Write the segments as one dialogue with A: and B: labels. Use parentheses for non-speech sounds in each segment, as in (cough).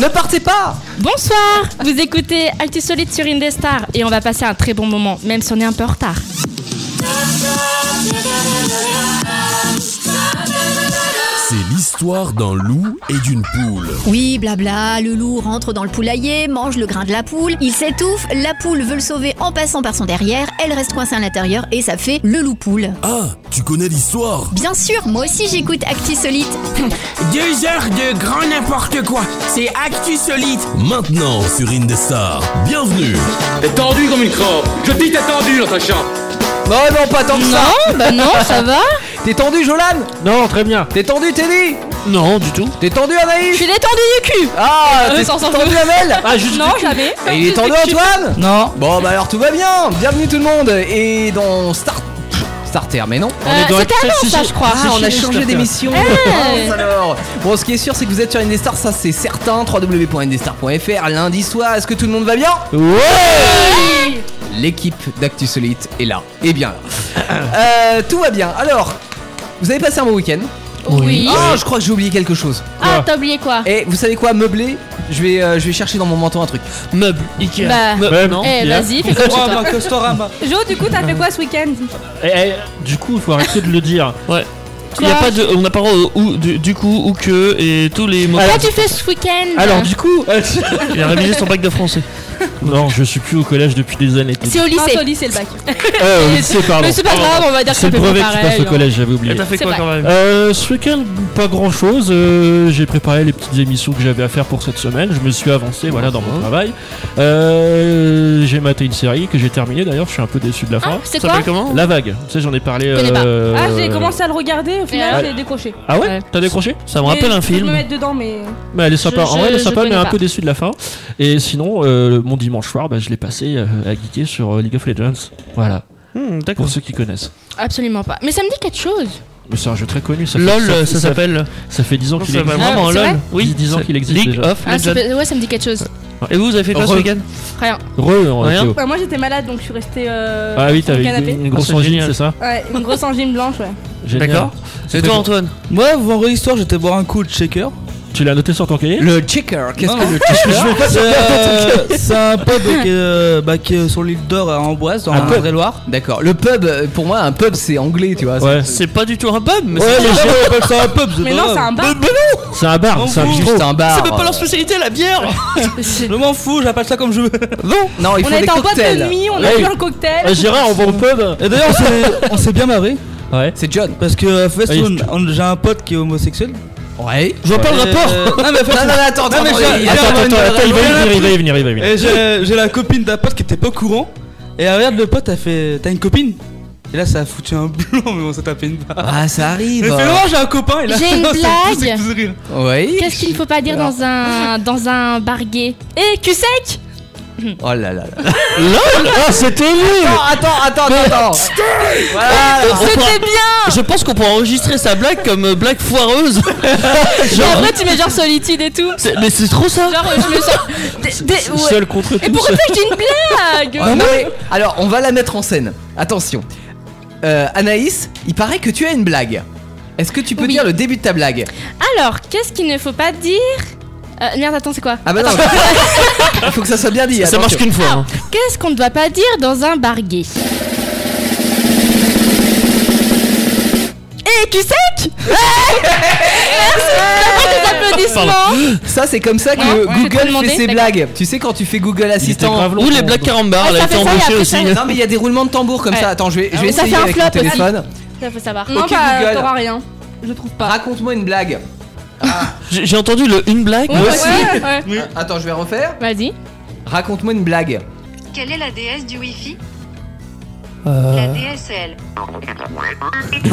A: Ne partez pas
B: Bonsoir, vous écoutez Actu Solide sur Indestar et on va passer un très bon moment, même si on est un peu en retard.
C: C'est l'histoire d'un loup et d'une poule.
D: Oui, blabla, le loup rentre dans le poulailler, mange le grain de la poule, il s'étouffe, la poule veut le sauver en passant par son derrière, elle reste coincée à l'intérieur et ça fait le loup-poule.
C: Ah, tu connais l'histoire
D: Bien sûr, moi aussi j'écoute Acti Solite.
E: Deux heures de grand n'importe quoi. C'est Actu Solide.
C: Maintenant sur Indestar, bienvenue
F: T'es tendu comme une crampe. Je te dis t'es tendu, Natacha.
A: Non, non, pas tant que ça
B: Non, bah non, ça va
A: T'es tendu, Jolan
G: Non, très bien.
A: T'es tendu, Teddy
G: Non, du tout.
A: T'es tendu, Anaïs
B: Je suis détendu du cul
A: Ah,
B: Euh,
A: t'es
B: sans- sans-
A: tendu, Amel
G: Ah, juste.
B: Non, jamais
A: Et il est tendu, hein, Antoine
B: Non.
A: Bon, bah alors tout va bien Bienvenue tout le monde Et dans Star... Starter, mais non
B: Euh,
G: dans
B: C'était
G: Access
B: avant ça,
G: City.
B: je crois.
A: Ah, on a
G: chez nous,
A: changé
G: Starter.
A: d'émission. Mince alors. Bon, ce qui est sûr, c'est que vous êtes sur Indestar, ça c'est certain. www.indestar.fr lundi soir. Est-ce que tout le monde va bien Ouais. L'équipe d'Actu Solite est là. Et bien là. Euh, tout va bien. Alors, vous avez passé un bon week-end
B: Oui. Oh,
A: Ah, je crois que j'ai oublié quelque chose.
B: Ah, t'as oublié quoi
A: Et vous savez quoi, meubler Je vais, euh, je vais chercher dans mon manteau un truc.
G: Meuble. Ikea.
B: Bah,
G: Meuble, non.
B: eh,
G: Ikea.
H: (laughs)
B: vas-y, fais comme chez toi.
I: Costorama.
J: Jo, du coup, t'as fait quoi ce week-end
G: Eh, eh, du coup, il faut arrêter de le dire.
H: Ouais. Il y a
B: Quoi
H: pas de, on n'a pas le droit au ou, du, du coup ou que et tous les mots.
B: Quoi tu fais ce week-end
G: Alors, du coup.
B: (laughs)
H: Il a révisé son bac de français.
G: Ah, non, je suis plus au collège depuis des années.
B: C'est au
J: Non,
B: lycée. Eh,
J: au lycée, le bac.
G: Euh, au lycée, pardon.
B: Mais c'est pas grave, on va dire que
G: C'est
B: ça
G: le
B: peut
G: brevet
B: pas
G: que tu passes
B: pareil. hein.
G: au collège, j'avais oublié.
H: Et t'as fait
B: C'est
H: quoi
B: vrai.
H: quand même
G: Euh, ce week-end, pas grand chose. Euh, j'ai préparé les petites émissions que j'avais à faire pour cette semaine. Je me suis avancé voilà, dans mon travail. Euh, j'ai maté une série que j'ai terminée d'ailleurs. Je suis un peu déçu de la
B: Ah,
G: fin.
B: c'est
H: Ça
B: quoi
H: s'appelle
J: Oh.
H: comment
G: La vague. Tu sais, j'en ai parlé.
B: connais pas.
G: euh,
J: Ah, j'ai commencé à le regarder, au
B: Ouais.
J: final, j'ai décroché.
G: Ah ouais
B: Ouais.
G: T'as décroché
H: Ça me rappelle
J: Mais
H: un
J: je peux me
H: film.
J: mettre dedans, mais.
G: Bah, elle est sympa.
B: Je-
G: en vrai, elle est
B: je-
G: sympa,
B: je
G: mais un
B: connais
G: peu
B: pas.
G: déçu de la fin. Et sinon, euh, mon dimanche soir, bah, je l'ai passé euh, à geeker sur euh, League of Legends. Voilà. Pour ceux qui connaissent.
B: Absolument pas. Mais ça me dit quelque chose.
G: Mais c'est un jeu très connu. Ça fait-
H: LOL,
G: ça,
H: ça,
G: ça-
H: s'appelle.
G: Ça fait 10 ans
H: Ça
G: qu'il
H: s'appelle
G: existe.
B: Ah,
H: vraiment
B: c'est
H: LOL.
B: vrai
G: Il y a 10 ans
H: c'est
G: qu'il existe
H: League
G: déjà.
H: of
B: Ah, ça
H: Legends.
B: peut- Ouais, ça me dit quelque chose.
H: Et vous, vous avez fait quoi ce
G: Re-
H: week-end
B: Rien.
G: Re, euh,
H: Rien.
G: Théo.
J: Bah, moi, j'étais malade, donc je suis restée. euh,
G: Ah oui,
J: sur le
G: t'avais
J: canapé.
G: une, une grosse
H: Ah, c'est
G: angine,
H: génial.
G: c'est ça
J: Ouais, une grosse angine blanche, ouais.
G: Génial.
H: D'accord. C'est toi, Antoine.
I: Moi, vendredi soir, j'étais boire un coup de shaker.
G: Tu l'as noté sur ton cahier
A: Le checker, qu'est-ce
I: Non,
A: que
I: non.
A: le checker
I: Euh, (laughs) C'est un pub qui est, euh, bah, qui est sur l'île d'Or à Amboise, dans
G: Un
I: la
G: pub.
I: Loire.
A: D'accord, le pub, euh, pour moi, un pub c'est anglais, tu vois.
G: Ouais.
H: C'est pas du tout un pub, mais
I: Ouais,
H: c'est
I: les gens appellent ça un pub.
J: Mais non, c'est un bar.
G: C'est un bar, c'est un
A: C'est
G: bistrot.
A: juste un bar.
H: c'est même pas
I: Ah.
H: leur spécialité, la
J: (laughs)
H: bière.
I: Je m'en fous, j'appelle ça comme je veux.
A: Bon, non, il
J: On
A: faut des
J: était en boîte de
A: cocktails.
J: nuit, on a
G: Ouais.
J: bu un cocktail.
G: Ah, Gérard, on va au pub.
I: Et d'ailleurs, on (laughs) s'est- on s'est bien marré.
G: Ouais.
A: C'est John.
I: Parce que euh, Fest,
G: Ah, il-
I: on- on- j'ai un pote qui est homosexuel.
A: Ouais.
G: Je vois pas le
I: Et-
G: rapport.
I: Non, mais Fest,
A: Non, non, non, attends,
I: Non, mais
A: attends, attends,
I: j'ai- j'ai
A: attends,
G: Attends,
I: un
A: attends,
G: attends,
I: bonheur.
G: attends, il va y venir, il va y venir, il va y venir.
I: Et j'ai j'ai la copine d'un pote qui était pas au courant. Et elle regarde le pote, elle fait T'as une copine Et là, ça a foutu un (laughs) blanc, mais on s'est tapé une barre.
A: Ah, ça
I: Elle
A: arrive.
H: bah.
I: fait Non, j'ai un copain. Et là, (laughs)
B: J'ai une
I: non, ça me faisait
B: blague.
I: tous rire.
A: Oui.
B: Qu'est-ce qu'il ne faut pas dire dans un dans un bar gay Eh, cul sec
A: Oh là là. là.
G: LOL Ah, c'était lui
A: Attends, attends, attends, attends. Voilà.
H: On pourra-
B: C'était bien
H: Je pense qu'on pourra enregistrer sa blague comme euh, blague foireuse.
B: Et
H: Genre,
B: après, tu mets genre solitude et tout.
H: c'est- mais c'est trop ça.
B: Genre, euh, je me
H: (laughs)
B: sens. Des- des- ouais.
G: Seul contre
B: Et
G: tous.
B: pourquoi t'as dit une blague
H: Ah
A: Ouais, mais- Alors, on va la mettre en scène. Attention. Euh, Anaïs, il paraît que tu as une blague. Est-ce que tu peux
B: Oui.
A: dire le début de ta blague
B: Alors, qu'est-ce qu'il ne faut pas dire Euh, Merde, attends, c'est quoi
A: Ah bah non. (laughs) Il faut que ça soit bien dit.
H: Ça
A: attention.
H: marche qu'une fois. hein.
B: Qu'est-ce qu'on ne doit pas dire dans un bar gay Eh, cul sec
H: Ah,
B: Merci D'après tes applaudissements
A: Ça, c'est comme ça que
B: Ouais, ouais, je te
A: Google
B: demandais,
A: fait ses
B: d'accord.
A: blagues. Tu sais, quand tu fais Google
G: Il était
A: Assistant.
G: grave long.
H: Ou les blagues carambars,
B: Ah,
H: elle
B: ça
H: a été
B: fait ça, et
H: embauchée
B: après
H: aussi.
B: ça-
A: Non, mais il y a des roulements de tambour comme
B: Ouais.
A: ça. Attends, je vais, je vais
B: Ça fait
A: essayer
B: un
A: avec mon
B: flop aussi.
A: téléphone.
B: Ça, faut savoir.
J: Non,
A: Ok,
J: bah,
A: Google.
J: t'auras rien. Je trouve pas.
A: Raconte-moi une blague.
H: J'ai j'ai entendu le une blague.
B: Ouais, ouais, ouais.
A: Ah, Attends, je vais refaire.
B: Vas-y.
A: Raconte-moi une blague.
K: Quelle est la déesse du Wi-Fi
H: Euh,
K: La DSL.
A: tu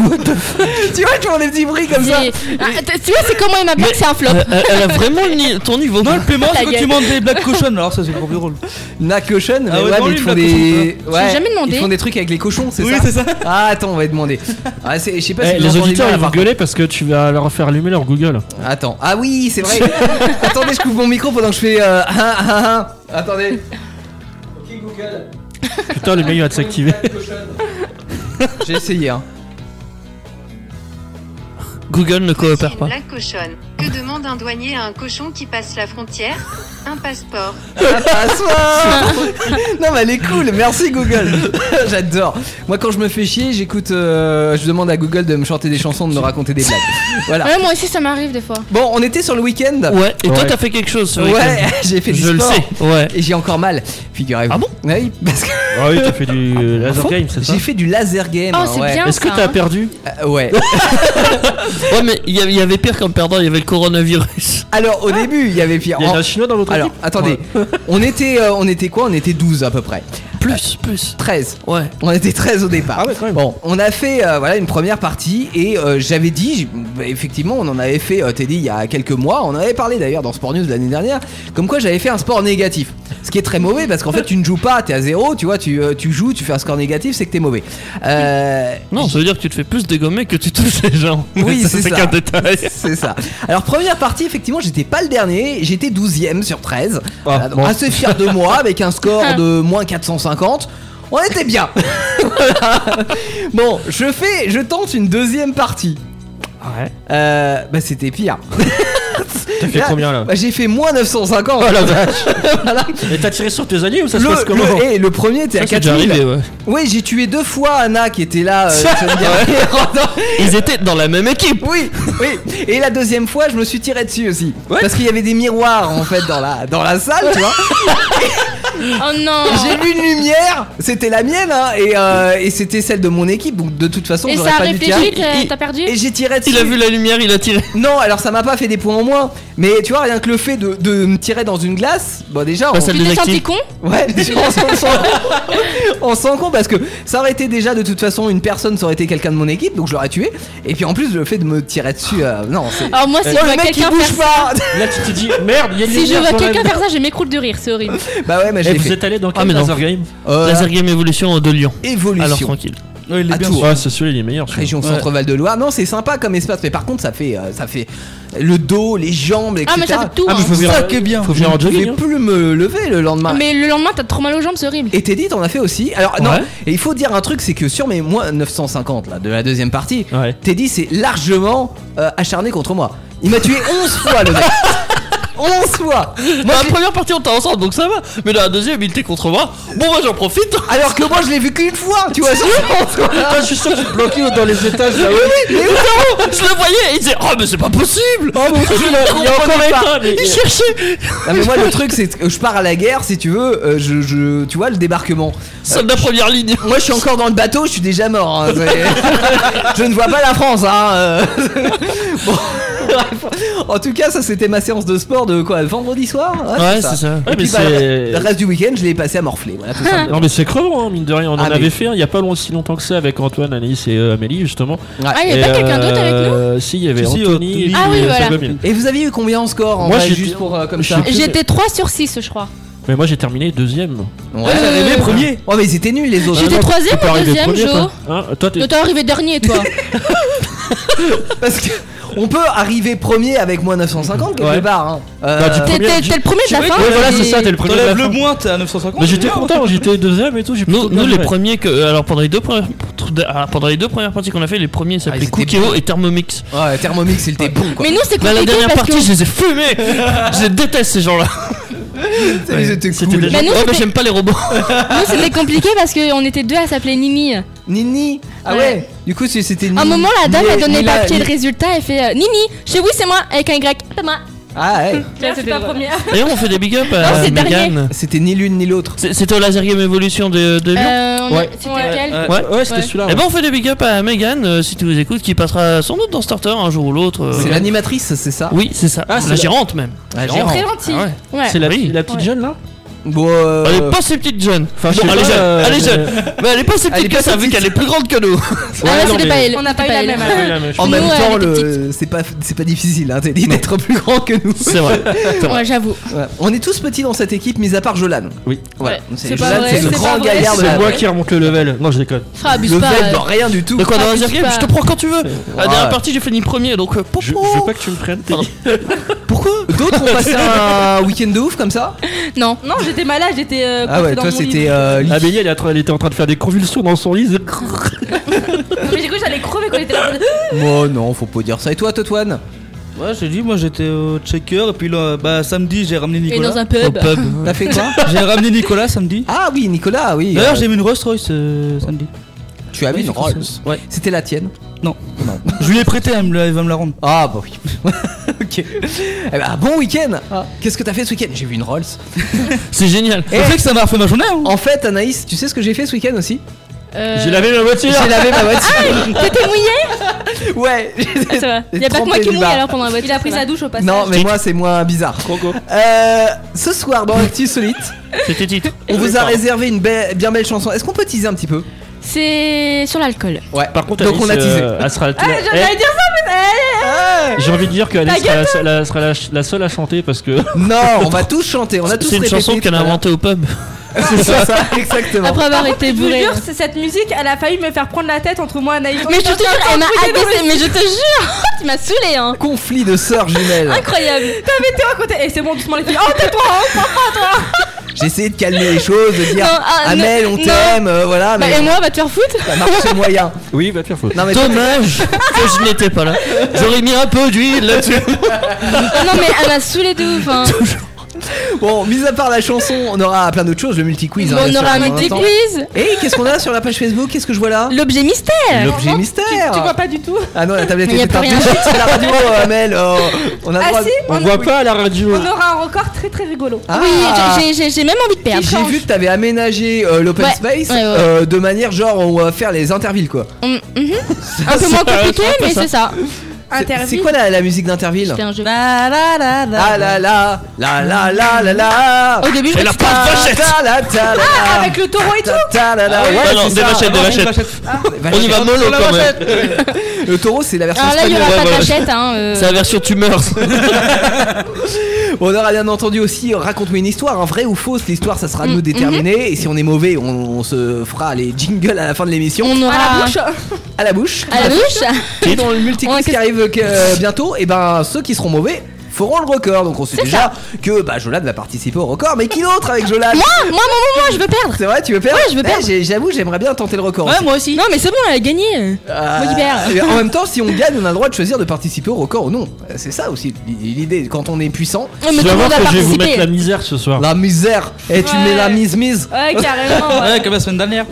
A: vois, tu vois des petits bruits comme ça.
B: C'est- Ah, t- tu vois, c'est comment il m'a que c'est un flop.
H: euh, elle, elle a vraiment le ni- ton niveau.
I: Non, le paiement,
B: Ta
I: c'est quand
B: gueule.
I: tu montes des blagues cochonnes. Alors, ça, c'est encore plus drôle.
A: Na cochonne
I: Ah
A: mais
I: ouais,
A: ouais,
I: non,
A: mais
I: lui,
A: ils
I: il
A: font
I: l'a
A: des.
B: ça. J'ai jamais demandé.
A: Ils font des trucs avec les cochons, c'est
I: Oui,
A: ça
I: c'est ça.
A: Ah, attends, on va demander. Ah, c'est- je sais pas si
G: Eh,
A: vous
G: les
A: entendez
G: auditeurs
A: bien,
G: ils vont
A: par
G: gueuler parce que tu vas leur faire allumer leur Google.
A: contre. Attends. Ah oui, c'est
I: (laughs)
A: vrai. Attendez, je coupe mon micro pendant que je fais. euh, (laughs) ah, ah, ah. Attendez. Ok, Google.
G: Putain, le mec il va s'activer.
A: J'ai essayé, hein.
H: Google ne
K: C'est
H: coopère
K: une
H: pas.
K: blague cochonne. Que demande un douanier à un cochon qui passe la frontière Un passeport.
A: Ah, passe-moi Non mais elle est cool, merci Google (laughs) J'adore Moi quand je me fais chier, j'écoute... euh, je demande à Google de me chanter des chansons, de me raconter des blagues. Voilà.
B: Ouais, moi aussi, ça m'arrive des fois.
A: Bon, on était sur le week-end.
I: Ouais, et toi, t'as fait quelque chose ce
A: Ouais, (laughs)
I: week-end.
A: j'ai fait du
I: Je le
A: sport.
I: sais, ouais.
A: Et j'ai encore mal, figurez-vous. Ah bon Oui, parce que.
G: Ah oui, t'as fait du euh,
A: (laughs)
G: laser
A: Faut-
G: game, c'est ça
A: J'ai fait du laser game.
I: Oh,
A: hein,
I: c'est
A: ouais.
I: bien, Est-ce que ça, t'as hein. perdu
A: Euh, Ouais.
I: Ouais, mais il y, avait- il y avait pire qu'en perdant, il y avait le coronavirus.
A: Alors au début, il y avait Pierre.
I: Il y en a
A: En-
I: un chinois dans l'autre
A: Alors
I: équipe
A: attendez, on était euh, on était quoi On était 12 à peu près.
I: Plus, plus.
A: 13.
I: Ouais.
A: On était 13 au départ. Bon, on a fait euh, voilà une première partie et euh, j'avais dit j'ai- effectivement, on en avait fait euh, Teddy il y a quelques mois, on en avait parlé d'ailleurs dans Sport News l'année dernière, comme quoi j'avais fait un sport négatif. Ce qui est très mauvais parce qu'en fait, tu ne joues pas, t'es à zéro, tu vois, tu, euh, tu joues, tu fais un score négatif, c'est que t'es mauvais. Euh,
I: Non, ça veut dire que tu te fais plus dégommer que tu touches les gens.
A: Oui,
I: (laughs) Ça,
A: c'est ça.
I: qu'un détail.
A: (laughs) C'est ça. Alors première partie, effectivement, j'étais pas le dernier, j'étais 12ème sur 13.
G: Ah,
A: Voilà, donc
I: bon.
A: Assez fier de moi avec un score de moins 450. On était bien. (laughs) Voilà. Bon, je fais, je tente une deuxième partie.
G: Ouais.
A: Euh, bah c'était pire. (laughs)
G: T'as fait combien, là
A: Bah, J'ai fait moins 950.
G: Oh la vache.
A: (laughs) Voilà.
G: Et t'as tiré sur tes alliés ou ça se
A: Le-
G: passe comment
A: le- et le premier était
G: Ça,
A: à
G: c'est déjà
A: 4000.
G: arrivé, ouais.
A: Oui, j'ai tué deux fois Anna qui était là. euh,
G: (laughs)
A: la semaine dernière.
I: Ils étaient dans la même équipe.
A: Oui, oui. Et la deuxième fois, je me suis tiré dessus aussi. Parce qu'il y avait des miroirs en fait dans la, dans la salle, tu
I: (laughs)
A: vois.
B: Oh non
A: J'ai vu une lumière, c'était la mienne, hein, et, euh, et c'était celle de mon équipe, donc de toute façon,
B: Et
A: j'aurais
B: ça a
A: pas dû
B: réfléchi,
A: tirer.
B: t'as- t'as perdu
A: Et j'ai tiré dessus.
I: Il a vu la lumière, il a tiré.
A: Non, alors ça m'a pas fait des points en moins, mais tu vois, rien que le fait de, de me tirer dans une glace, bon déjà, on,
I: ça
B: Tu
I: Bah, le
B: t'es senti
I: désactive.
B: con
A: Ouais, déjà, on s'en- on s'en- (laughs) on s'en compte parce que ça aurait été déjà de toute façon une personne, ça aurait été quelqu'un de mon équipe, donc je l'aurais tué. Et puis en plus, le fait de me tirer dessus, euh, non, c'est.
B: Alors moi, si
A: Oh,
B: je
A: le
B: vois
A: mec qui
B: Ah, quelqu'un
A: bouge
B: faire ça...
A: pas
G: Là, tu te dis merde, il y a une
B: Si je
G: lumière
B: vois
G: quand
B: quelqu'un
G: même.
B: faire ça, je m'écroule de rire, c'est horrible.
A: Bah ouais, mais je
G: Et
A: l'ai
G: Eh, vous
A: fait.
G: êtes allé dans
I: Ah,
G: quel
I: mais non.
G: laser game
A: Euh,
I: Laser Game Evolution de Lyon.
A: Évolution.
I: Alors tranquille.
F: Ouais, il est
A: À
F: bien
A: Tours.
F: sûr.
G: Ah, c'est celui-là, il est meilleur. celui-là.
A: Région Centre-Val de Loire. Non, c'est sympa comme espace, mais par contre, ça fait, euh, ça fait le dos, les jambes, etc.
B: Ah, mais ça fait tout,
A: Ah, mais
B: hein.
A: faut
G: Faut
A: ça
G: venir-
A: qui est bien.
G: faut venir en
A: je
G: jogging,
A: vais
G: hein.
A: plus me lever le lendemain.
B: Ah, Mais le lendemain, t'as trop mal aux jambes, c'est horrible.
A: Et Teddy, t'en as fait aussi. Alors, non,
G: Ouais.
A: et il faut dire un truc, c'est que sur mes moins 950 là, de la deuxième partie,
G: Ouais.
A: Teddy s'est largement euh, acharné contre moi. Il m'a tué 11 (laughs) fois le mec. 11 fois
B: Bah,
A: Moi,
I: Dans la
A: j'ai-
I: Bah, première partie, on était ensemble, donc ça va. Mais dans la deuxième, il était contre moi. Bon, moi, j'en profite. (laughs)
A: Alors que moi, je l'ai vu qu'une fois, tu vois, c'est
G: Ah, je suis sûr que tu te bloquais dans les étages là
I: Je le voyais et il disait Oh, mais c'est pas possible
A: Oh,
G: Ah,
A: mon Dieu,
I: (laughs) Il y a encore un état, mais- Il cherchait
A: Non mais moi le truc c'est que je pars à la guerre si tu veux, euh, je, je- tu vois le débarquement.
I: Soldat première ligne
A: Moi je suis encore dans le bateau, je suis déjà mort. hein, c'est- (laughs) je ne vois pas la France. Hein. euh. (laughs) Bon, bref. En tout cas ça c'était ma séance de sport de quoi vendredi soir.
I: Ouais, c'est ça.
A: Et
G: Ouais,
A: puis,
G: mais
A: bah,
G: c'est-
A: le reste du week-end je l'ai passé à morfler. Voilà, tout
G: (laughs)
A: simplement.
G: Non mais c'est crevant hein, mine de rien, on
A: Ah,
G: en
A: mais-
G: avait fait un il y a pas long- si longtemps que ça avec Antoine, Anaïs et euh, Amélie justement.
B: Ah, il y
G: Et,
B: avait pas quelqu'un d'autre avec nous
G: euh, Si, il y avait
F: Si, si,
G: Anthony et
F: Anthony.
G: puis,
B: Ah oui,
G: euh,
B: voilà.
G: Sabamil.
A: Et vous aviez eu combien en score en
G: Moi,
A: vrai,
G: j'ai-
A: juste pour euh, comme
G: je
A: ça
G: suis-
B: J'étais 3 sur 6, je crois.
G: Mais moi j'ai terminé deuxième.
A: Ouais, j'avais mes premiers. Oh mais ils étaient nuls les autres.
B: J'étais
A: hein,
B: troisième
G: T'es
B: ou
G: arrivé
B: deuxième,
G: premier,
B: Joe
G: toi Hein, Toi t'es...
B: Non, T'es arrivé dernier, toi.
A: Ah, Parce que on peut arriver premier avec moins 950 quelque
G: Ouais.
A: part. hein. Euh,
G: Bah, tu-
B: T'es
G: Premier,
B: t'es- t'es le premier de la
G: Ouais,
B: fin.
G: voilà
B: mais-
G: c'est ça, t'es le premier de la
F: T'enlèves le
G: fin.
F: moins, t'es à 950.
G: Mais
F: c'est
G: j'étais
F: bien.
G: content, j'étais deuxième et tout. j'ai
I: Nous,
G: plutôt bien
I: nous les
G: fait.
I: premiers que. euh, Alors, pendant les deux premières, ah, pendant les deux premières parties qu'on a fait, les premiers
A: Ah,
I: s'appelaient
A: ils étaient
I: Cookéo et Thermomix.
A: Ouais, Thermomix, il était bon quoi.
B: Mais nous, c'est
I: Là, la
B: compliqué
I: dernière
B: parce
I: partie,
B: que.
I: je les ai fumés (laughs) Je les déteste ces gens-là
A: C'était
G: C'était
A: cool.
G: déjà-
B: Mais Bah, nous,
I: Oh, mais
B: c'était-
I: j'aime pas
B: (laughs)
I: les robots
B: Nous, c'était compliqué parce qu'on était deux à s'appeler Nini.
A: Nini Ah ouais,
B: Ouais.
A: Du coup c'est- c'était Nini-
B: un moment, la dame a
A: Nila-
B: donné le
A: Nila-
B: papier de
A: Ni-
B: résultat et fait euh, Nini, chez vous, c'est moi, avec un Y. C'est moi.
A: Ah ouais
B: c'est pas première.
I: D'ailleurs, on fait des big up
B: Non,
I: à
B: c'est dernier.
I: Megan.
A: C'était ni l'une ni l'autre.
I: C'est- C'était au Laser Game Evolution de, de
B: Euh.
I: Lyon
G: Ouais.
B: C'était lequel
F: Ouais.
I: Ouais.
G: Ouais, c'était
B: Ouais.
G: celui-là.
I: Eh ben, on fait des big up à Megan, euh, si tu nous écoutes, qui passera sans doute dans Starter un jour ou l'autre. euh,
A: C'est l'animatrice, c'est ça
I: Oui, c'est ça.
G: Ah, c'est
I: la
G: la-
I: gérante même.
A: Ah,
I: Gérante.
A: Gérard.
B: Très gentil.
I: Ah ouais.
B: Ouais.
G: C'est la,
I: Oui.
G: la petite
B: Ouais.
G: jeune là
A: Bon, euh,
I: Elle est pas si petite jeune.
G: Enfin, je sais
I: Bon, elle est
G: pas,
I: jeune,
G: euh,
I: elle est jeune. Mais elle est pas si
A: Elle est
I: petite que
A: pas
I: ça,
A: si
I: vu qu'elle est plus grande que nous.
B: Ah
G: Ouais,
B: là,
G: non,
B: c'était
G: mais-
B: pas elle.
J: On n'a pas
B: C'était
J: eu la même.
G: Ah oui, là, mais je-
A: En
B: Nous,
A: même
B: elle
A: temps,
B: était
A: le- c'est pas, c'est pas difficile, hein, t'es dit d'être plus grand que
I: (laughs)
A: nous.
I: C'est vrai.
B: Ouais, j'avoue.
A: Ouais. On est tous petits dans cette équipe, mis à part Jolan.
G: Oui.
A: Voilà.
B: Ouais.
A: C'est
B: C'est pas
A: Jolan,
B: vrai,
A: c'est le
B: c'est
A: grand
B: pas vrai,
A: gaillard de
G: C'est
A: la
G: moi qui remonte le level. Non, je déconne.
B: Frère, abuse
A: Le
B: pas.
A: fait
B: euh,
A: dans rien du tout.
I: De quoi dans
B: Ah,
I: Laser
B: je
I: Game
B: sais
I: Je te
B: pas.
I: prends quand tu veux. La dernière
A: Ouais.
I: partie, j'ai fini premier, donc euh,
G: Je, je
I: popo.
G: veux pas que tu me prennes. t'es-
A: Pourquoi D'autres ont passé un week-end de ouf comme ça
B: Non.
J: Non, j'étais malade, j'étais. euh,
A: Ah ouais,
J: coincée dans
A: toi
J: mon lit.
A: c'était. euh, li-
G: Amélie, Ah, elle, est en train- elle était en train de faire des convulsions dans son lit. c'est-
J: Mais du coup, j'allais crever quand j'étais là.
A: Oh non, faut pas dire ça. Et toi, Totouane
F: Ouais, j'ai dit, moi j'étais au checker et puis là, bah samedi j'ai ramené Nicolas.
B: dans un pub. Au pub. (laughs)
A: T'as fait (laughs) quoi
F: J'ai ramené Nicolas samedi.
A: Ah oui, Nicolas, oui.
F: D'ailleurs,
A: euh,
F: j'ai mis une Rolls Royce euh, samedi.
A: Tu as vu
F: Oui,
A: une
F: je pense.
A: Rolls Ouais. C'était la tienne
F: Non. Je lui ai prêté, elle me la- elle va me la rendre.
A: Ah bah oui. (laughs) ok. Eh ben, bon week-end. Qu'est-ce que t'as fait ce week-end J'ai vu une Rolls.
G: C'est génial.
A: Tu sais que ça m'a refait ma journée.
F: hein.
A: En fait, Anaïs, tu sais ce que j'ai fait ce week-end aussi
B: euh,
G: J'ai lavé ma voiture.
A: J'ai lavé ma voiture.
B: Ah, t'étais
A: (laughs)
B: mouillé
A: Ouais.
B: Ah, ça va.
A: J'ai
B: Y a pas que moi
A: trempé
B: qui
A: du
B: mouille
A: bas.
B: alors pendant la voiture. Il a pris sa douche au passage.
A: Non, mais moi, c'est moins bizarre. Euh, ce soir, dans l'actu solite,
I: C'était titre.
A: on vous a
I: Pardon.
A: réservé une belle- bien belle chanson. Est-ce qu'on peut teaser un petit peu
B: C'est sur l'alcool.
A: Ouais.
G: Par contre,
A: donc on a teasé. Ah,
G: Elle sera la-
B: Ah,
G: Eh,
B: j'allais dire ça, mais. Eh, eh.
G: J'ai envie de dire
B: Ta
G: que Alice sera, la,
B: gueule.
G: seule- la- sera la ch- la seule à chanter parce que.
A: Non, on va tous chanter, on a tous
G: C'est une
A: répété
G: chanson
A: Bah, tout
G: qu'elle
A: à
G: a
A: l'heure.
G: inventée au pub.
A: C'est ça, ça, exactement.
B: Après avoir
J: Par contre,
B: été
J: je vous
B: bourré.
J: jure, c'est cette musique, elle a failli me faire prendre la tête entre moi et Naïf.
B: Mais je te jure, elle m'a agressé, mais je te jure, (laughs) tu m'as saoulé, hein.
A: Conflit de sœurs jumelles.
B: Incroyable.
J: T'avais Théo à côté. Et c'est bon, doucement les filles. Oh, tais-toi, oh, prends toi.
A: J'ai essayé de calmer les choses, de dire
B: Non, ah,
A: Amel,
B: non,
A: on
B: non.
A: t'aime, euh, voilà.
B: Bah,
A: mais
B: et moi, va te faire foutre
J: (laughs)
A: ça marche moyen.
G: Oui, va te faire faux.
A: Non, mais toi,
I: Dommage que je n'étais pas là. J'aurais mis un peu d'huile là-dessus.
B: Ah Non, mais elle m'a saoulé de ouf, hein.
A: Bon, mis à part la chanson, on aura plein d'autres choses, le multi-quiz. hein,
B: On
A: bien
B: aura
A: sûr,
B: un
A: en
B: petit
A: temps.
B: quiz.
A: Et qu'est-ce qu'on a sur la page Facebook Qu'est-ce que je vois là
B: L'objet mystère.
A: L'objet mystère
J: Tu vois pas du tout.
A: Ah non, la tablette
B: Mais y a
A: est
B: plus
A: partout.
B: rien.
A: C'est la radio, euh, Amel. euh, on a le
J: Ah
A: droit.
J: si,
G: On
J: on,
G: voit pas à la radio.
J: on aura un record très très rigolo.
A: Ah,
B: Oui, j'ai- j'ai- j'ai même envie de perdre.
A: J'ai vu que t'avais aménagé euh, l'open
B: Ouais,
A: space
B: ouais, ouais.
A: euh, de manière genre on va faire les intervilles quoi.
B: Hum, mhm. Un peu moins compliqué, mais c'est ça.
A: C'est- C'est
J: Interview.
A: quoi la, la musique d'interville
B: C'était un jeu.
A: Ah là là, la la la la la.
B: Au début, je me
I: Oh,
B: suis
A: Ta, ta, la, ta, la, la.
J: Avec le taureau et tout.
A: Ta, ta, la, la. Ouais,
I: non,
A: c'est
I: des
A: ça.
I: vachettes, des
A: Ah,
I: vachettes. On y va mollo quand même.
A: Le taureau, c'est la version
B: Alors là, il y aura
I: Ouais,
B: pas de
I: ouais, ouais.
B: cachette, hein. euh.
I: C'est la version tu meurs.
A: On aura bien entendu aussi euh, raconte-moi une histoire, un vrai ou fausse. L'histoire, ça sera à nous
B: Mm,
A: de déterminer. Et si on est mauvais, on, on se fera les jingles à la fin de l'émission.
B: On aura.
J: À la bouche.
A: À la bouche.
B: À la bouche
A: Et dans le multi
B: On a
A: qui
B: que-
A: arrive euh, bientôt, et ben ceux qui seront mauvais feront le record. Donc on sait déjà que bah, Jolade va participer au record. Mais qui d'autre avec Jolade
B: Moi, moi, moi, moi, moi, je veux perdre.
A: C'est vrai, tu veux perdre
B: Ouais, je veux
A: Eh,
B: perdre.
A: j'ai- J'avoue, j'aimerais bien tenter le record.
B: moi aussi. Non, mais c'est bon, elle a gagné.
A: Euh,
B: Moi hein. qui perds.
A: mais en même temps, si on gagne, on a le droit de choisir de participer au record ou non. Euh, C'est ça aussi l'idée. Quand on est puissant,
B: Ouais, Oh, Mais
G: Tu
B: tout
G: vas
B: le
G: voir
B: monde a
G: que je vais vous mettre la
B: participé.
G: misère
A: (laughs)
G: ce soir.
A: la misère. Et tu
J: Ouais.
A: mets la mise mise. (laughs)
J: Ouais, (laughs) carrément. ouais.
F: Ouais, comme la semaine dernière.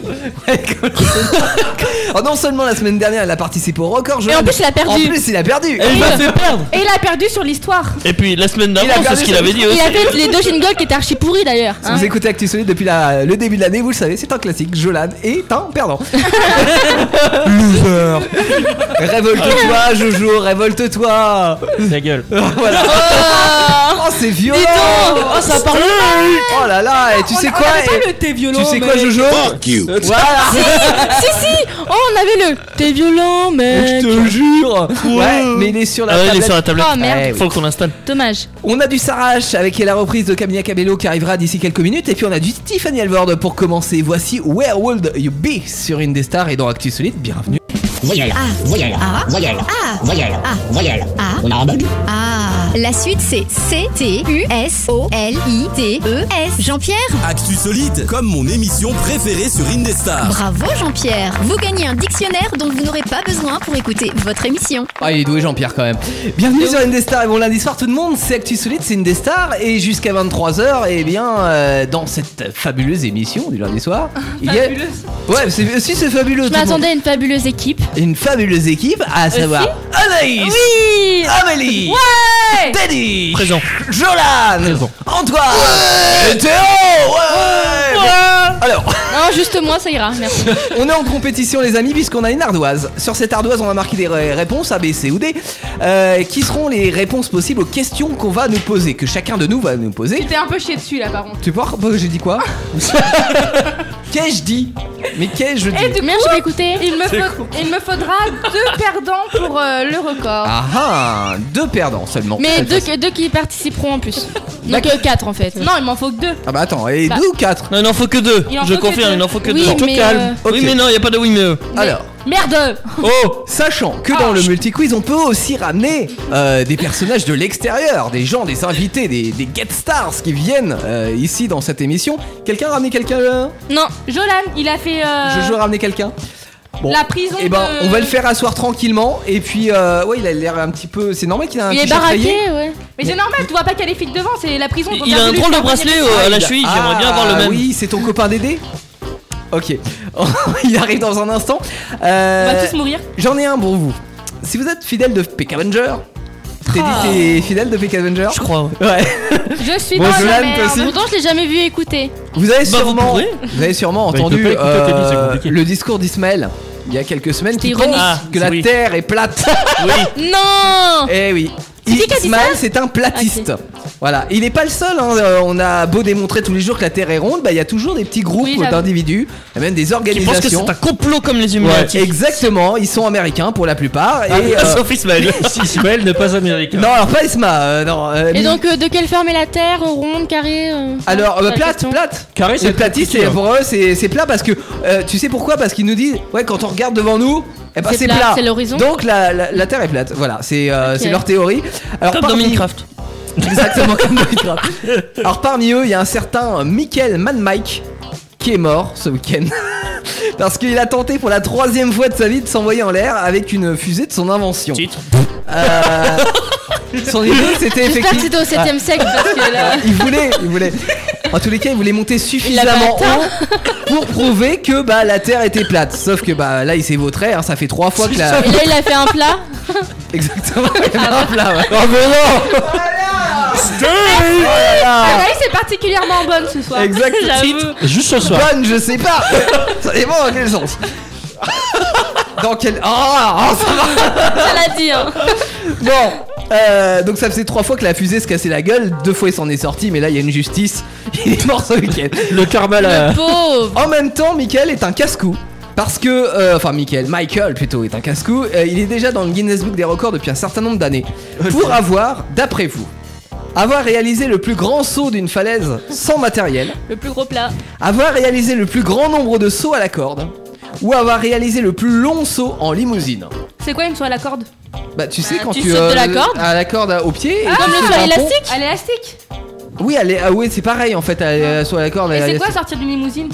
A: Oh, non seulement la semaine dernière, elle a participé au record.
B: Et
A: Jolade,
B: en plus, elle a
A: En
B: perdu.
A: plus, il a perdu.
F: Elle m'a fait perdre.
J: Et il a perdu sur l'histoire.
I: Et puis la semaine
A: Il a
I: d'avant, c'est
A: perdu
I: ce qu'il
A: son-
I: avait dit
B: Il
I: aussi.
B: a fait les deux jingles qui étaient archi pourris d'ailleurs.
A: Si
B: hein.
A: vous écoutez Actu Solide depuis la- le début de l'année, vous le savez, c'est un classique. Jolade est un
I: (laughs)
A: perdant. Loser. Révolte-toi, Jojo, révolte-toi.
G: Ta gueule.
A: voilà. Oh, c'est violent.
B: Oh, ça parle
A: Oh là là, et tu sais quoi et-
J: T'es violent.
A: Tu sais quoi, Jojo
I: Oh,
L: Fuck you.
A: Voilà.
B: (laughs) Si, si Oh, on avait le T'es violent,
A: Je
B: mec
A: te jure. Ouais, mais il est sur la
I: Ah ouais, il est
A: tablette.
I: sur la tablette.
B: Oh, merde.
A: Eh oui.
I: Faut qu'on l'installe.
B: Dommage.
A: On a du Sarah avec la reprise de Camilla Cabello qui arrivera d'ici quelques minutes. Et puis on a du Tiffany Alvord pour commencer. Voici Where Would You Be sur Indestar et dans Actu Solide. Bienvenue.
C: Voyelle, voyelle,
D: Ah.
C: voyelle,
D: Ah.
C: voyelle,
D: Ah.
C: voyelle.
D: Ah.
C: On a un bug
D: Ah. La suite, c'est C-T-U-S-O-L-I-T-E-S. E Jean-Pierre
L: Actu solide, comme mon émission préférée sur Indestar.
D: Bravo Jean-Pierre Vous gagnez un dictionnaire dont vous n'aurez pas besoin pour écouter votre émission.
A: Ah, il est doué Jean-Pierre quand même. Bienvenue sur Indestar et bon lundi soir tout le monde, c'est Actu Solide, c'est Indestar et jusqu'à 23h, et bien euh, dans cette fabuleuse émission du lundi soir,
B: (laughs)
A: il y a...
J: Fabuleuse.
A: Ouais, c'est- si c'est fabuleux.
B: Je
A: tout le monde.
B: m'attendais à une fabuleuse équipe.
A: Une fabuleuse équipe, à savoir Anaïs,
B: Oui
A: Amélie,
B: Ouais
A: Teddy,
I: Présent.
A: Jolan, Antoine, et Théo. ouais. Alors,
B: Non, juste moi, ça ira, merci.
A: On est en compétition les amis puisqu'on a une ardoise. Sur cette ardoise on va marquer des ré- réponses A, B, C ou D euh, qui seront les réponses possibles aux questions qu'on va nous poser, que chacun de nous va nous poser.
J: Tu t'es un peu chié dessus là, par contre.
A: Tu vois bah, j'ai dit
B: (laughs)
A: quoi Qu'ai-je dit Mais qu'ai-je
J: Et
A: dit
J: du
B: Merde,
J: coup,
B: je vais écouter.
J: il me, (laughs) faut- il me faudra deux perdants pour euh, le record.
A: Ah ah Deux perdants seulement.
B: Mais
A: Cette
B: deux,
A: fois-ci.
B: deux qui participeront en plus. Donc euh, quatre en fait.
J: Non, il m'en faut que deux.
A: Ah bah attends, et
B: Bah.
A: deux ou quatre
I: Non, il en faut que deux.
J: Il en
I: Je
J: faut que
I: confirme,
J: deux.
I: il en faut que
B: Oui,
I: deux.
B: mais, euh,
A: Ok.
I: Oui, mais non, il n'y a pas de
F: (laughs)
I: oui, mais. euh.
A: Alors,
B: Merde
I: Oh
A: sachant que
J: Ah,
A: dans le multi-quiz, on peut aussi ramener euh, des personnages de l'extérieur, des gens, des invités, des, des guest stars qui viennent euh, ici dans cette émission. Quelqu'un a ramené quelqu'un euh
B: Non
J: Jolan, il a fait. euh,
A: Jojo a ramené quelqu'un
J: La prison
A: Et ben,
J: de-
A: on va le faire asseoir tranquillement. Et puis, euh, ouais, il a l'air un petit peu. C'est normal qu'il a un
J: Il est
A: t-shirt
J: baraqué,
A: rayé.
J: ouais. Mais c'est normal, tu vois pas qu'elle est fille devant, c'est la prison.
A: Il a un drôle de bracelet
I: euh, à la
A: cheville,
I: cheville, j'aimerais bien avoir le
J: Ah
I: même.
A: Ah, Oui, c'est ton copain Dédé Ok. (laughs) Il arrive dans un instant. Euh,
J: On va tous mourir.
A: J'en ai un pour vous. Si vous êtes fidèle de Peck Avenger. Teddy,
J: Ah.
A: t'es fidèle de Peck Avenger Je crois. Ouais.
J: Je suis
A: Bon,
J: dans la
A: Jolan, toi
J: merde.
A: aussi
J: Pourtant, je l'ai jamais vu écouter.
A: Vous avez
J: Bah, vous
A: sûrement,
J: pourrez.
A: vous avez sûrement
G: Bah, il peut
A: entendu
G: pas écouter Teddy, c'est
A: euh,
G: compliqué.
A: le discours d'Ismaël il y a quelques semaines qui pense
J: ironique. Ah,
A: que la
J: oui.
A: Terre est
J: (laughs)
A: plate.
J: Non
A: Eh oui.
J: C'est qui qui a dit
A: Ismaël,
J: ça
A: c'est un platiste. Voilà, il n'est pas le seul. hein. Euh, On a beau démontrer tous les jours que la Terre est ronde, bah, il y a toujours des petits groupes
I: Oui, j'avoue.
A: d'individus, et même des organisations.
I: pensent que c'est un complot comme les Illuminati.
A: Ouais, exactement, ils sont américains pour la plupart.
I: Ah,
A: et, euh,
I: sauf Ismaël.
G: Si Ismaël n'est pas américain.
A: Non, alors pas Isma. euh, non, euh,
B: Et donc, euh, de quelle forme est la Terre Ronde, carrée euh,
A: Alors,
B: c'est
A: euh,
B: la
A: plate,
B: question.
A: plate.
G: Carré,
A: c'est platiste, et
B: hein.
A: pour eux, c'est c'est plat parce que euh, tu sais pourquoi Parce qu'ils nous disent, ouais, quand on regarde devant nous, eh ben,
B: C'est
A: c'est
B: plat,
A: plat.
B: c'est l'horizon.
A: Donc la, la- la Terre est plate. Voilà, c'est euh,
B: Ok.
A: c'est leur théorie. Alors,
I: Comme dans Minecraft.
A: (laughs) Exactement comme dans Minecraft. Alors parmi eux, il y a un certain euh, Michael Man Mike qui est mort ce week-end. (laughs) Parce qu'il a tenté pour la troisième fois de sa vie de s'envoyer en l'air avec une fusée de son invention. Euh, son idée, c'était
B: J'espère que
A: effectivement. Ah.
B: c'était au 7ème siècle parce
A: (laughs)
B: que là.
A: Euh, Il voulait, il voulait. En tous les cas, il voulait monter suffisamment
B: Il l'a pas
A: haut pour prouver que bah la Terre était plate. Sauf que bah là, il s'est vautré. hein, ça fait trois fois que la.
B: Et là, il a fait un plat.
A: (laughs) Exactement. il avait un plat, ouais. Oh mais non
J: Ah, bah oui, c'est particulièrement bonne ce soir.
A: Exact.
J: (laughs) J'avoue.
G: Juste ce soir.
A: Bonne, je sais pas. ça dépend dans quel sens. Dans quel. Ah, ah, ça va.
J: Ça l'a dit, hein.
A: Bon, euh, donc ça faisait trois fois que la fusée se cassait la gueule, deux fois il s'en est sorti, mais là il y a une justice, il est mort ce week-end.
G: Le karma là.
A: En même temps, Michael est un casse-cou. Parce que, euh, enfin, Michael, Michael plutôt est un casse-cou. Euh, il est déjà dans le Guinness Book des records depuis un certain nombre d'années. Pour avoir, d'après vous, avoir réalisé le plus grand saut d'une falaise sans matériel,
J: Le plus gros plat.
A: avoir réalisé le plus grand nombre de sauts à la corde, ou avoir réalisé le plus long saut en limousine.
J: C'est quoi, il me soit à la corde
A: Bah, tu sais,
J: Ah,
A: quand
J: tu
A: tu.
J: sautes de la corde
A: À la corde à- au pied. et
J: Ah,
A: tu
J: comme
A: fais
J: le saut à
A: un pont.
J: l'élastique À l'élastique
A: Oui, elle est, ah oui, c'est pareil en fait, elle est sur la corde.
J: Et
A: elle
J: c'est
A: est-
J: quoi sortir d'une limousine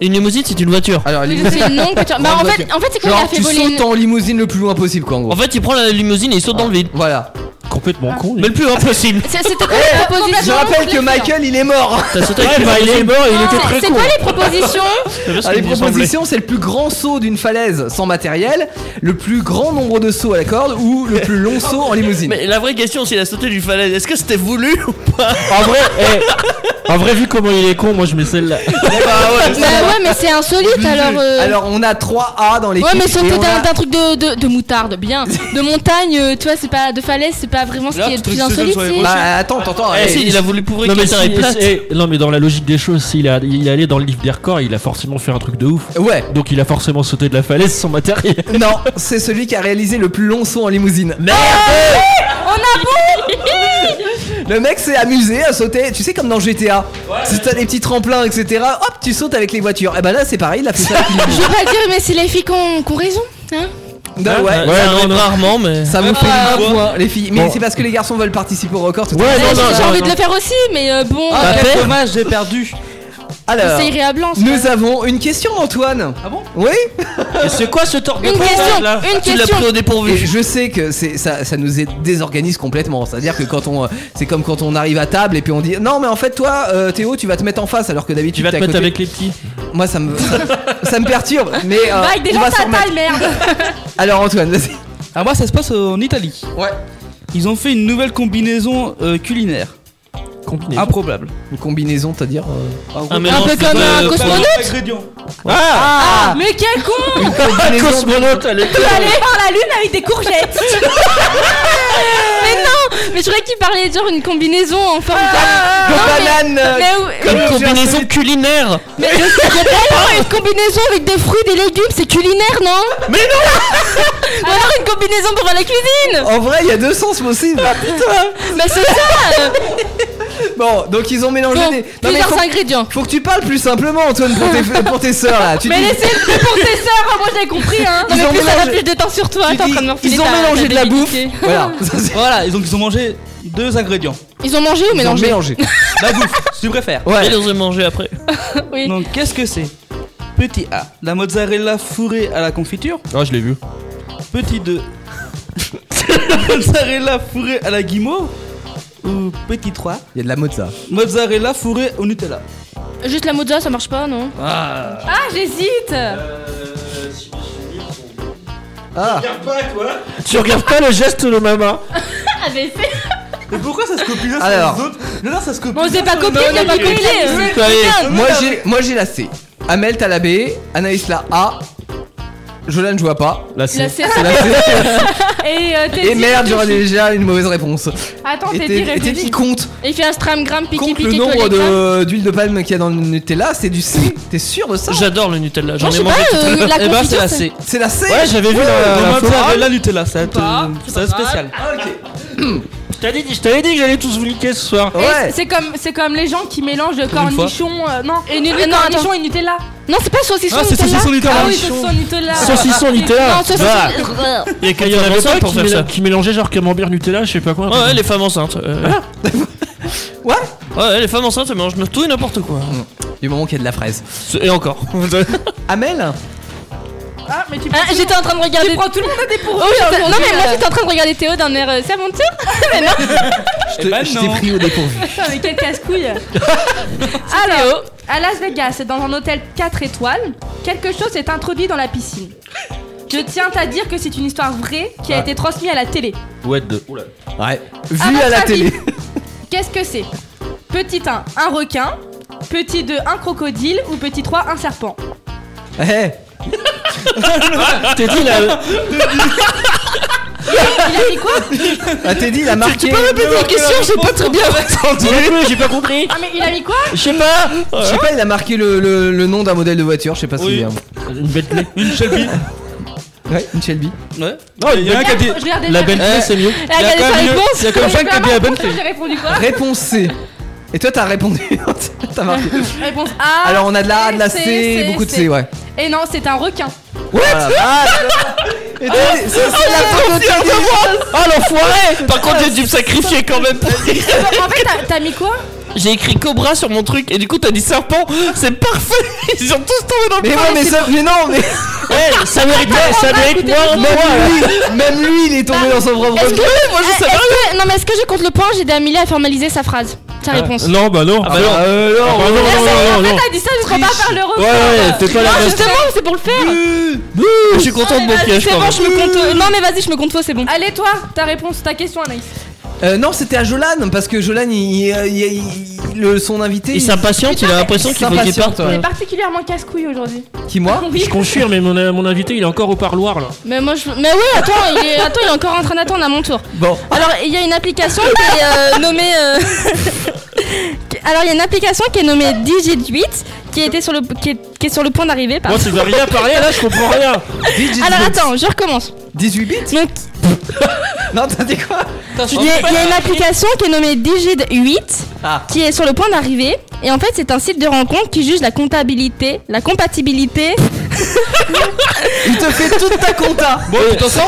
I: Une limousine, c'est une voiture.
A: Alors,
I: Oui,
A: limousine-
I: c'est une longue voiture. Bah,
A: Grande
I: en fait-
A: voiture.
I: en fait, c'est quand il
A: Genre,
I: a fait
A: tu
I: voler
A: sautes
I: une-
A: en limousine le plus loin possible, quoi, en gros.
I: En fait, il prend la limousine et il saute dans le vide.
A: Voilà.
G: Complètement con.
I: Mais le plus loin possible.
B: C'est- C'était quoi
A: Eh,
B: les propositions
A: (laughs) Je rappelle que Michael il est mort.
I: T'as sauté avec Ouais, une bah, il est limousine. mort et il était très
B: Ah, C'est
I: con.
B: quoi
A: (laughs)
B: les propositions
A: Ah, les propositions, c'est le plus grand saut d'une falaise sans matériel, le plus grand nombre de sauts à la corde ou le plus
B: (laughs)
A: long saut en limousine.
I: Mais la vraie question, c'est la sautée du falaise. Est-ce que c'était voulu ou pas
G: En vrai, eh, en vrai, vu comment il est con, moi je mets celle-là.
B: Bah ouais, mais c'est insolite alors. euh,
A: Alors on a 3 A dans l'équipe.
B: Ouais, mais
A: et
B: sauter
A: on
B: d'un
A: a- Bah,
B: d'un truc de, de, de moutarde,
A: (laughs)
B: bien. De montagne, euh, tu vois, c'est pas de falaise, c'est pas vraiment ce qui est le plus insolite. si.
A: Bah attends, t'entends.
I: Eh,
A: eh,
I: si, il a voulu prouver
G: Non
I: que
G: mais,
I: la Terre
G: si-
I: est plate.
G: eh, non mais dans la logique des choses, s'il a- il est allé dans le livre des records, il a forcément fait un truc de ouf.
A: Ouais.
G: Donc il a forcément sauté de la falaise sans matériel.
A: Non, c'est celui qui a réalisé le plus long saut en limousine. Ah Merde
J: On a
A: (laughs)
J: bon
A: Le mec s'est amusé à sauter, tu sais comme dans GTA. Si t'as des petits tremplins, etc. Hop, tu sautes avec les voitures. Et bah là c'est pareil, il a fait ça. avec
B: (laughs)
A: une
B: Je veux pas le dire, mais c'est les filles qui ont qui ont raison. Hein
A: Non, ouais.
I: Ouais, ça arrive rarement, mais.
A: Ça vous fait
B: bah,
A: un
B: ouais.
A: point, les filles. Mais
I: Bon.
A: c'est parce que les garçons veulent participer au record. Tout
B: Ouais, J'ai envie de le faire aussi, mais euh, bon,
F: Ah,
B: euh,
F: quel dommage, j'ai perdu.
A: Alors,
B: c'est à blanc. ça.
A: bah, nous avons une question, Antoine. Ah bon Oui.
I: Et c'est quoi ce tort de
B: Une
I: phrase,
B: question,
I: là
B: une
I: Tu l'as
B: question.
I: pris au
A: Et
I: dépourvu.
A: je sais que c'est ça, ça nous est- désorganise complètement. C'est-à-dire que quand on, euh, c'est comme quand on arrive à table et puis on dit non mais en fait toi euh, Théo tu vas te mettre en face alors que d'habitude
G: Tu vas te
A: t'es à
G: mettre
A: côté.
G: avec les petits.
A: Moi ça me ça, ça me perturbe. Mais euh,
J: Bah, avec des
A: on
J: gens
A: va s'en
J: à
A: remettre.
J: taille, merde
A: Alors Antoine,
G: (laughs)
A: vas-y.
F: Ah moi ça se passe
I: euh,
F: en Italie.
A: Ouais.
F: Ils ont fait une nouvelle combinaison euh, culinaire.
G: Combiné.
A: Ah,
F: Improbable.
A: Une combinaison, c'est-à-dire. euh,
I: Ah, Un
B: Un peu
I: mélange
B: comme
I: de-
B: un cosmonaute.
A: Ah,
J: Mais quel con
A: Une combinaison.
G: Cosmonaute, allez.
J: Tu vas aller voir la lune avec
A: (laughs)
J: des courgettes
B: Mais non Mais je croyais qu'il parlait genre une combinaison en forme
A: de banane,
B: de. Mais, oui,
I: Comme
A: Oui,
I: combinaison culinaire.
B: mais
A: (laughs)
B: je sais pas, non, une combinaison avec des fruits, des légumes, c'est culinaire, non Mais (laughs) non Alors une combinaison pour la cuisine
A: En vrai, il y a deux sens possibles. Oh,
B: Bah c'est ça euh,
A: Bon, donc ils ont mélangé
B: Bon,
A: des. Non, mais
B: plusieurs
A: faut,
B: ingrédients.
A: faut que tu parles plus simplement, Antoine, pour tes, pour tes sœurs là. Tu
J: Mais
A: dis-
J: laissez le pour tes sœurs, hein, moi je l'ai compris hein
B: Non
A: Ils ont
B: mais plus ça va
A: mélangé-
B: plus de temps sur toi,
A: tu
B: t'es en
A: dis,
B: train de me refiler
A: ils ont
B: ta-
A: mélangé
B: ta
A: de la bouffe.
B: débilité.
A: Voilà. (laughs) Ça,
J: (laughs)
A: c'est-
F: Voilà, et donc ils ont mangé deux ingrédients.
B: Ils ont mangé ou
A: Ils ont
B: mélangé
A: mélangé.
I: (laughs)
F: La bouffe, si tu préfères.
I: Et
A: Ouais.
I: ils ont mangé après.
B: Oui.
F: Donc qu'est-ce que c'est Petit A, la mozzarella fourrée à la confiture.
C: Ah, je l'ai vu.
F: Petit 2, (laughs) la mozzarella fourrée à la guimauve. Ou petit 3,
A: Il y a de la mozza.
F: mozzarella fourrée au Nutella.
J: Juste la mozza, ça marche pas, non
F: Ah.
J: Ah, j'hésite
A: Ah
F: pas, toi
I: Tu regardes pas le geste de ma main
J: Ah, mais c'est...
F: Mais pourquoi ça se copie là
A: Alors.
F: sur les autres Non, non, ça se copie.
J: On s'est
F: là
J: pas
A: Bah,
F: sur les autres.
J: copié, on n'a pas copié.
B: hein.
F: Oui,
A: Allez,
F: regarde.
A: moi j'ai moi j'ai la C. Amel t'as la B, Anaïs la A. Jolan je vois pas. La
J: C. La C.
A: C'est la C.
J: (laughs) Ah, Et, euh, Teddy
A: Et merde, j'aurais
J: réfléchit.
A: déjà une mauvaise réponse.
J: Attends,
A: Et
J: Teddy
A: Teddy- et
J: réfléchit.
A: Teddy compte.
J: Il fait Astram Gram Piki
A: Compte
J: Piki
A: le nombre
J: Colette, hein.
A: de- d'huile de palme qu'il y a dans le Nutella, c'est du C. T'es sûr de ça
I: J'adore le Nutella,
A: j'en
I: j'en
A: Moi, ai
I: ai
A: je sais mangé
I: mangé
A: pas,
I: tout
A: tout à euh, l'heure. la
I: (laughs) Eh ben, c'est
A: confiture,
I: la
A: c'est-
I: C.
A: c'est la C
I: Ouais, j'avais vu
A: Ouais, Ah,
I: la,
A: le
I: la
A: mozzarella,
I: florale.
A: la
F: Nutella, ça
I: te-
F: ça spécial.
I: Je t'avais dit, je t'avais dit que j'allais tous vous niquer ce soir.
J: Et C'est comme, c'est comme les gens qui mélangent le
I: Encore une
J: cornichon, euh, non, et nu-
B: Ah, non,
J: cornichon
B: attends.
J: et Oh, Nutella.
B: Non, c'est pas saucisson
J: Ah, c'est
B: Nutella.
J: saucisson Nutella.
B: Ah oui,
J: Cornichon.
B: saucisson Nutella.
J: Saucisson
I: Nutella.
B: Non,
I: Bah.
B: saucisson.
I: Il y a
G: Il y
I: quelqu'un
G: en
I: qui
G: avait pas
I: pour
G: qui,
I: faire
G: méla-
I: ça.
G: qui mélangeait genre camembert Nutella, je sais pas quoi.
I: Ouais, ouais, les femmes enceintes. euh.
F: Ah. (laughs)
A: Ouais
I: Ouais, les femmes enceintes, elles mangent tout et n'importe quoi.
A: Du moment qu'il y a de la fraise.
J: Eh
I: Et encore.
A: Amel
J: Ah, mais tu
B: Ah, j'étais en train de regarder.
J: Tu prends tout le monde à des
B: Oh,
J: pourris.
B: oui, attends,
J: aujourd'hui,
B: non mais moi
J: là.
B: j'étais en train de regarder Théo d'un air euh, c'est à mon tour Mais non
A: Je
J: ben
A: te- je t'ai pris au
J: (laughs)
A: dépourvu.
J: Putain, Ah, mais quel casse-couille Alors, à Las Vegas, dans un hôtel 4 étoiles, quelque chose est introduit dans la piscine. Je tiens à dire que c'est une histoire vraie qui a
C: Ah.
J: été transmise à la télé.
C: Ouais, de. Oula.
A: Ouais. Vu
J: À votre
A: à la
J: avis, (laughs)
A: télé.
J: Qu'est-ce que c'est Petit 1, un requin. Petit 2, un crocodile. Ou petit 3, un serpent.
A: Eh
I: T'es dit là.
J: Il a dit quoi
A: Ah, Teddy, il a marqué.
I: Tu peux répéter la question, j'ai pas très bien entendu. J'ai pas compris.
J: Ah, mais il a mis quoi
I: Je sais pas.
A: Je sais pas, il a marqué le, le- le nom d'un modèle de voiture, je sais pas
I: Oui.
A: si.
I: Une Bentley.
F: Une
G: (laughs)
F: Shelby.
A: Ouais, une Shelby.
F: Ouais.
I: Ah,
A: Non, il y en a un qui a dit-
J: Je regardais la-
A: Bentley, c'est mieux.
J: Elle a regardé sa réponse.
A: Il y a comme
J: Mais
A: ça qui a dit la
J: clairement,
A: Bentley.
J: J'ai répondu
A: (laughs)
J: quoi
A: Réponse C. Et toi, t'as répondu. (laughs) t'as marqué.
J: Réponse
B: Ah,
J: A.
A: Alors, on a de la A, de la
J: C,
A: C, beaucoup de C, ouais.
J: Et non, c'est un requin.
A: What (laughs) Ah, Et toi, c'est- c'est la fin de ta vie.
I: Oh l'enfoiré Par contre j'ai dû me sacrifier quand même pour dire.
J: en fait t'as- t'as mis quoi
I: (laughs) J'ai écrit Cobra sur mon truc et du coup t'as dit serpent, c'est parfait (laughs) Ils ont tous tombé dans le
A: Mais ouais,
I: pareil,
A: mais
I: c'est
A: ça-
I: pas-
A: mais non, (laughs) mais.
I: Eh, ça mérite,
A: Mais
I: ça mérite moins, moins,
A: Même
I: là.
A: lui, même lui, il est tombé dans son propre.
B: Est-ce que, Eh,
A: piège.
B: est-ce que- non mais est-ce que je compte le point j'ai aidé Amélie à formaliser sa phrase sa réponse
G: Non, bah non.
I: Ah bah non.
G: euh, non,
I: Ah bah
G: non, non,
I: non,
G: non,
B: en
G: non,
B: fait
G: non.
B: t'as dit ça je crois pas faire le refrain
G: ouais, fais pas la Mmh,
B: non
G: reste.
B: justement c'est pour le faire
I: Je suis content de mon piège
B: Ah, c'est
I: quand
B: bon je me
I: même.
B: compte euh, non mais vas-y je me compte faux c'est bon
J: Allez toi, ta réponse, ta question Anaïs.
A: Euh, non, c'était à Jolan, parce que Jolan, il, il- il- il- le- son invité.
I: Il s'impatiente, il a l'impression qu'il faut qu'il
A: s'impatiente,
I: parte.
A: ouais.
J: On est particulièrement casse-couille aujourd'hui.
A: Qui moi
J: Oui.
G: Je confirme, mais mon, mon invité il est encore au parloir là.
B: mais moi je mais oui attends il est attends il est encore en train d'attendre à mon tour
A: Bon.
B: alors il y a une application qui est euh, nommée euh, (laughs) alors il y a une application qui est nommée Digit8 qui était sur le qui est, qui est sur le point d'arriver
G: Moi,
B: pardon.
G: tu vas rien parler là, je comprends rien.
B: (laughs) alors attends je recommence
A: 18 bits
B: Donc,
A: Non, t'as dit quoi
B: Il y, a- il y a une application qui est nommée Digid8
A: Ah.
B: qui est sur le point d'arriver. Et en fait, c'est un site de rencontre qui juge la comptabilité, la compatibilité.
A: Il te fait toute ta compta.
I: Bon, de toute façon,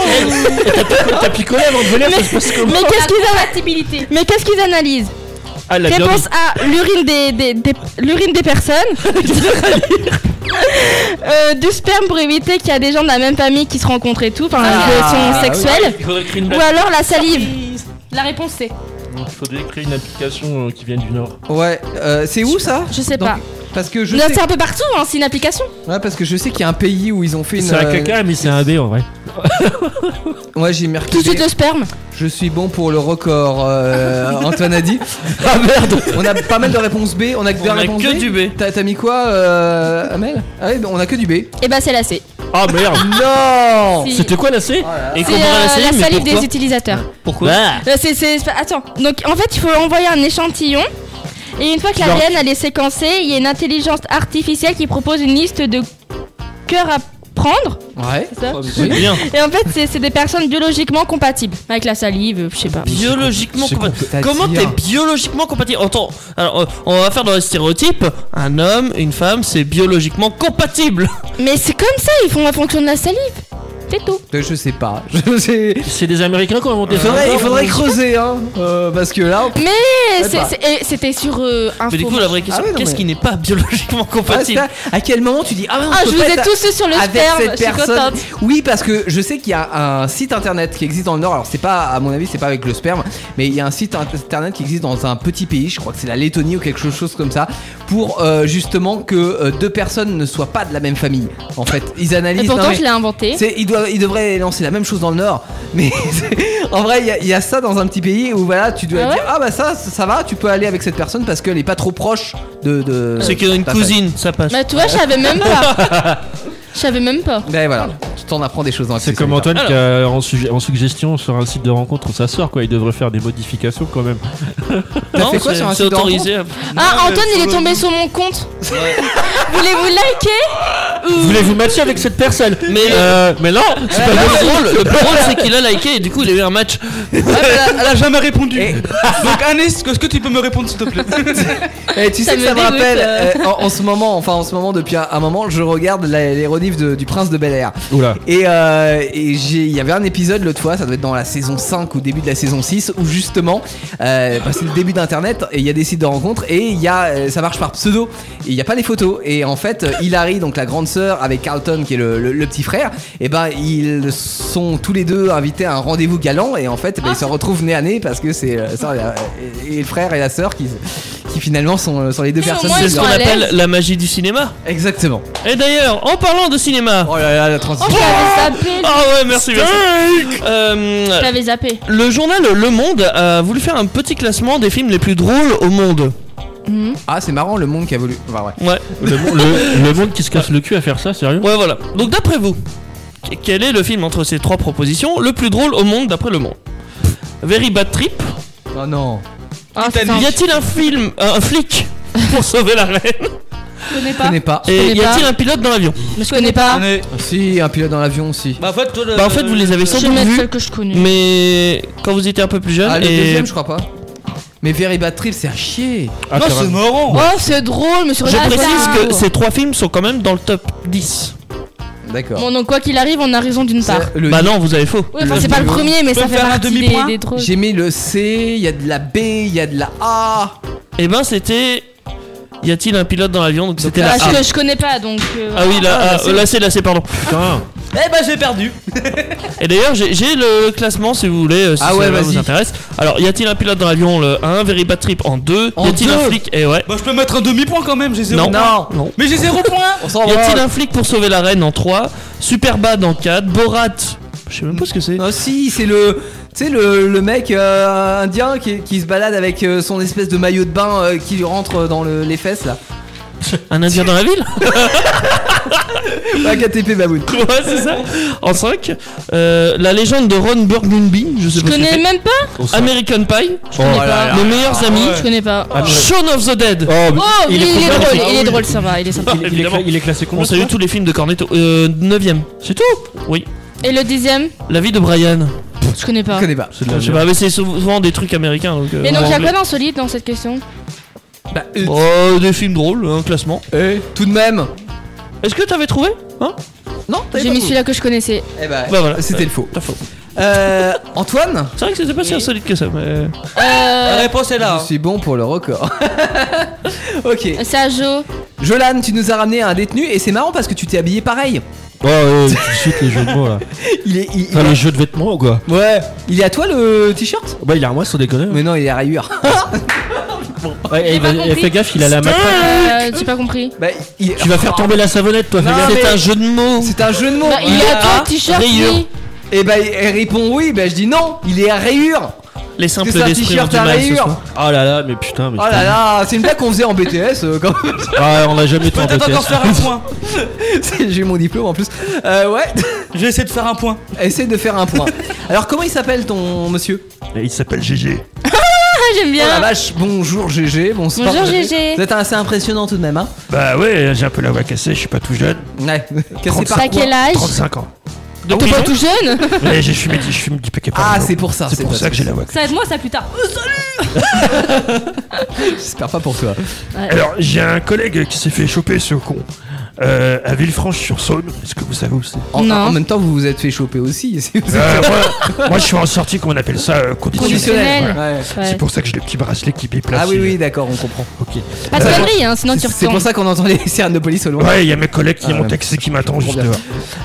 I: t'as pi- t'as picolé avant de venir, ça se passe
B: Mais
I: comment
B: qu'est-ce qu'ils
J: La
B: analysent
J: compatibilité.
B: Mais qu'est-ce qu'ils analysent
I: Ah, la
B: Réponse A l'urine des, des- des- l'urine des personnes. Euh, du sperme pour éviter qu'il y a des gens de la même famille qui se rencontrent et tout, enfin,
J: Ah,
B: qui sont sexuels.
G: Il faudrait créer une,
B: Ou alors la salive.
J: La réponse c'est.
G: il faudrait créer une application euh, qui vienne du Nord.
A: Ouais, euh, c'est où ça
B: Je sais
A: Donc,
B: pas.
A: Parce que je
B: Non,
A: sais.
B: C'est un peu partout, hein, c'est une application.
A: Ouais, parce que je sais qu'il y a un pays où ils ont fait une.
G: C'est un
A: euh,
G: caca, mais c'est un B en vrai.
A: Ouais, j'ai
B: Tout de
A: mercredi.
B: suite le sperme.
A: Je suis bon pour le record, euh, Antoine a
B: (laughs)
A: dit. Ah merde On a pas mal de réponses B, on a que des
I: On a
A: réponses
I: que
A: B.
I: du B.
A: T'as t'as mis quoi, euh, Amel Ah oui, bah, on a que du B.
B: Et bah c'est la C.
G: Ah
B: (laughs)
G: merde
A: Non
B: Si.
G: C'était quoi la C
I: Et
B: C'est
I: Cobra
B: euh,
I: la
B: la
I: salive, mais
B: salive
I: pourquoi
B: des utilisateurs.
I: Pourquoi
B: Euh, c'est- c'est- c'est- Attends, donc en fait, il faut envoyer un échantillon. Et une fois que
I: Genre-
B: l'ADN elle est séquencée, il y a une intelligence artificielle qui propose une liste de cœurs à prendre.
A: Ouais.
B: c'est ça
I: C'est bien.
B: Et en fait, c'est- c'est des personnes biologiquement compatibles avec la salive, euh, je sais pas.
I: Biologiquement
A: c'est
I: compatible.
A: compatible.
I: Comment t'es biologiquement compatible Attends, alors euh, on va faire dans les stéréotypes. Un (laughs) homme, une femme, c'est biologiquement compatible.
B: Mais c'est comme ça, ils font en fonction de la salive. C'est tout.
A: Ben, Je sais pas. (laughs) Je sais.
G: C'est des Américains qui ont inventé
A: Il
G: ça.
A: faudrait, il
G: encore
A: faudrait creuser, hein. euh, parce que là.
B: Mais
A: Ouais,
B: c'est-
A: bah.
B: c'est- et c'était sur euh, un
A: Mais du coup, la vraie
I: Ah
A: question, qu'est-ce qui
I: n'est pas biologiquement
A: compatible Ah, À quel moment tu dis Ah, non,
B: Ah,
A: peux
B: je
A: pas
B: vous ai
A: être
B: tous eu sur le
A: avec
B: sperme,
A: cette
B: je suis
A: personne.
B: contente.
A: Oui, parce que je sais qu'il y a un site internet qui existe dans le Nord. Alors, c'est pas, à mon avis, c'est pas avec le sperme, mais il y a un site internet qui existe dans un petit pays, je crois que c'est la Lettonie ou quelque chose comme ça, pour euh, justement que euh, deux personnes ne soient pas de la même famille. En fait, ils analysent.
B: Et pourtant,
A: non, mais-
B: je l'ai inventé.
A: c'est- Ils, doivent- ils devraient lancer la même chose dans le Nord, (laughs) mais c'est- en vrai, il y a- il y, a ça dans un petit pays où voilà, tu dois
B: Ah ouais
A: dire ah bah ça, ça, ça va, tu peux aller avec cette personne parce qu'elle est pas trop proche de. de
I: C'est qu'une
A: ta famille.
I: cousine, ça passe.
B: Bah, tu vois, je savais même pas.
A: (laughs)
B: Je savais même pas.
A: Ben voilà, tu t'en apprends des choses dans
G: C'est comme Antoine qui a en, sujet- en suggestion sur un site de rencontre où ça sort quoi, il devrait faire des modifications quand même.
A: T'as fait quoi sur un site de
B: Ah, Antoine, il est tombé sur mon compte. (laughs) Voulez-vous liker ou-
G: Voulez-vous matcher avec cette personne
I: Mais,
G: Euh, mais non, c'est pas
I: le plus
G: possible.
I: drôle, le plus drôle, c'est qu'il a liké et du coup il a eu un match.
F: elle, a, elle a jamais répondu. (laughs) Donc Anis, est-ce que tu peux me répondre s'il
A: (laughs)
F: te plaît
A: Et Eh, tu
F: Ça
A: sais que
F: me
A: ça me
F: dégoûte.
A: rappelle euh, en, en ce moment, enfin en ce moment depuis un, un moment, je regarde la- les redifs de- du Prince de Bel Air.
G: Oula.
A: Et euh, et j'ai- il y avait un épisode l'autre fois, ça doit être dans la saison 5 ou début de la saison 6, où justement, euh, bah, c'est le début d'Internet et il y a des sites de rencontres et il y a, euh, ça marche par pseudo et il n'y a pas les photos. Et en fait, euh, Hilary, donc la grande sœur, avec Carlton qui est le, le- le petit frère, et ben ils sont tous les deux invités à un rendez-vous galant et en fait, bah, ils se retrouvent nez à nez parce que c'est euh, ça, euh, et, et le frère et la sœur qui, qui finalement sont, euh, sont les deux personnes.
I: C'est ce qu'on appelle la magie du cinéma.
A: Exactement.
I: Et d'ailleurs, en parlant de cinéma.
A: Oh là là, la transition.
B: J'avais zappé.
I: Ah ouais, merci, merci. Euh,
B: J'avais zappé.
I: le journal Le Monde a voulu faire un petit classement des films les plus drôles au monde.
B: Mhm.
A: (laughs) Ah, c'est marrant, le monde qui a voulu. Enfin, ouais.
I: Ouais.
G: Le, mo- le- le monde qui se casse le cul à faire ça, sérieux
I: Ouais, voilà. Donc, d'après vous, qu- quel est le film entre ces trois propositions le plus drôle au monde d'après Le Monde Very Bad Trip
A: Oh non.
B: Ah,
I: Y a-t-il un film, un un flic (laughs) pour sauver la reine
J: Je connais
A: Je
J: pas.
A: connais pas. Ah,
I: Et y a-t-il un pilote dans l'avion
B: Je connais pas.
A: Si, un pilote dans l'avion aussi.
F: Bah en fait, toi, le-
I: Bah, en fait, vous les avez
B: Je
I: sans
B: vais
I: doute
B: mettre
I: vus,
B: celle que je connais.
I: mais quand vous étiez un peu plus jeune.
A: Ah, le
I: et...
A: deuxième, je crois pas. Mais Very Bad Trip, c'est à chier.
G: Ah,
I: Non, c'est
F: marrant.
G: carrément.
B: Oh, c'est drôle, monsieur.
A: Ah,
I: Je
B: Lazare.
I: précise que ces trois films sont quand même dans le top 10.
A: D'accord.
B: Bon, donc quoi qu'il arrive, on a raison d'une part.
A: Le-
I: Bah non, vous avez faux.
B: Ouais, enfin, c'est pas le premier, mais
F: Peut
B: ça fait
F: faire un
B: partie des,
F: demi-point
B: des drôles.
A: J'ai mis le C, il y a de la B, il y a de la A.
I: Eh ben c'était. Y a-t-il un pilote dans l'avion Donc c'était la
B: Parce
I: A.
B: que je connais pas, donc. euh,
I: Ah oui,
B: voilà.
I: la A. Euh, La C, la C, pardon.
G: Putain.
F: Eh bah j'ai perdu.
I: (laughs) Et d'ailleurs, j'ai j'ai le classement si vous voulez, euh, si
A: Ah ouais,
I: ça
A: vas-y.
I: vous intéresse. Alors, y a-t-il un pilote dans l'avion Le 1, Very Bad Trip en 2.
A: En
I: Y a-t-il un
A: deux
I: flic Et ouais.
F: Bah je peux mettre un demi-point quand même, j'ai zéro.
I: Non.
A: Non,
I: Non.
F: Mais j'ai zéro point.
A: on s'en
I: Y
A: va.
I: a-t-il un flic pour sauver la reine en 3 Superbad en 4. Borat. Je sais même pas ce que c'est.
A: Non, Ah, si, c'est le. Tu sais, le, le mec euh, indien qui, qui se balade avec euh, son espèce de maillot de bain euh, qui lui rentre dans le- les fesses (laughs) là.
I: Un indien dans la ville (laughs)
A: Bah, KTP Baboon.
I: Ouais, c'est ça. En 5. la légende de Ron Burgundy. Je sais
B: Je
I: pas ce que
B: connais
I: c'est.
B: même pas.
G: Oh, ça-
I: American Pie.
B: Je connais pas.
I: Nos meilleurs amis.
B: Je connais pas.
G: Ah, mais-
I: Shaun of the Dead.
G: Oh, mais
B: Oh, oui, il, est
G: complet,
B: drôle,
G: ah
B: il est
G: oui.
B: drôle, ça va, il est sympa.
G: Il, il est
I: Évidemment.
G: cla- il est classé
I: On
G: combien
I: salue
G: toi
I: tous les films de Cornetto. Euh, 9ème. C'est tout Oui.
B: Et le dixième
I: La vie de Brian.
B: Je connais
A: Je
B: pas.
A: connais pas.
G: C'est de la
I: Je sais
G: merde.
I: pas, mais c'est souvent des trucs américains. Donc, euh,
B: Et
I: en
B: donc, il y a
I: anglais.
B: quoi d'insolite dans cette question
A: Bah, euh,
I: Oh, Des films drôles, un classement.
A: eh, tout de même.
I: Est-ce que t'avais trouvé Hein
A: Non, t'avais
B: J'ai
A: pas
B: mis
A: tout.
B: celui-là que je connaissais.
A: Eh bah,
I: Bah voilà.
A: c'était le faux.
I: T'as faux.
A: Euh, Antoine
I: C'est vrai que c'était pas si insolite que ça, mais.
F: La
B: Euh.
F: réponse est là.
A: Je suis bon pour le record. hein. (laughs) ok.
B: C'est à Jo.
A: Jolan, tu nous as ramené un détenu et c'est marrant parce que tu t'es habillé pareil.
G: Oh, ouais, tout de suite les jeux de mots (laughs) là.
A: Il est. il-
G: Enfin, les jeux de vêtements ou quoi
A: il- ouais. Il est à toi le t-shirt
G: Bah, il est à moi sans déconner.
A: Mais non, il est à rayures.
G: Ouais, il va-
B: compris.
G: eh, fais gaffe, il a la matraque.
B: Euh, J'ai pas compris.
A: bah, il-
G: Tu vas faire tomber la savonnette, toi, fais
A: Non,
G: gaffe.
A: mais-
I: C'est un jeu de mots.
A: C'est un jeu de mots.
B: Bah, il est à toi, t-shirt.
I: rayures.
B: oui.
A: Et bah, elle répond oui. Bah, je dis non. Il est à rayures.
I: Les
A: Parce
I: simples
A: que C'est un
I: d'esprit ont
A: t-shirt
I: du
A: à
I: mal ce
A: rayures.
I: soir.
G: Oh là là, mais putain, mais.
A: Oh là là, c'est une blague qu'on faisait en BTS euh, quand même.
G: Ah, on l'a jamais été en
A: (laughs)
F: Peut-être encore
G: BTS. (laughs)
F: faire un point.
A: J'ai eu mon diplôme en plus. Euh,
F: (laughs)
A: ouais.
F: Je vais essayer de faire un point.
A: Essaye de faire un point. Alors, comment il s'appelle ton monsieur
G: Et Il s'appelle GG.
B: Ah, j'aime
A: Oh la
B: bien.
A: vache, bonjour GG, bonsoir.
B: Bonjour, GG.
A: Vous êtes assez impressionnant tout de même, hein
G: Bah ouais, j'ai un peu la voix cassée, je suis pas tout jeune.
B: (laughs)
A: Ouais, cassé par
B: T'as
A: quoi
B: quel âge
G: 35 ans.
I: De
B: T'es pas
I: prison
B: tout jeune
G: Mais j'ai fumé, du- je fume du paquet par
A: Ah,
G: jour.
A: c'est pour ça,
G: C'est pour
A: pas
G: ça que j'ai la voix cassée.
J: Ça va être moi, ça plus tard.
A: J'espère pas pour toi.
G: Alors, j'ai un collègue qui s'est fait choper ce con. euh, à Villefranche-sur-Saône. Est-ce que vous savez où c'est
A: En, en même temps, vous vous êtes fait choper aussi. si vous
G: Euh,
A: êtes- (laughs)
G: moi, moi, je suis en sortie, qu'on appelle ça euh, conditionnel.
A: Conditionnel.
G: Voilà.
A: Ouais.
G: C'est pour ça que j'ai le petit bracelet qui déplace.
A: Ah oui, oui, d'accord, on comprend.
G: Ok.
B: Pas de conneries, hein, sinon tu
A: C'est
B: retournes.
A: pour ça qu'on entend les sirènes de police au loin.
G: Ouais, il y a mes collègues qui
A: Ah,
G: m'ont
A: ouais.
G: taxi qui m'attendent juste dehors.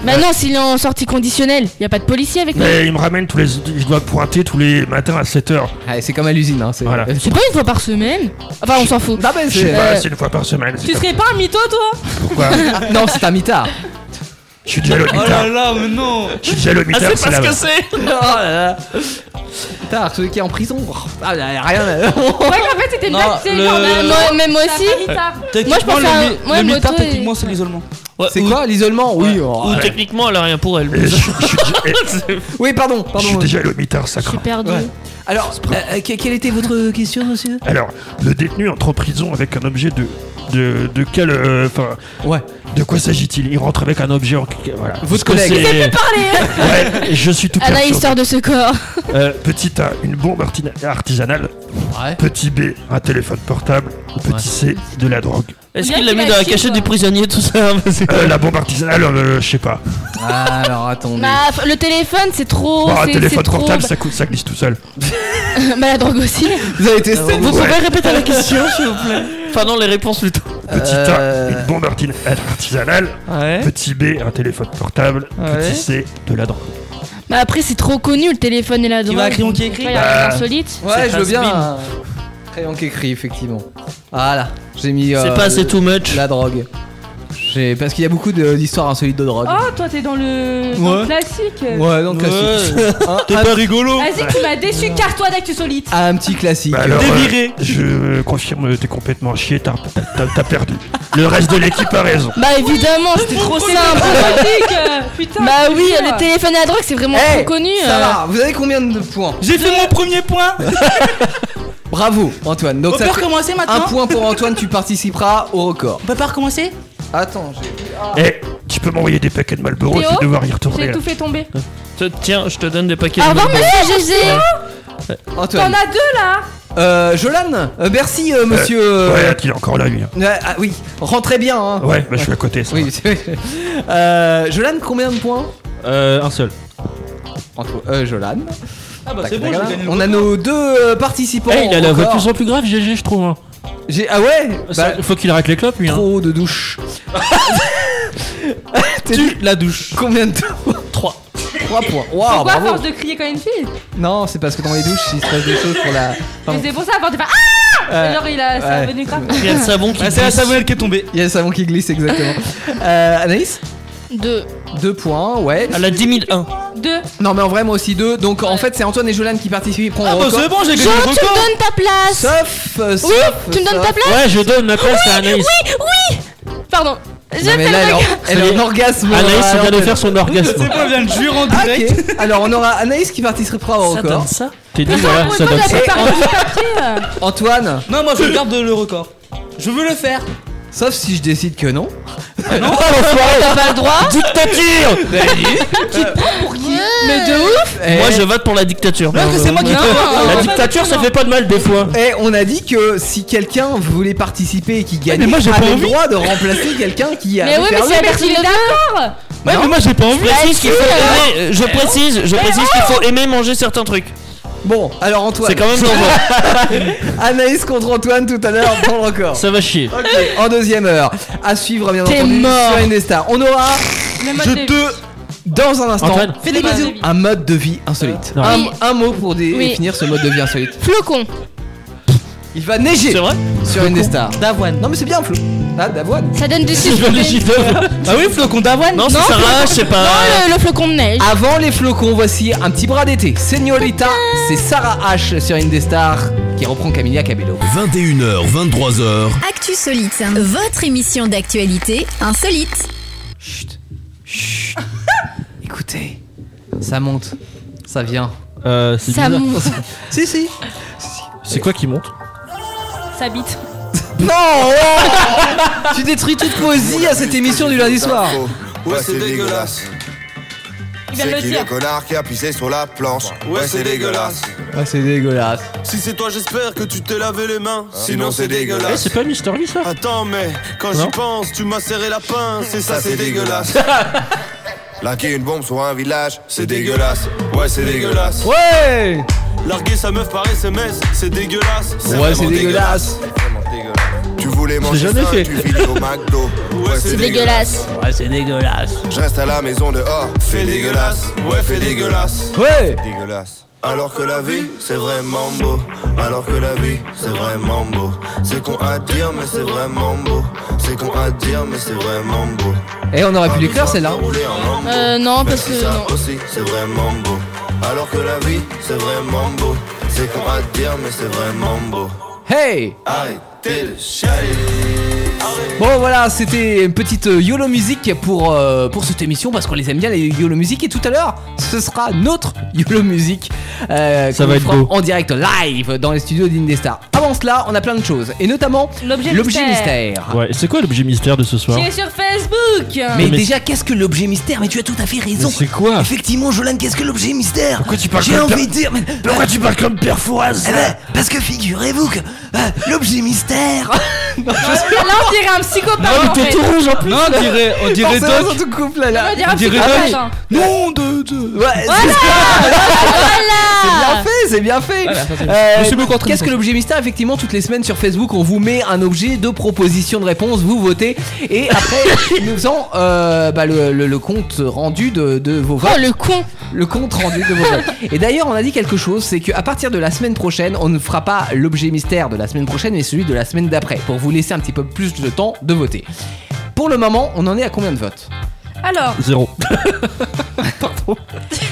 B: Bah non, s'il est en sortie conditionnelle, y a pas de policier avec lui.
G: Mais ils me ramènent tous les. Je dois pointer tous les matins à 7h.
A: c'est comme à l'usine, hein. (laughs)
G: Voilà.
B: C'est pas une fois par semaine Enfin, on s'en fout.
A: mais
G: Je sais
A: c'est-
G: pas,
A: euh,
G: c'est une fois par semaine. c'est
B: Tu
G: pas-
B: serais pas un mytho, toi
G: Pourquoi
A: Non, c'est un mitard.
G: Je suis déjà le
A: Oh là
G: mitard.
F: là, mais non
G: Je suis déjà le
I: Ah,
G: mitard, c'est la-
A: Oh là là. Putain, celui qui est en prison. Ah, là, rien.
J: Ouais, en fait, c'était une
A: Non,
J: blague, c'est
A: le-
J: genre,
A: le-
J: bah,
B: Moi- mais moi
J: ça
B: Euh, aussi.
J: fait retard.
B: Moi, je pense
F: le,
B: à-
F: mi-
B: moi,
F: le
B: une
F: mitard,
B: moto et-
F: techniquement, c'est l'isolement.
A: C'est quoi l'isolement Oui. oh,
I: Ou
A: ouais.
I: techniquement, elle a rien pour elle.
A: Oui, pardon. pardon.
G: Je suis déjà le mitard, ça craint.
B: perdu.
A: Alors, euh, euh, que- quelle était votre question, monsieur
G: Alors, le détenu entre en prison avec un objet de. De, de quel. euh, Enfin.
A: ouais.
G: De quoi s'agit-il Il rentre avec un objet en. Voilà.
A: Votre
G: Parce que
A: collègue.
G: c'est-
B: Parlez
G: hein. Ouais, je suis tout
B: À la
G: perturbé.
B: histoire de ce corps.
G: Euh, petit A, une bombe ah, arti- artisanale. Petit B, un téléphone portable. Petit C, de la drogue.
I: Est-ce
B: Bien
I: qu'il l'a
B: qu'il
I: mis
B: a
I: dans la
B: su,
I: cachette
B: quoi.
I: du prisonnier, tout ça (laughs)
G: Euh, la bombe artisanale, euh, je sais pas.
A: Ah, Alors, attendez.
B: Bah, f- le téléphone, c'est trop.
G: Oh, un
C: Bah,
B: c'est-
G: téléphone
B: c'est trop-
G: portable, ça, coûte, ça glisse tout seul.
B: (laughs) bah, la drogue aussi.
A: Vous avez testé
I: Vous
G: Ouais.
I: pouvez répéter la question, s'il vous plaît Enfin, non, les réponses plutôt.
G: Petit
A: Euh.
G: A, une bombe arti- artisanale.
I: Ouais.
G: Petit B, un téléphone portable.
I: Ouais.
G: Petit C, de la drogue.
B: Bah, après, c'est trop connu le téléphone et la drogue.
F: va à crayon qui écrit
B: Ouais, y a rien
G: Bah.
B: d'insolite.
A: Ouais, je veux bien.
I: has-been.
A: un Crayon qui écrit, effectivement. Voilà, j'ai mis.
I: C'est
A: euh,
I: pas assez too much.
A: La drogue. J'ai- Parce qu'il y a beaucoup de- d'histoires insolites de drogue.
J: Oh, toi, t'es dans le dans le
A: Ouais.
J: classique.
A: Ouais, donc classique. (laughs) Un- un-
F: rigolo
J: Vas-y, tu m'as déçu, carre-toi d'actu solide.
A: un petit classique.
G: Bah alors, euh,
F: Déviré.
G: je euh, confirme, t'es complètement chié, t'as t'as- t'as perdu. Le reste de l'équipe a raison.
B: Bah, évidemment, c'était trop simple.
J: euh, Putain.
B: Bah oui,
J: c'est
B: le
J: sûr.
B: téléphone et la drogue, c'est vraiment
A: Eh,
B: trop connu.
A: Ça
B: euh.
A: va, vous avez combien de points
F: J'ai fait mon premier point
A: Bravo, Antoine. Donc
F: On
A: ça
F: peut
A: fait
F: recommencer
A: un
F: maintenant
A: point pour Antoine, tu participeras au record.
F: On peut pas recommencer
A: Attends, j'ai.
G: Eh, tu peux m'envoyer des paquets de Malboro, je
J: Théo,
G: vais devoir y
J: J'ai
G: retourner.
J: tout fait tomber.
I: Te- Tiens, je te donne des paquets
B: Au
I: de
B: revoir,
I: bonbons.
B: monsieur GG.
J: T'en
A: Antoine.
J: as deux là
A: Euh, Jolan, euh, merci euh, monsieur. euh,
G: Ouais, il est encore là, lui. hein.
A: euh, ah oui, rentrez bien. Hein.
G: Ouais, bah, je suis à côté, ça.
A: Oui, (laughs) c'est- euh, Jolan, combien de points
G: Euh, un seul.
A: Anto- euh, Jolan.
F: Ah bah
A: Tac, tac, tac. On a nos deux euh, participants.
G: Eh, il a
A: au
G: la voix
A: record.
G: plus en plus grave, GG, je trouve. hein.
A: J'ai- Ah ouais Bah,
G: faut qu'il arrête les clopes, lui. hein.
A: Trop de douche. tu la douche. Combien de temps 3. 3 points. Waouh,
J: Pourquoi à
A: Ah, bravo.
J: force de crier comme une fille
A: Non, c'est parce que dans les douches, il se passe des choses pour la.
J: Mais
A: Pardon.
J: c'est pour ça, à force de faire Ah
A: Euh,
J: Genre, il a. Ça
A: ouais.
J: a venu grave.
I: Il y a le savon qui
G: Bah,
F: Ah, c'est la
I: glisse.
F: savonnette qui est tombée.
A: Il y a le savon qui glisse, exactement. Euh, Anaïs
B: Deux.
A: 2 points, ouais.
I: À la 10 001.
J: Deux.
A: Non, mais en vrai, moi aussi 2. Donc en fait, c'est Antoine et Jolan qui participent. Prends
F: Ah bah c'est bon, j'ai gagné
B: Jean,
F: le
B: tu me
F: record
B: donnes ta place.
A: Sauf. euh,
B: Oui,
A: sauf,
B: tu me donnes
A: sauf-
B: ta place.
G: Ouais, je donne ma place à Anaïs.
B: Pardon. Je
A: Non, mais
B: fais
A: là,
B: le
A: elle,
B: record.
A: en- elle est en orgasme.
G: Anaïs, il vient de
A: Alors,
G: faire son orgasme.
F: C'est bon, on vient de jurer en
A: Ah,
F: direct
A: ok. Alors on aura Anaïs qui participera au record.
I: ça
G: T'es dit, voilà, ça donne ça.
A: Et Antoine,
F: Non, moi je garde le record. Je veux le faire.
A: sauf si je décide que non.
B: T'as pas le droit.
I: Oh, Dictature
B: Mais de ouf.
A: Eh,
I: Moi, je vote pour la dictature.
F: Parce que c'est moi qui
B: Non,
F: te.
I: La dictature, ça fait pas de mal des fois.
A: (laughs) eh, on a dit que si quelqu'un voulait participer et qui gagnait,
G: mais moi, j'ai pas
A: avait le
G: envie.
A: droit de remplacer quelqu'un qui a.
B: Mais oui, mais c'est la
J: Il
B: personne
J: est
B: de
J: d'accord
G: Ouais, mais moi, j'ai pas
I: Je
G: envie.
I: précise qu'il faut aimer, euh, je précise, je précise qu'il faut aimer manger certains trucs.
A: Bon, alors Antoine,
I: C'est quand même dangereux.
A: Anaïs contre Antoine tout à l'heure dans le record.
G: Ça va chier.
A: Ok, en deuxième heure, à suivre bien
B: T'es
A: entendu
B: mort.
A: sur Indestar. On aura,
J: Le mode
A: je
J: de vie.
A: te, dans un instant,
G: Antoine.
A: fais des
J: Le mode
A: bisous.
J: de vie.
A: Un mode de vie insolite.
G: Non.
A: Un,
B: Oui.
A: un mot pour dé-
B: Oui.
A: définir ce mode de vie insolite.
B: Flocon.
A: Il va neiger
I: C'est vrai
A: sur Indestar. D'avoine. Non mais c'est bien, Flo. Ah, d'avoine.
B: Ça donne du
G: Je
B: sucre.
G: vais les chiffres.
F: Ah oui, flocon d'avoine
I: Non, ça
B: Non,
I: sert à- je sais
B: Non,
I: pas.
B: le, le flocon de neige.
A: Avant les flocons, voici un petit bras d'été. Señorita, c'est Sarah H sur Indestar qui reprend Camilla Cabello.
L: 21h, 23h,
D: Actu Solite, votre émission d'actualité insolite.
A: Chut. Chut. Écoutez, ça monte, ça vient.
G: Euh, c'est
B: Ça
G: bizarre.
B: mou.
A: Si, si.
G: C'est quoi qui monte
J: Ça bite.
A: Non Tu détruis toute poésie à cette émission du lundi soir.
C: Ouais, c'est dégueulasse.
J: Il vient de
C: C'est
J: le
C: qui le
J: dire.
C: connard qui a pissé sur la planche Ouais, c'est dégueulasse.
A: Ah, c'est dégueulasse.
C: Si c'est toi, j'espère que tu t'es lavé les mains. Sinon, c'est
G: Eh,
C: dégueulasse.
G: c'est pas Mister V ça
C: Attends, mais quand
G: Non.
C: j'y pense, tu m'as serré la pince et ça, c'est dégueulasse. Larguer une bombe sur un village, c'est dégueulasse. Ouais, c'est dégueulasse.
A: Ouais
C: Larguer sa meuf par SMS, c'est dégueulasse.
A: Ouais, c'est
C: vraiment
A: dégueulasse.
C: Vraiment dégueulasse. Tu voulais
A: l'ai
C: manger
A: jamais
C: faim,
A: fait.
C: tu finis au McDo. Ouais, c'est dégueulasse.
A: Ouais, c'est dégueulasse.
C: Je reste à la maison dehors, fais dégueulasse. Ouais, fais dégueulasse.
A: Ouais
C: Dégueulasse. Alors que la vie, c'est vraiment beau. Alors que la vie, c'est vraiment beau. C'est qu'on à dire, mais c'est vraiment beau. C'est qu'on à dire, mais c'est vraiment beau.
A: Eh, on aurait pu l'écrire celle-là.
B: Euh, non, parce que.
C: C'est ça
B: Non.
C: aussi, c'est vraiment beau. Alors que la vie, c'est vraiment beau. C'est qu'on à dire, mais c'est vraiment beau.
A: Hey
C: Arrêtez de chialer.
A: Bon voilà, c'était une petite euh, YOLO musique pour, euh, pour cette émission parce qu'on les aime bien les YOLO musique et tout à l'heure ce sera notre (laughs) YOLO musique euh,
G: Ça
A: qu'on
G: va être
A: fera
G: beau.
A: en direct live dans les studios d'Indestar. Avant cela, on a plein de choses et notamment
J: L'objet mystère.
G: Ouais, c'est quoi l'objet mystère de ce soir
J: Qui est sur Facebook
A: Mais, déjà, qu'est-ce que l'objet mystère Mais tu as tout à fait raison.
G: Mais c'est quoi
A: Effectivement, Jolan, qu'est-ce que l'objet mystère
M: Pourquoi tu parles
A: J'ai
M: comme per-
A: envie de dire. mais-
M: Pourquoi tu parles comme Père Fouras
A: Eh ben, parce que figurez-vous que euh, l'objet mystère. Non,
J: Ah, Là, on dirait un psychopathe. en fait.
F: Non, on dirait, on dirait
A: Forcément,
F: Doc.
A: surtout couple, là, là.
J: On dirait un
F: On dirait
J: psychopathe,
F: Doc.
J: hein.
A: Non, de. de- Ouais, c'est-
J: Voilà
A: (laughs) C'est bien fait,
F: Voilà,
A: c'est
F: ça,
A: bien fait.
F: c'est-
A: Euh,
F: Monsieur Beaucontrin,
A: Qu'est-ce que
F: bonjour.
A: l'objet mystère Effectivement, toutes les semaines sur Facebook, on vous met un objet de proposition de réponse, vous votez, et après, ils nous ont euh, bah, le, le- le compte rendu de, de vos votes.
B: le con
A: Le compte rendu de vos votes. Et d'ailleurs, on a dit quelque chose, c'est qu'à partir de la semaine prochaine, on ne fera pas l'objet mystère de la semaine prochaine, mais celui de la semaine d'après, pour vous laisser un petit peu plus de temps de voter. Pour le moment, on en est à combien de votes
J: Alors,
G: Zéro.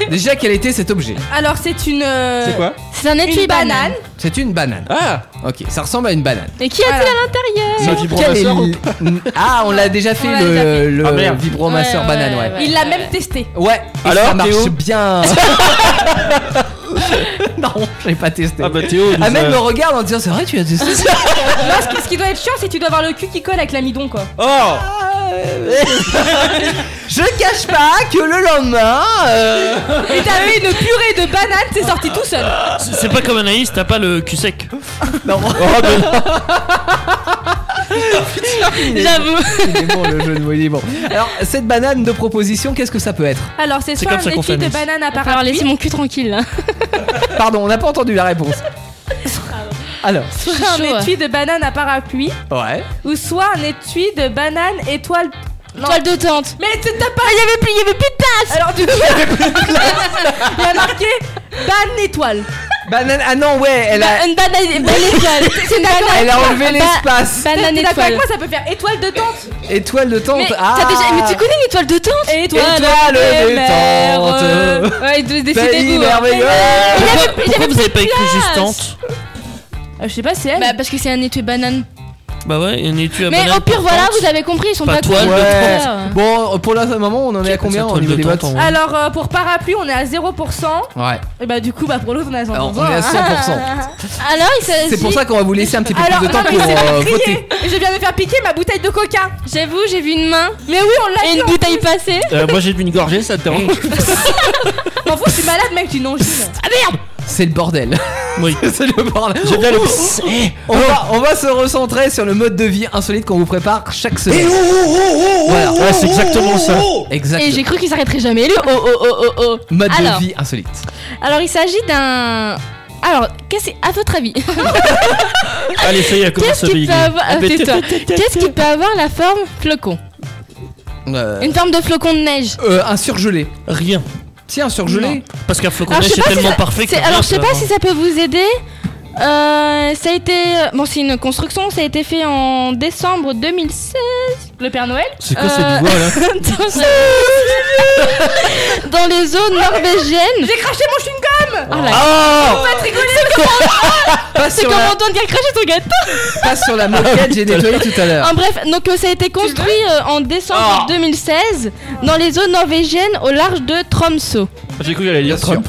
A: Déjà, quel était cet objet
J: alors c'est une. euh,
A: C'est quoi
B: C'est un
J: étui
B: étui banane.
J: banane.
A: C'est une banane. Ah Ok, ça ressemble à une banane.
B: Et qui a-t-il à l'intérieur
A: Mais quel est l- Ah, on l'a déjà fait
J: On l'a
A: le,
J: déjà fait.
A: le
J: Ah, merde.
A: vibromasseur
J: Ouais,
A: banane, ouais.
J: Il l'a même testé.
A: Ouais, et
G: Alors,
A: ça marche
G: Théo
A: bien. non, j'ai pas testé. Ah
G: bah, Théo nous
A: Ah, même
G: a-
A: me regarde en disant c'est vrai, tu as testé ça
J: Moi, ce qui- ce qui doit être chiant, c'est que tu dois avoir le cul qui colle avec l'amidon, quoi.
A: Oh Je cache pas que le lendemain. euh,
J: Et t'avais une purée de banane, c'est sorti tout seul.
I: Ah, C'est c'est pas comme Anaïs, t'as pas le cul sec.
A: Non.
B: J'avoue.
A: (laughs) Il est bon le jeu de mots, il est bon. Alors, cette banane de proposition, qu'est-ce que ça peut être
J: Alors, c'est
A: C'est
J: soit
A: comme
J: un
A: ça qu'on
J: étui
A: fait,
J: de
A: Miss.
J: banane à
B: Alors,
J: parapluie.
B: laissez mon cul tranquille. hein.
A: Pardon, on n'a pas entendu la réponse. Alors,
J: Soit un étui de banane à parapluie.
A: ouais.
J: Ou soit un étui de banane étoile. Non.
B: Toile de tente.
J: Mais tu- t'as pas. Il y avait plus, il y avait plus de place. Alors, du coup, il y avait plus de place. Il y a marqué banane étoile.
A: (laughs) Banane. Ah non, ouais, elle a.
B: Ba- Une banane, une banane étoile. C'est une banane
A: Elle a
B: étoile.
A: enlevé
B: Ba-
A: l'espace.
B: Banane
J: T'es d'accord
B: étoile.
J: avec moi, ça peut faire étoile de tente.
A: Étoile de tente.
B: Mais,
A: ah.
B: t'as déjà- mais tu connais une étoile de tente bah,
J: Étoile,
A: Étoile de tente.
B: euh, Ouais, de-
A: Pays
B: décidez-vous. hein.
A: merveilleux.
B: Il y avait- il y
I: Pourquoi
B: avait
I: vous
B: plus
I: avez
B: de
I: pas écrit juste
B: place.
I: tente
J: Euh, Je sais pas, c'est elle.
B: Bah parce que c'est un étui banane.
I: Bah ouais, une étui à
B: Mais
I: banane
B: au pire
I: pour
B: voilà,
I: tente.
B: vous avez compris, ils sont
I: Pas
B: pas
I: toile
B: cool.
I: de
B: Ouais.
A: Bon, pour le moment, on en est à combien au
I: toile
A: niveau
I: de
A: des
I: tente,
A: votes
I: en vrai
J: Alors, euh, pour parapluie, on est à 0%.
B: Ah.
A: Ouais.
J: Et bah, du coup, bah, pour l'autre, on est à 100%.
A: Alors, on est à 100%.
B: Alors il s'agit
A: C'est pour ça qu'on va vous laisser un petit peu
J: Alors,
A: plus de temps
J: non, mais
A: pour
J: c'est pas
A: euh,
J: crier.
A: voter.
J: hein. Je viens de faire piquer ma bouteille de coca.
B: J'avoue, j'ai vu une main
J: Mais oui, on Oh, l'a
B: et
J: vu,
B: une
J: en
B: bouteille passée.
G: Euh, Moi j'ai bu une gorgée, ça
B: (laughs)
G: te dérange
J: M'en fous, je suis malade, mec, tu non Gilles.
A: C'est le bordel.
I: Oui.
A: (laughs) c'est le bordel. Oh,
G: J'ai bien le
A: On va, on va se recentrer sur le mode de vie insolite qu'on vous prépare chaque semaine. oh, Voilà.
G: Ouais, c'est
A: oh,
G: exactement ça.
B: Et
A: Exactement.
B: j'ai cru qu'il s'arrêterait jamais lui. Oh oh oh oh oh.
A: Mode
B: Alors,
A: de vie insolite.
B: alors il s'agit d'un alors, qu'est-ce que- à votre
I: (laughs)
B: avis
G: Allez, ça y est, elle commence
B: Qu'est-ce
G: à
B: qui
G: bégayer.
B: peut avoir Ah, tais-toi.
I: (laughs)
B: Qu'est-ce qui peut avoir la forme flocon
A: Euh,
B: Une forme de flocon de neige.
A: euh, un surgelé.
I: Rien.
A: Tiens, un surgelé.
I: Parce qu'un flocon
B: Alors,
I: neige
B: Ah, je sais
I: c'est
B: pas si
I: tellement
B: ça-
I: parfait que.
B: c'est- Alors, je sais pas si
I: c'est.
B: ça peut vous aider. Euh, ça a été. Bon, c'est une construction, ça a été fait en décembre 2016.
J: Le Père Noël
G: C'est quoi
B: Euh,
G: cette voix
B: (laughs)
G: là
B: dans- (laughs) Dans les zones norvégiennes.
J: J'ai craché mon chewing-gum
G: Ah,
B: Oh là-
A: Oh
J: Pas rigoler, c'est comme-
A: Pas
B: (laughs) C'est
A: sur,
B: comme
A: la,
B: Antoine qui a craché son gâteau
A: pas sur la moquette, j'ai nettoyé Ah tout à
G: Ah.
A: l'heure.
B: En bref, donc euh, ça a été construit euh, en décembre 2016 dans les zones norvégiennes au large de Tromsø.
G: J'ai cru qu'elle allait dire Trump.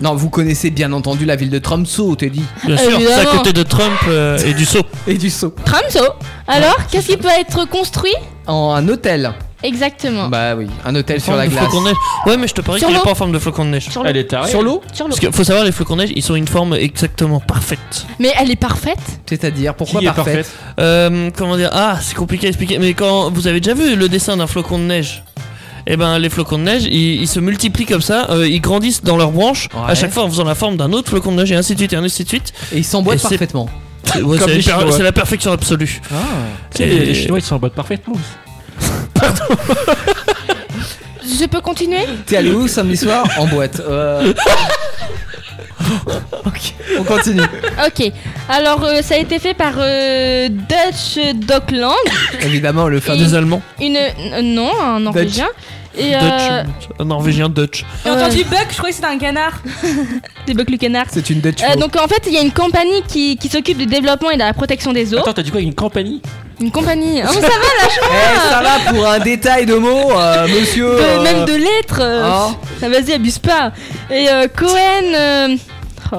A: Non, vous connaissez bien entendu la ville de Tromsø, t'es dit.
I: Bien sûr, c'est à
B: Évidemment.
I: côté de Trump euh, et du saut.
A: Et du saut.
B: Tromsø Alors, qu'est-ce qui peut être construit
A: En un hôtel.
B: Exactement.
A: Bah oui, un hôtel sur
I: forme
A: la
I: de
A: glace.
I: flocon de neige. Ouais, mais je te parie
B: Sur
I: qu'il est
B: l'eau.
I: pas en forme de flocon de neige.
B: Sur l'eau. Elle est tarée.
I: Sur l'eau
B: Sur l'eau.
I: Parce qu'il faut savoir, les flocons de neige, ils sont une forme exactement parfaite.
B: Mais elle est parfaite.
A: C'est-à-dire, pourquoi
I: Qui est
A: parfaite
I: Euh, Comment dire Ah, c'est compliqué à expliquer. Mais quand vous avez déjà vu le dessin d'un flocon de neige eh ben les flocons de neige, ils, ils se multiplient comme ça, euh, ils grandissent dans leurs branches à chaque fois en faisant la forme d'un autre flocon de neige et ainsi de suite et ainsi de suite.
A: Et ils s'emboîtent
I: c'est-
A: parfaitement.
I: C'est ouais,
G: Comme
I: c'est
G: les
I: la-
G: Chinois.
I: c'est la perfection absolue.
A: Ah.
G: Tu sais, les, les Chinois, ils sont en mode parfaitement.
B: Je peux continuer
A: T'es allé où samedi soir En boîte.
B: (laughs)
A: Euh, ok, on continue.
B: Ok. Alors, euh, ça a été fait par euh, Dutch Dockland.
A: Évidemment, le fameux.
B: Des
I: Allemands.
B: Une. euh, non, un Norvégien. Et. euh,
I: Dutch, un Norvégien Dutch.
J: J'ai entendu Buck, je croyais que c'était un canard.
B: Des Buck le canard.
A: C'est une Dutch.
B: Euh, donc en fait, il y a une compagnie qui, qui s'occupe du développement et de la protection des eaux.
G: Attends, t'as dit quoi Une compagnie
B: Une compagnie. Oh, mais ça va, lâche-moi
A: Eh, ça va pour un détail de mots, euh, monsieur.
B: De-
A: euh,
B: Même de lettres. euh,
A: hein
B: Ça vas-y, abuse pas. Et euh, Cohen. euh, oh.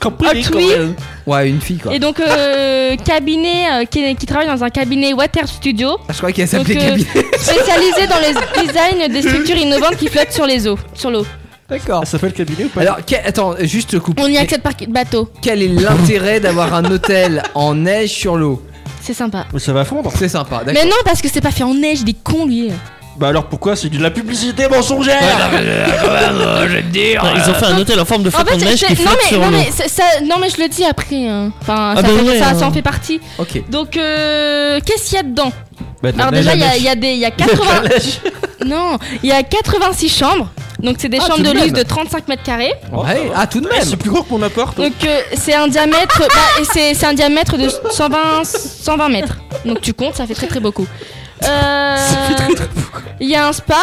G: Ah,
B: Hot Wheels.
A: Ouais, une fille quoi.
B: Et donc euh, cabinet euh, qui, qui travaille dans un cabinet Water Studio.
A: Ah, je crois qu'elle
B: Donc,
A: s'appelait
B: euh, (laughs)
A: Gabi.
B: spécialisé dans les designs des structures innovantes qui flottent sur les eaux, sur l'eau.
A: D'accord.
G: Ça s'appelle cabinet ou pas
A: Alors, que- attends, juste je te coupe.
B: On y
A: Mais
B: accède par bateau.
A: Quel est l'intérêt d'avoir un hôtel en neige sur l'eau
B: C'est sympa.
G: Ça va fondre.
A: C'est sympa, d'accord.
B: Mais non, parce que c'est pas fait en neige, des cons lui.
G: Bah alors pourquoi C'est de la publicité mensongère
I: Non, ah, ils ont fait un hôtel en forme de
B: En
I: flocon
B: fait,
I: de neige qui
B: c'est- non
I: flotte
B: mais,
I: sur
B: non,
I: l'eau.
B: mais ça, ça- non mais je le dis après. hein. Enfin,
I: Ah
B: ça,
I: bah
B: fait-
I: ouais,
B: ça-
I: hein.
B: ça en fait partie.
A: Ok.
B: Donc, euh, qu'est-ce qu'il y a dedans
G: Bah, de la
B: Alors
G: neige.
B: déjà, il y,
G: La
B: a-
G: neige.
B: il y a des, il y a
G: Il y a de la
B: 80.
G: neige.
B: non, il y a 86 chambres. Donc c'est des
A: Ah,
B: chambres
A: tout
B: de
A: de
B: luxe
A: même.
B: de 35 mètres carrés.
G: Oh,
A: Ouais, ah, tout de même.
G: Eh, C'est plus gros que mon appart. hein.
B: Donc euh, c'est un diamètre, bah, et c'est c'est un diamètre de 120, 120 mètres. Donc tu comptes, ça fait très très beaucoup. Euh, Il y a un spa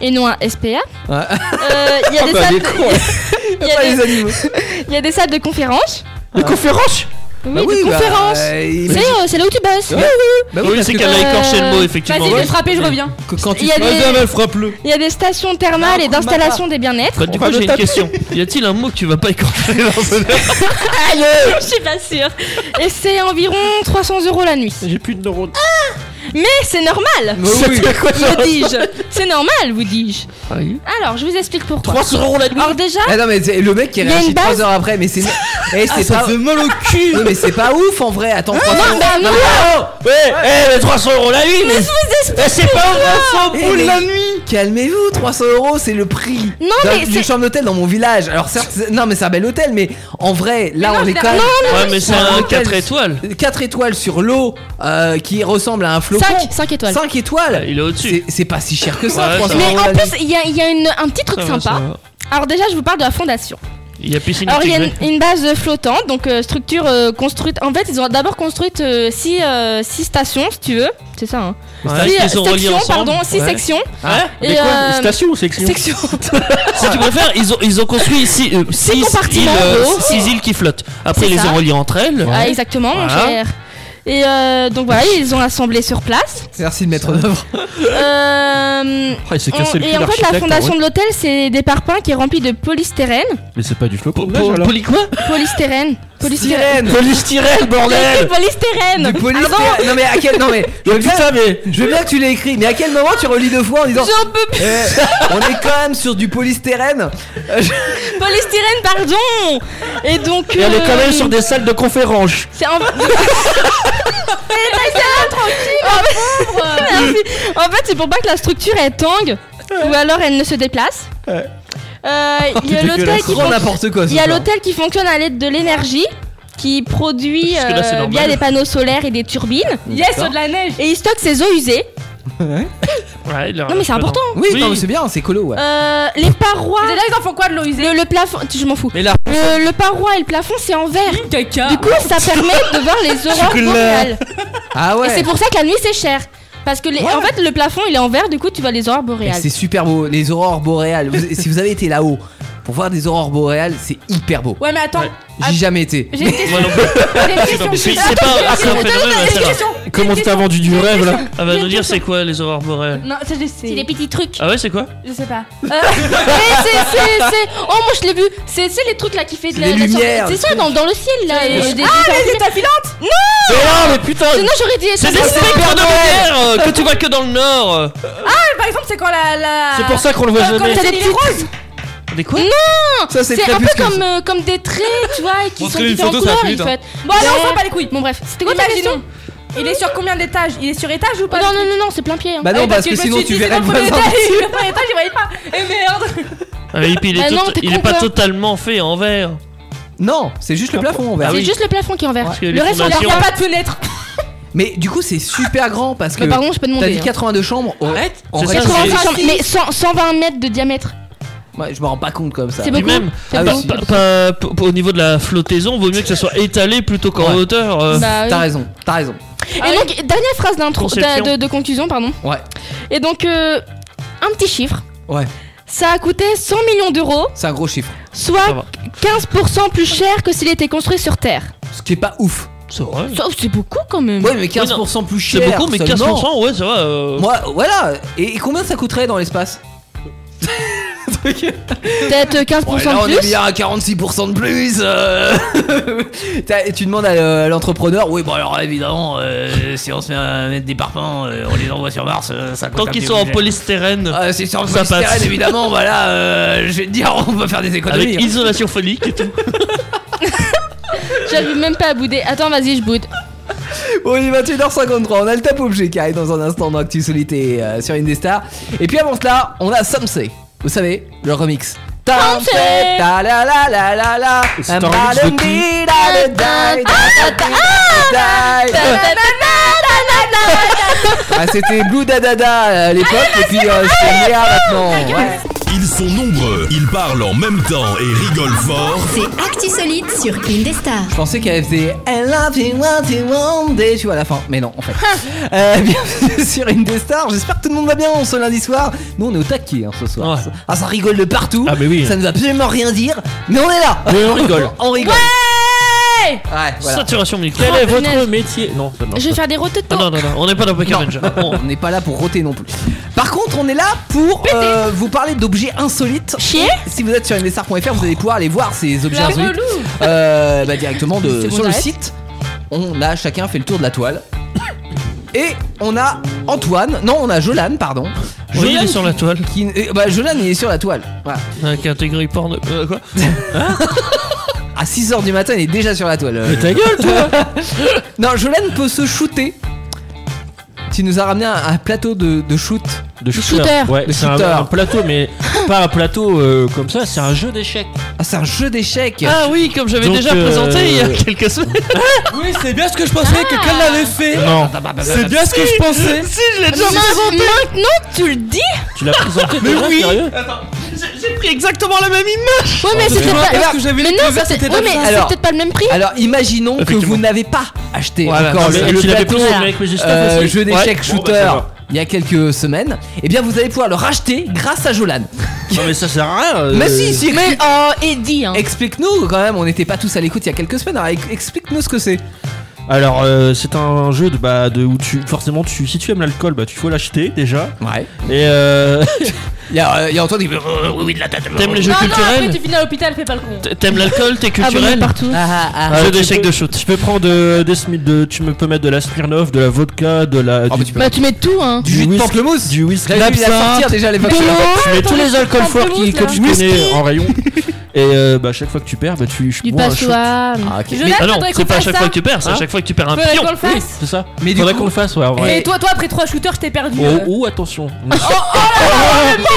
B: et non un SPA.
A: Ouais.
B: Euh, Il y a
A: Ah
B: des
A: bah,
B: salles.
A: les cons,
B: (laughs) il y a
A: Pas
B: des-
A: les animaux.
B: Il y a des salles de conférences.
G: Les conférences
B: Oui,
A: Bah
B: des
A: oui, bah,
B: conférences.
A: euh,
B: c'est
A: il-
B: euh, c'est là où tu bosses. euh,
A: Ouais. Bah oui, parce que-
B: Vas-y, je vais frapper, je reviens.
A: Que quand tu
B: Il y a
A: frappes-
B: des-
A: Madame, elle
I: frappe-le.
B: Il y a des stations thermales et d'installations des bien-être.
I: Bah, du coup, j'ai une question. Y a-t-il un mot que tu vas pas écorcher dans ce
B: Aïe
A: Eh.
B: Je suis pas sûre. Et c'est environ 300 euros la nuit. Ah,
G: J'ai plus de neurones.
B: Mais c'est normal
G: Mais oui. C'est quoi ça
A: (laughs)
B: Vous dis-je. C'est normal, vous dis-je.
A: Ah,
B: Alors, je vous explique pourquoi.
A: 300 euros
B: la nuit Alors déjà...
A: Ah non mais c'est- le mec qui
B: Il y a
A: réagit
B: une base.
A: 3 heures après mais c'est
B: (laughs)
A: Eh,
B: Ah,
A: c'est
B: ça
A: pas
B: fait
A: mal au cul. Non mais c'est pas ouf en vrai. Attends 300
B: non, bah, non.
A: mais- Ouais, eh, mais 300 euros la nuit.
B: Mais je vous explique
A: Eh, C'est pas
B: pourquoi.
A: ouf on s'en fout
B: Eh,
A: de la
B: mais-
A: nuit. Calmez-vous 300 euros c'est le prix.
B: Non,
A: d'un-
B: mais
A: d'une
B: c'est-
A: chambre d'hôtel dans mon village. Alors certes c'est- non mais c'est un bel hôtel mais en vrai là
B: Mais non,
A: on est
B: c'est-
A: quand même.
B: non, non,
I: Ouais, mais c'est un quatre étoiles.
A: 4 étoiles sur l'eau euh, qui ressemble à un flocon.
B: Cinq- cinq étoiles.
A: 5 étoiles.
I: Il est au-dessus.
A: C'est pas si cher que ça.
I: Ouais,
A: 300
B: Mais
A: euros
B: en
A: la nuit.
B: plus, il y a, il y a une- un petit truc
G: Ah,
I: Ça va, ça
B: sympa.
I: va.
B: Alors déjà, je vous parle de la fondation.
I: Il y a piscine
B: Alors il y a une,
I: intégrée.
B: une base flottante, donc euh, structure euh, construite. En fait, ils ont d'abord construite 6 six, euh, six stations, si tu veux. C'est ça. Hein.
G: Ouais,
B: Six,
G: Ah, est-ce
B: euh,
G: qu'ils sont reliés
B: sections,
G: ensemble
B: pardon, six
G: Ouais.
B: sections.
G: Ah, mais quoi
B: euh,
G: Station ou section
B: Section.
I: Si tu préfères, ils ont, ils ont construit 6 îles,
B: compartiments,
I: euh,
B: en gros.
I: six îles qui flottent. Après,
B: C'est
I: ils les
B: ça.
I: ont reliées entre elles.
B: Ah, exactement, mon
I: Voilà.
B: cher. Et euh, donc voilà, ils ont assemblé sur place.
A: Merci de mettre en œuvre.
B: Euh,
G: Ah, il s'est cassé
B: on-
G: le cul,
B: et en fait,
G: l'architecte,
B: la fondation
G: en
B: de l'hôtel, c'est des parpaings qui est rempli de polystyrène.
G: Mais c'est pas du flocon. de
I: Po-
G: neige, alors.
I: poli- quoi
G: (laughs)
B: Polystyrène.
A: Polystyrène.
I: Polystyrène,
B: J'ai dit (laughs) polystyrène. Ah
A: Du polystyrène.
B: Pardon.
A: Non mais à quel non
B: (laughs)
A: mais je veux bien, je veux bien que tu l'aies écrit mais à quel moment tu relis deux fois en disant
B: J'en peux plus.
A: Eh, (laughs) on est quand même sur du polystyrène. Euh, je-
B: Polystyrène, pardon. Et donc.
G: Et elle est quand même
B: euh,
G: sur des salles de conférences.
B: C'est en. bah, Mais (laughs) laissez-la tranquille, ma
G: (laughs)
B: pauvre. Merci. En fait, c'est pour pas que la structure elle tangue ou alors elle ne se déplace. Euh,
G: Oh,
B: il y a
A: C'est
B: l'hôtel
A: dégueulasse.
B: qui
A: Grand
B: fonc-
A: n'importe quoi, ce
B: Il y a
A: soir.
B: l'hôtel qui fonctionne à l'aide de l'énergie qui produit
I: Parce que là, c'est
B: euh,
I: normal.
B: via des panneaux solaires et des turbines.
J: Yes, eau de la neige.
B: Et il stocke ses eaux usées.
I: Ouais,
G: Ah,
I: il leur
B: Non, mais c'est
I: reste pas
B: important.
I: dans-
A: Oui, non mais c'est bien, c'est colo ouais.
B: Euh, les parois.
J: Et là, ils en font quoi de l'eau usée
B: Le, le plafond, tu- je m'en fous.
A: Mais là-
B: Le, le paroi et le plafond, c'est en verre.
J: Caca.
B: Du coup, ça permet de voir les aurores
A: Chocolat.
B: boréales.
A: Ah
B: Et
A: ouais.
B: c'est pour ça que la nuit c'est cher. Parce que les- en fait le plafond il est en vert, du coup tu vois les aurores
A: Mais
B: boréales.
A: C'est super beau, les aurores boréales. Vous- si vous avez été là-haut, pour voir des aurores boréales, c'est hyper beau.
J: Ouais, mais attends.
A: J'y ai jamais été.
J: J'ai une question.
I: (laughs) C'est pas un phénomène,
J: Attends,
I: celle-là.
J: question.
G: Comment t'as vendu du rêve là
I: Ah bah nous dire c'est quoi les aurores boréales
J: Non, ça je sais. C'est des petits
B: Euh,
J: trucs.
I: Ah ouais c'est quoi
J: Je sais pas. Euh, mais c'est, c'est, c'est. Oh, moi je l'ai vu. C'est, c'est les trucs là qui fait de
B: la- la sorte- C'est ça, dans, dans le ciel là. Ah,
J: Ah, filantes
B: Non
I: Mais non mais putain
B: Sinon, j'aurais dit-
I: C'est des
B: ça, c'est
I: spectres
B: Père
I: de
B: Noël.
I: lumière euh, que tu vois que dans le nord Ah, euh.
J: Ah, mais par exemple, c'est quand la. la...
I: C'est pour ça qu'on le voit
J: quand-
I: jamais.
J: Quand t'as des petites roses.
I: Des quoi
B: Non
I: Ça, c'est
B: C'est un peu
I: crépuscule,
B: comme, euh, comme des traits, tu vois, et qui sont
I: Montrez-lui une
B: différentes
I: photo, ça va
B: couleurs
I: plus
B: en
I: vite,
B: fait.
I: hein.
J: Bon, allez, on s'en bat les couilles.
B: Bon, bref, c'était quoi ta
J: Imaginons.
B: question
J: Il est sur combien d'étages Il est sur étage ou pas
B: Non, non, non, non, c'est plein pied. hein.
A: Bah non,
J: Ah oui,
A: parce que
J: je me
A: sinon,
J: suis
A: tu
J: dit,
A: verrais
J: c'est dans
A: le
J: mon
A: voisin
J: étage, (laughs)
A: dessus.
J: Le premier étage, il voyait pas. Eh merde
I: Ah, Et puis il est,
B: Ah
I: tot-
B: non, t'es
I: il
B: con,
I: est pas
B: quoi.
I: totalement fait en verre.
A: Non, c'est juste le
B: Ah
A: plafond en verre.
B: C'est juste le plafond qui est en verre.
I: Parce que les
B: Le reste en verre,
I: fondations-
B: y a pas
J: de fenêtre.
A: Mais du coup, c'est super grand parce que.
B: Bah, par contre, je peux demander,
A: T'as dit
B: hein.
A: 82 chambres. Arrête En vrai,
B: 85
A: c'est-
B: chambres, mais 100 120 mètres de diamètre.
A: Ouais, je me rends pas compte comme ça.
B: C'est beaucoup.
I: Même
B: C'est
I: Ah,
B: beaucoup.
I: bah, pas- pas- pas- au niveau de la flottaison, vaut mieux que ça soit étalé plutôt qu'en
A: Ouais.
I: hauteur. euh.
B: Bah, oui. T'as
A: raison, t'as raison.
B: Et donc, dernière phrase d'intro,
I: Conception.
B: de, de conclusion, pardon.
A: Ouais.
B: Et donc, euh, un petit chiffre.
A: Ouais.
B: Ça a coûté 100 millions d'euros,
A: C'est un gros chiffre. Ça va.
B: soit 15% plus cher que s'il était construit sur Terre.
A: Ce qui est pas ouf.
I: C'est vrai.
B: Ça, C'est beaucoup quand même.
A: Ouais, mais 15% plus
I: C'est
A: cher.
I: beaucoup, mais
A: seulement.
I: 15%, ouais, ça va. euh.
A: Moi, voilà. Et, et combien ça coûterait dans l'espace
B: Peut-être 15%
A: Ouais, là, on est
B: plus.
A: bien à 46% de plus. euh. (laughs) T'as- tu demandes à le- à l'entrepreneur, oui, bon, alors évidemment, euh, si on se met à mettre des parpaings, euh, on les envoie sur Mars, euh, ça coûte
I: Tant
A: un
I: qu'ils
A: petit
I: sont
A: peu
I: en
A: cher.
I: polystyrène,
A: Ah, c'est sur le
I: ça
A: polystyrène,
I: passe.
A: évidemment, voilà, euh, je vais te dire, (laughs) on va faire des économies.
I: Avec isolation
G: (laughs)
I: phonique et tout.
B: J'arrive même pas à bouder. Attends, vas-y, je boude.
A: Bon, il est 21h53, on a le top objet qui arrive dans un instant dans Actu Solité euh, sur Indestar. Et puis avant cela, on a Samsei, vous savez, le remix. Samsei, ta la la la la la,
E: C'est un
A: un
E: remix de qui
A: balandi, da, da, da, da, da, da, da,
B: ah.
A: da. Ah, C'était Blue Dadada euh, à l'époque, et puis euh, c'est Léa maintenant. ouais.
L: Ils sont nombreux, ils parlent en même temps et rigolent fort.
D: C'est Actu Solide sur Indestar.
A: Je pensais qu'elle faisait I love you, want you, one day. Tu vois la fin, mais non, en fait. euh, bienvenue sur Indestar. J'espère que tout le monde va bien ce lundi soir. Nous, on est au taquet hein, ce soir. Ah, ça rigole de partout. Ah, mais oui. Ça ne veut absolument rien dire, mais on est là.
G: Mais on rigole.
A: on rigole.
B: Ouais
A: Ouais, voilà.
I: Saturation micro.
G: Quel est votre
B: punaise.
G: métier Non, non.
B: Je vais faire des rototos.
I: Ah non, non, non, on n'est pas dans Pokémon Ranger.
G: (laughs)
I: Bon.
A: On n'est pas là pour roter non plus. Par contre, on est là pour euh, vous parler d'objets insolites.
B: Chier.
A: Si vous êtes sur mdstar.fr, vous allez pouvoir aller voir ces objets
J: La
A: insolites
J: relou.
A: euh, bah, directement de,
J: C'est bon,
A: sur le
J: j'arrête.
A: site. On a chacun fait le tour de la toile. Et on a Antoine, non, on a Jolan, pardon.
I: Oui, il est sur la toile.
A: Qui, euh, bah, Jolan, il est sur la toile. Voilà.
I: Euh, Catégorie porno. euh, quoi
A: À 6h du matin, il est déjà sur la toile. euh,
G: Mais ta gueule, toi
A: (laughs) Non, Jolene peut se shooter. Tu nous as ramené un, un plateau de, de shoot.
G: De shooter.
A: shooter.
G: Ouais,
A: De
G: c'est un,
A: shooter.
G: un plateau, mais (laughs) pas un plateau euh, comme ça, c'est un jeu d'échecs.
A: Ah, c'est un jeu d'échecs.
I: Ah oui, comme j'avais
G: Donc,
I: déjà
G: euh,
I: présenté il y a quelques semaines.
G: (laughs)
F: Oui, c'est bien ce que je pensais que quelqu'un l'avait fait.
G: Non,
F: C'est bien ce que je pensais.
I: Si, je l'ai déjà
B: Mince,
I: présenté.
B: Maintenant, tu le dis
G: tu l'as (laughs) présenté
F: Mais
G: déjà,
F: oui.
G: sérieux
I: J'ai- J'ai pris exactement la même image.
B: Ouais, mais
A: c'est
B: c'était
A: bien.
B: pas.
A: Et parce que j'avais
B: mais
A: les
B: non,
A: deux verts,
B: c'était-
A: c'était
B: ouais,
A: comme
B: mais
A: ça.
B: c'est
A: Alors-
B: peut-être pas le même prix.
A: Alors imaginons que vous n'avez pas acheté
I: Voilà,
A: encore le,
I: c'est ça.
A: le
I: Et tu l'avais
A: plateau
I: pris avec le Gustave
A: euh,
I: aussi
A: jeu
I: Ouais.
A: d'échecs
I: Bon,
A: shooter
I: bah, ça va.
A: il y a quelques semaines. Et bien vous allez pouvoir le racheter grâce à Jolan.
I: Euh,
G: Non, mais ça sert à rien. euh,
A: Mais si, si,
B: Mais oh, Eddie, hein.
A: explique-nous quand même. On n'était pas tous à l'écoute il y a quelques semaines. Alors ex- explique-nous ce que c'est.
G: Alors, euh, c'est un jeu de, bah, de, où tu, forcément, tu, si tu aimes l'alcool, bah, tu faut l'acheter déjà.
A: Ouais.
G: Et euh, (laughs)
A: Il y, a, euh, il y a Antoine qui fait euh, oui, oui, de la tête.
I: T'aimes les jeux
J: Non, non, après tu
I: culturels
J: finis à l'hôpital, fais pas le con.
I: T'aimes l'alcool
G: Ah,
I: T'es
B: Abonné
I: culturel
B: partout.
G: euh,
I: Jeu
G: tu
I: d'échecs
G: peux-
I: de shoot.
G: Tu peux prendre euh, des Smith, de, tu me peux mettre de la Smirnoff, de la vodka, de la.
A: Oh,
G: du,
A: mais tu peux-
B: Bah, tu mets tout, hein.
A: Du jus de
G: whisky-
A: pamplemousse.
G: Du whisky
A: J'avais vu la
G: d'absinthe.
A: sortir déjà à l'époque.
G: Tu mets tous les alcools forts qui-
B: pamplemousse,
G: que tu
B: là.
G: connais en rayon. Et euh, bah, chaque fois que tu perds, bah, tu.
B: Du
G: bois un shot.
B: passoir.
A: Ah, ok.
J: Je lève,
I: Ah non,
J: faudrait
I: c'est
J: qu'on
I: pas à
J: fasse
I: chaque
J: ça.
I: fois que tu perds, c'est à
G: Hein
I: chaque fois que tu perds un
J: Faudrait
I: pion.
J: qu'on le fasse.
G: C'est ça.
A: Mais
G: Mais
A: du
G: Faudrait
A: coup-
G: qu'on le fasse, ouais. en vrai.
J: Et toi, toi, après trois shooters, je t'ai perdu.
G: Oh,
J: euh.
G: oh, attention. (laughs)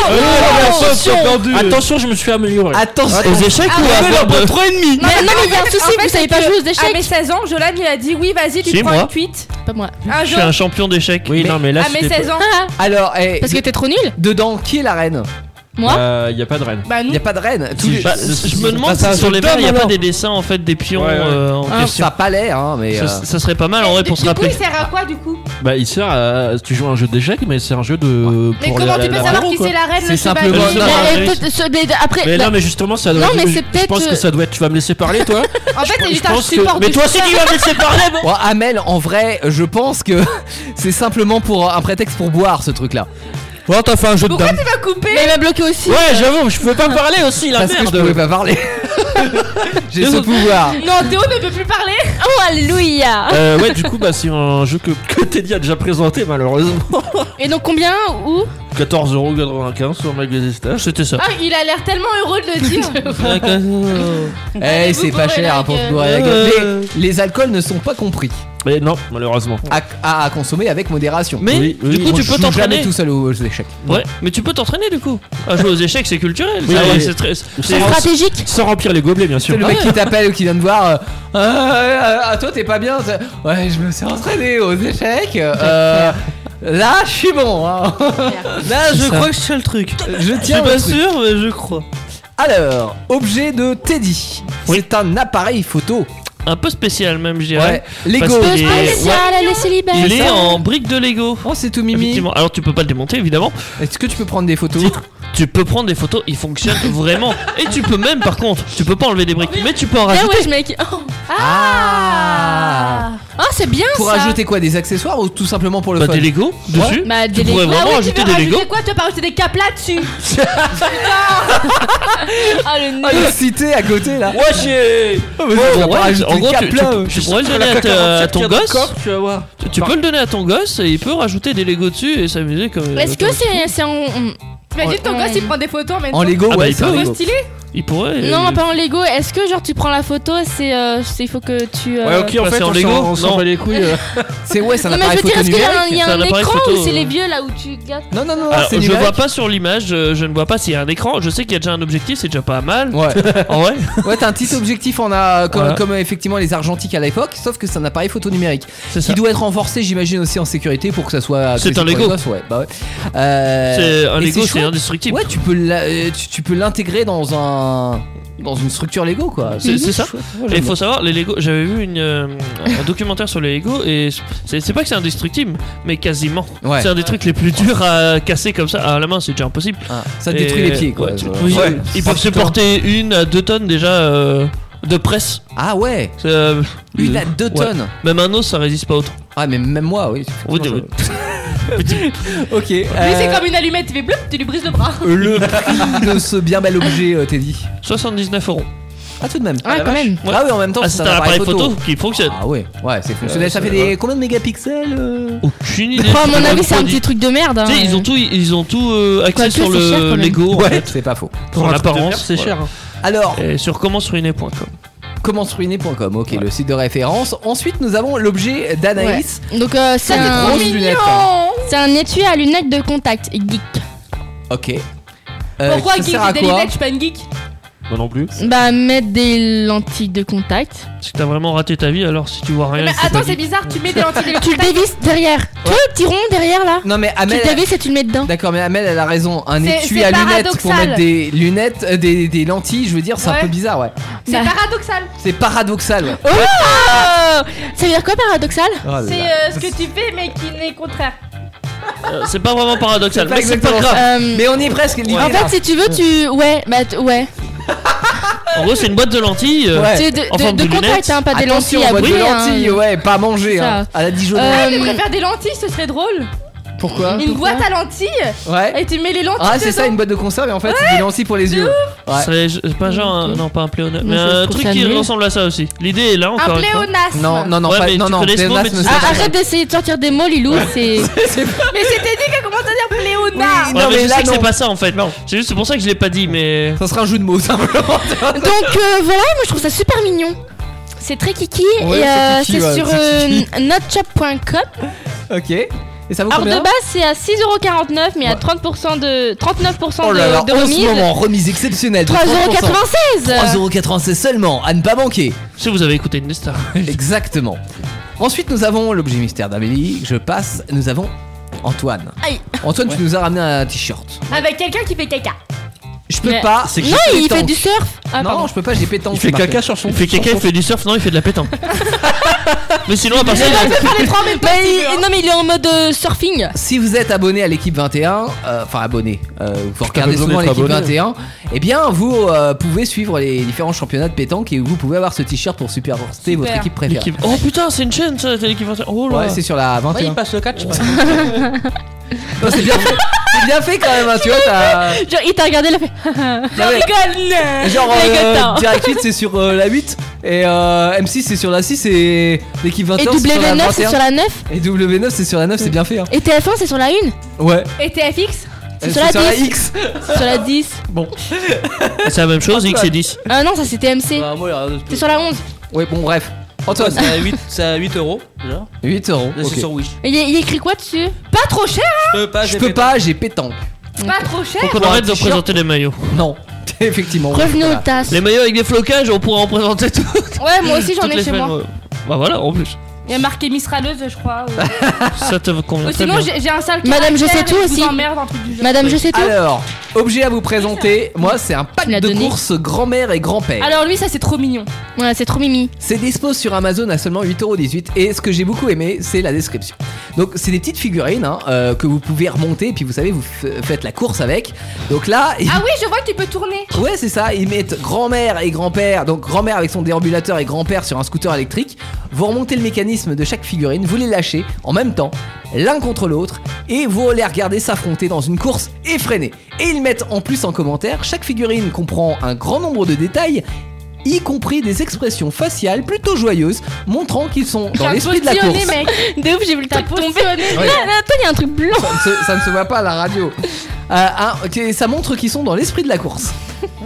G: Euh, attention. Attention, je me suis amélioré.
A: Attention. Ah,
G: Aux échecs ou à boire de-
A: 3,5
B: Mais non, mais il y a un
J: En fait,
B: souci, vous
J: c'est
B: savez pas
J: que
B: jouer aux échecs.
J: À mes 16 ans, Jolan, il a dit oui, vas-y, tu
I: Si,
J: prends
I: moi.
J: une cuite.
B: Pas moi.
J: Un
I: Je
J: jour,
I: suis un champion d'échecs.
G: Oui, non, mais là,
J: à mes
G: c'était pas-
J: 16 ans.
B: Ah,
A: Alors, eh,
B: Parce que t'es trop nul
A: dedans, qui est la reine
B: Moi
G: Bah, y a pas de reine.
B: Bah, nous.
A: Y a pas de reine. Tous les-
I: Ah, bah, je me demande si sur les verres, il n'y a pas des dessins en fait des pions
G: Ouais, ouais.
I: euh, en
A: Ah,
I: question.
A: ça a pas l'air, hein, mais.
I: Ça, ça serait pas mal en vrai pour se
J: Du coup,
I: rappeler.
J: il sert à quoi du coup
G: Bah, il sert à. Tu joues à un jeu d'échecs, mais c'est un jeu de.
J: Mais
G: pour
J: comment
G: les-
J: tu peux
G: la- la-
J: savoir
G: la-
J: qui
G: quoi.
J: c'est la reine, le
G: Mais
J: chevalier
B: Mais, euh, peut- ce- mais après,
G: Mais
B: bah-
G: non, mais justement, ça doit
B: Non, mais
G: je-
B: c'est
G: Je
B: peut-être.
G: pense que ça doit être. Tu vas me laisser parler, toi
J: En fait, c'est juste un
G: pense que-
J: support
G: Mais
J: du
G: toi aussi,
J: joueur.
G: tu vas me laisser parler, bon
A: Bon, Amel, en vrai, je pense que (laughs) c'est simplement pour euh, un prétexte pour boire ce truc-là.
G: Bon, t'as fait un jeu de
J: (laughs) Pourquoi tu m'as coupé
B: Mais il m'a bloqué aussi.
G: Ouais, j'avoue, je peux pas parler
A: (laughs)
G: aussi, la
A: Parce que je
G: merde.
A: pouvais pas parler. J'ai ce pouvoir.
J: Non, Théo ne peut plus parler.
B: Oh, alléluia
G: Euh, ouais, du coup, bah, c'est un jeu que, que Teddy a déjà présenté, malheureusement.
B: Et donc, combien Où
G: 14,95€ sur Magazine C'était ça.
J: Ah, il a l'air tellement heureux
I: (laughs)
J: de le dire.
G: Oh.
A: Eh,
J: Allez,
A: c'est
J: vous
A: pas
J: bourrez
A: cher
J: la
A: hein, pour se
J: gueule.
A: bourrer la gueule.
G: Euh.
A: Mais les alcools ne sont pas compris.
G: Mais non, malheureusement.
A: À, à- à consommer avec modération.
I: Mais,
G: Oui, oui,
I: du coup,
A: On
I: tu peux
A: joue
I: t'entraîner.
A: jamais tout seul aux échecs.
I: Ouais, mais tu peux t'entraîner du coup. À jouer aux échecs, c'est culturel.
G: Oui,
I: ça,
G: oui.
I: ouais, c'est très- c'est-
B: stratégique.
G: Sans remplir les gobelets, bien sûr.
A: C'est le mec qui t'appelle ou qui vient te voir. euh, Ah, ah, ah, toi, t'es pas bien. ça- Ouais, je me suis entraîné aux échecs. euh, là, je suis bon. hein.
M: Là, je
A: C'est ça.
M: crois que je sais le truc.
A: Je
M: Je suis
A: tiens
M: pas
A: le truc.
M: sûr, mais je crois.
A: Alors, objet de Teddy. C'est un appareil photo.
I: Un peu spécial même, je dirais.
A: Ouais, Lego.
I: Parce
A: Un peu
I: qu'il est-
B: spécial,
I: ouais.
B: elle est célibataire.
I: Il
B: C'est
I: est
B: ça.
I: en brique de Lego.
A: Oh, c'est tout mimi.
I: Effectivement. Alors tu peux pas le démonter évidemment.
A: Est-ce que tu peux prendre des photos
I: Tu peux prendre des photos, il fonctionne vraiment. Et tu peux même par contre, tu peux pas enlever des briques, mais tu peux en
B: Ah
I: rajouter.
B: ouais, je mec. Oh,
A: Ah
B: Ah, c'est bien
A: Pour
B: ça
A: ajouter quoi Des accessoires ou tout simplement pour le
I: Bah,
A: fun
I: des Lego
A: Ouais.
I: dessus.
B: Bah, des
I: tu pourrais
B: Lego.
I: vraiment
B: Ah ouais,
J: Tu
I: ajouter
J: veux
I: des Lego.
J: rajouter quoi Tu vas pas rajouter des capes là-dessus Ah, le
A: Ah, il
J: nul
A: est cité à côté là
M: Wesh
A: Ah, mais
I: Ouais,
A: on va
I: ouais,
A: pas rajouter
I: en
A: le
I: gros,
A: cap,
I: tu- tu-
A: là,
I: tu
A: euh, je suis
I: pourrais le
A: sûr que
I: donner
A: la
I: à ta-
A: coque
I: à
A: entière
I: ton
A: qu'il y a dans le
I: gosse.
A: coffre, tu vas voir.
I: Tu- Tu peux le donner à ton gosse et il peut rajouter des Lego dessus et s'amuser comme.
B: Est-ce que c'est c'est en. en-
J: Imagine ton gosse, il prend des photos en même temps.
I: En Lego,
J: Ah, bah,
I: ouais,
J: il
I: c'est
J: peut,
I: en
J: ouais,
I: Lego.
J: stylé.
I: Il pourrait. euh,
B: Non, pas en Lego. Est-ce que genre tu prends la photo, c'est euh, c'est- il faut que tu. euh,
A: Ah,
G: Ouais, ok, en
I: passer
G: fait,
I: en
G: on
I: Lego
G: s'en- on s'en
I: Non.
G: bat les couilles. euh.
A: C'est ouais, c'est un
B: Non, mais
A: appareil
B: je veux
A: photo
B: dire, est-ce qu'il y a un, il y a
I: C'est
B: un
I: un appareil
B: écran
I: photo,
B: ou c'est
I: euh.
B: les vieux là où tu gardes
A: Non, non, non,
I: Alors,
A: c'est
I: Ah, je
A: numérique.
I: vois pas sur l'image, euh, je ne vois pas s'il y a un écran. Je sais qu'il y a déjà un objectif, c'est déjà pas mal.
A: Ouais.
I: En vrai.
A: Ouais, t'as un petit objectif on a comme,
I: Voilà.
A: comme, euh, effectivement les argentiques à l'époque, sauf que c'est un appareil photo numérique
I: C'est
A: qui
I: ça.
A: doit être renforcé, j'imagine aussi en sécurité pour que ça soit.
I: C'est
A: accessible
I: un
A: pour
I: Lego.
A: les gosses, ouais, bah ouais. Euh,
I: C'est un
A: et
I: Lego, c'est
A: chouette.
I: indestructible.
A: Ouais, tu peux la- euh, tu, tu peux l'intégrer dans un dans une structure Lego quoi.
I: Ah, C'est c'est ça.
A: Chouette.
I: Et
A: j'aime
I: il faut savoir, les Lego, j'avais vu une, euh, un documentaire sur les Lego et c'est c'est pas que c'est indestructible, mais quasiment.
A: Ouais.
I: C'est un des trucs les plus durs à casser comme ça à la main, c'est déjà impossible.
A: Ah, ça
I: Et-
A: détruit les pieds quoi.
I: ouais, tu-
A: ça.
I: oui, Ils peuvent supporter une à deux tonnes déjà euh, de presse.
A: Ah ouais,
I: C'est, euh,
A: une
I: euh,
A: à deux
I: ouais.
A: tonnes.
I: Même un os, ça résiste pas autant.
A: Ah mais même moi oui.
I: Oui, oui. (laughs)
A: (laughs) Ok.
J: Lui,
A: euh,
J: c'est comme une allumette, tu fais bloup, tu lui brises le bras.
A: le prix de ce bien bel objet euh, Teddy.
I: 79 euros.
A: Ah tout de même.
B: Ah, quand même.
A: Ah oui en même temps
I: Ah,
A: c'est un
I: un
A: appareil photo.
I: qui fonctionne.
A: Ah ouais, ouais c'est fonctionnel.
I: Euh,
A: ça
I: ça
A: fait
I: va.
A: des combien de mégapixels euh
I: Aucune idée.
B: Oh, à mon avis, c'est un
I: produit.
B: petit truc de merde. hein.
I: Tu sais, ils ont tout, ils ont tout euh, axé
B: Quoique,
I: sur
B: c'est cher, quand
I: le
B: même.
I: Lego en
A: Ouais,
I: fait.
A: c'est pas faux.
I: Pour
G: un truc de merde,
I: l'apparence.
G: c'est
I: voilà.
G: cher. hein.
A: Alors,
I: Et sur comment se ruiner.com.
A: comment se ruiner.com, ok, le site de référence. Ensuite, nous avons l'objet d'Anaïs.
B: Donc, euh, c'est
A: Ça, les
B: un.
A: grosses lunettes. hein.
B: C'est un étui à lunettes de contact, geek.
A: Ok. Euh,
J: Pourquoi
A: ça
J: geek
A: sert à
J: des
A: quoi
J: lunettes Je suis pas une geek.
G: Moi non plus.
B: Bah, mettre des lentilles de contact.
I: Parce que t'as vraiment raté ta vie alors si tu vois
B: Eh ben,
I: rien.
J: Mais
I: il faut
J: attends,
I: pas
J: c'est
I: dire.
J: bizarre, tu mets des lentilles de
B: Tu le dévisses derrière. Tu vois le petit rond derrière là
A: Non, mais
B: Tu
A: Amel.
B: le dévisses et tu le mets dedans.
A: D'accord, mais Amel, elle a raison. Un
J: C'est-
A: étui
J: c'est
A: à lunettes pour
J: paradoxal.
A: mettre des lunettes, euh, des, des lentilles, je veux dire, c'est
J: Ouais.
A: un peu bizarre, ouais.
J: C'est paradoxal.
A: C'est paradoxal, ouais.
B: Oh Ça veut dire quoi paradoxal
A: Oh là
J: C'est
A: là.
J: euh, ce que tu fais, mais qui n'est contraire.
I: Euh, C'est pas vraiment paradoxal.
A: C'est pas
I: Mais c'est pas
A: exactement
I: grave.
B: Euh,
A: Mais on y est presque. l'idée
B: En fait,
A: là.
B: si tu veux, tu. Ouais, bah, t- ouais.
I: En gros, c'est une boîte de lentilles. euh,
A: Ouais.
B: Tu- De,
I: En
B: de-
I: forme
B: de
I: de lunettes.
B: contact, hein, pas des
A: Attention,
B: lentilles à
A: boîte de
B: brûler, hein.
A: lentilles, ouais, pas à manger,
B: Ça.
A: hein, à la Dijon.
B: Euh,
J: Ah, Je préfère des lentilles, ce serait drôle.
A: Hein, Pourquoi
J: Une boîte à lentilles
B: Euh,
A: Ouais.
J: et tu mets les lentilles.
A: Ah, c'est
J: dedans.
A: ça, une boîte de conserve, et en fait, c'est des lentilles pour les yeux.
I: ce
A: Ouais.
I: serait- je- pas genre un- non pas un pléonasme
B: Non,
I: mais
B: je
I: un
B: trouve
I: truc
B: ça
I: qui
B: nul.
I: ressemble à ça aussi l'idée est là encore
J: Un
I: une fois.
J: pléonasme.
A: Non, non, non,
I: Ouais,
A: pas-
I: mais
A: non,
I: tu
A: non,
I: connais ce mot,
A: pléonasme,
I: mais tu
A: c'est
I: sais
B: Ah,
A: pas-
B: arrête d'essayer de sortir des mots,
A: (laughs)
B: Lilou, Ah, (laughs) c'est.
J: Mais c'était dit qu'elle commence à dire
A: Oui,
J: pléonasme.
A: Non,
I: Ouais, mais
A: mais
I: je
A: là,
I: sais que
A: non.
I: c'est pas ça en fait c'est juste pour ça que je l'ai pas dit mais
A: Ça sera un jeu de mots, (laughs) simplement.
B: Donc euh, voilà, moi je trouve ça super mignon. C'est très kiki
A: Ouais,
B: et
A: c'est
B: euh,
A: kiki,
B: c'est
A: ouais,
B: sur
A: c'est kiki.
B: euh, notchop.com.
A: ok. Et ça vaut
B: Alors
A: combien
B: de base c'est à 6,49€ mais à 30% de 39%
A: Oh là là,
B: de, de
A: en ce moment,
B: remise.
A: remise exceptionnelle. de 3,96.
B: 3,96€
A: 3,96 seulement, à ne pas (laughs) manquer.
I: si vous avez écouté une star
A: Exactement. Ensuite, nous avons l'objet mystère d'Amélie. Je passe, nous avons Antoine.
B: Aïe.
A: Antoine, tu nous as ramené un t-shirt.
J: Avec quelqu'un qui fait caca.
A: peux
B: Mais-
A: pas.
I: C'est que
B: Non,
I: j'ai
B: il
A: pétanque.
B: fait du surf. Ah,
A: non,
B: pardon.
A: je peux pas, j'ai pétanque.
I: Il fait caca sur son. Il fait caca, il fait du surf, non, il fait de la (laughs) pétanque. Mais sinon, à part ça,
B: Mais
I: il-
B: non, il peut pas les trois en même temps, s'il veut, hein. Non, mais il est en mode euh, surfing.
A: Si vous êtes abonné à l'équipe 21, euh, enfin abonné, euh, vous regardez
N: besoin
A: souvent
N: d'être
A: l'équipe
N: abonné.
A: 21, eh bien vous euh, pouvez suivre les différents championnats de pétanque et vous pouvez avoir ce t-shirt pour supporter votre équipe préférée.
I: L'équipe- Oh putain, c'est une chaîne, ça, t'as l'équipe 21. Oh là.
A: Ouais, c'est sur la 21.
I: Ouais, il
F: passe le catch.
A: (laughs) Non, c'est bien fait. C'est bien fait quand même, hein, tu vois.
B: (laughs)
A: t'as-
B: Genre, il t'a regardé, il a fait. Je
A: Ah ouais.
B: rigole.
A: Genre,
B: je rigole,
A: euh,
B: attends.
A: Direct 8 c'est sur euh, la 8 et euh, M6 c'est sur la 6 et l'équipe 21
B: Et
A: c'est sur la
B: W9,
A: 21.
B: E c'est sur la 9
A: Et W9 c'est sur la 9, c'est bien fait. Hein.
B: Et TF1, c'est sur la 1
A: Ouais.
B: Et TFX
A: Euh,
B: C'est sur la 10.
A: sur la X.
B: C'est sur la 10.
A: Bon.
I: C'est la même chose, X et 10.
B: Ah non, ça c'est TMC. C'est sur la 11.
A: Ouais, bon, bref.
B: (laughs)
A: Antoine,
F: Ah, c'est à 8, c'est à 8 euros déjà.
A: 8 euros.
F: Là,
A: ok.
F: C'est sur Wish.
B: Et Il y a- il y a écrit quoi dessus Pas trop cher,
F: Je peux pas,
A: Je peux pas, j'ai pétanque.
B: Pas trop cher
I: Faut qu'on
A: Pour un
I: arrête de
A: t-shirt.
I: présenter les maillots.
A: Non, (laughs) effectivement.
B: Revenons aux tasses.
I: Les maillots avec des flocages, on pourra en présenter tout.
B: Ouais, moi aussi j'en
I: toutes
B: ai
I: les
B: chez
I: semaines,
B: moi.
I: ouais. Bah voilà, en
B: (laughs)
I: plus.
B: Il y a marqué Miss Raleuse, je crois. ou-
I: Ça te
B: Ou
I: convient très
B: sinon,
I: bien.
B: j'ai j'ai un sale
A: Ah, Madame, je sais
B: caractère
A: tout
B: et je vous
A: aussi.
B: emmerde, un truc du genre.
A: Alors, objet à vous présenter, moi c'est un pack de courses grand-mère et grand-père.
B: Alors lui, ça c'est trop mignon. Ouais, c'est trop mimi.
A: C'est dispo sur Amazon à seulement 8,18€ et ce que j'ai beaucoup aimé, c'est la description. Donc c'est des petites figurines hein, euh, que vous pouvez remonter et puis vous savez, vous f- faites la course avec. Donc là...
J: Ah oui, je vois que tu peux tourner.
A: Ouais, c'est ça, ils mettent grand-mère et grand-père, donc grand-mère avec son déambulateur et grand-père sur un scooter électrique. Vous remontez le mécanisme de chaque figurine, vous les lâchez en même temps, l'un contre l'autre, et vous les regardez s'affronter dans une course effrénée. Et ils mettent en plus en commentaire, chaque figurine comprend un grand nombre de détails y compris des expressions faciales plutôt joyeuses montrant qu'ils sont dans
B: T'as
A: l'esprit de la
B: positionné,
A: course.
B: mec. De ouf, j'ai vu le truc tomber. Là,
A: Ouais.
B: là, attends, il y a un truc blanc.
A: Ça ne se, ça ne se voit pas à la radio. Euh, hein, ok, ça montre qu'ils sont dans l'esprit de la
J: (laughs)
A: course.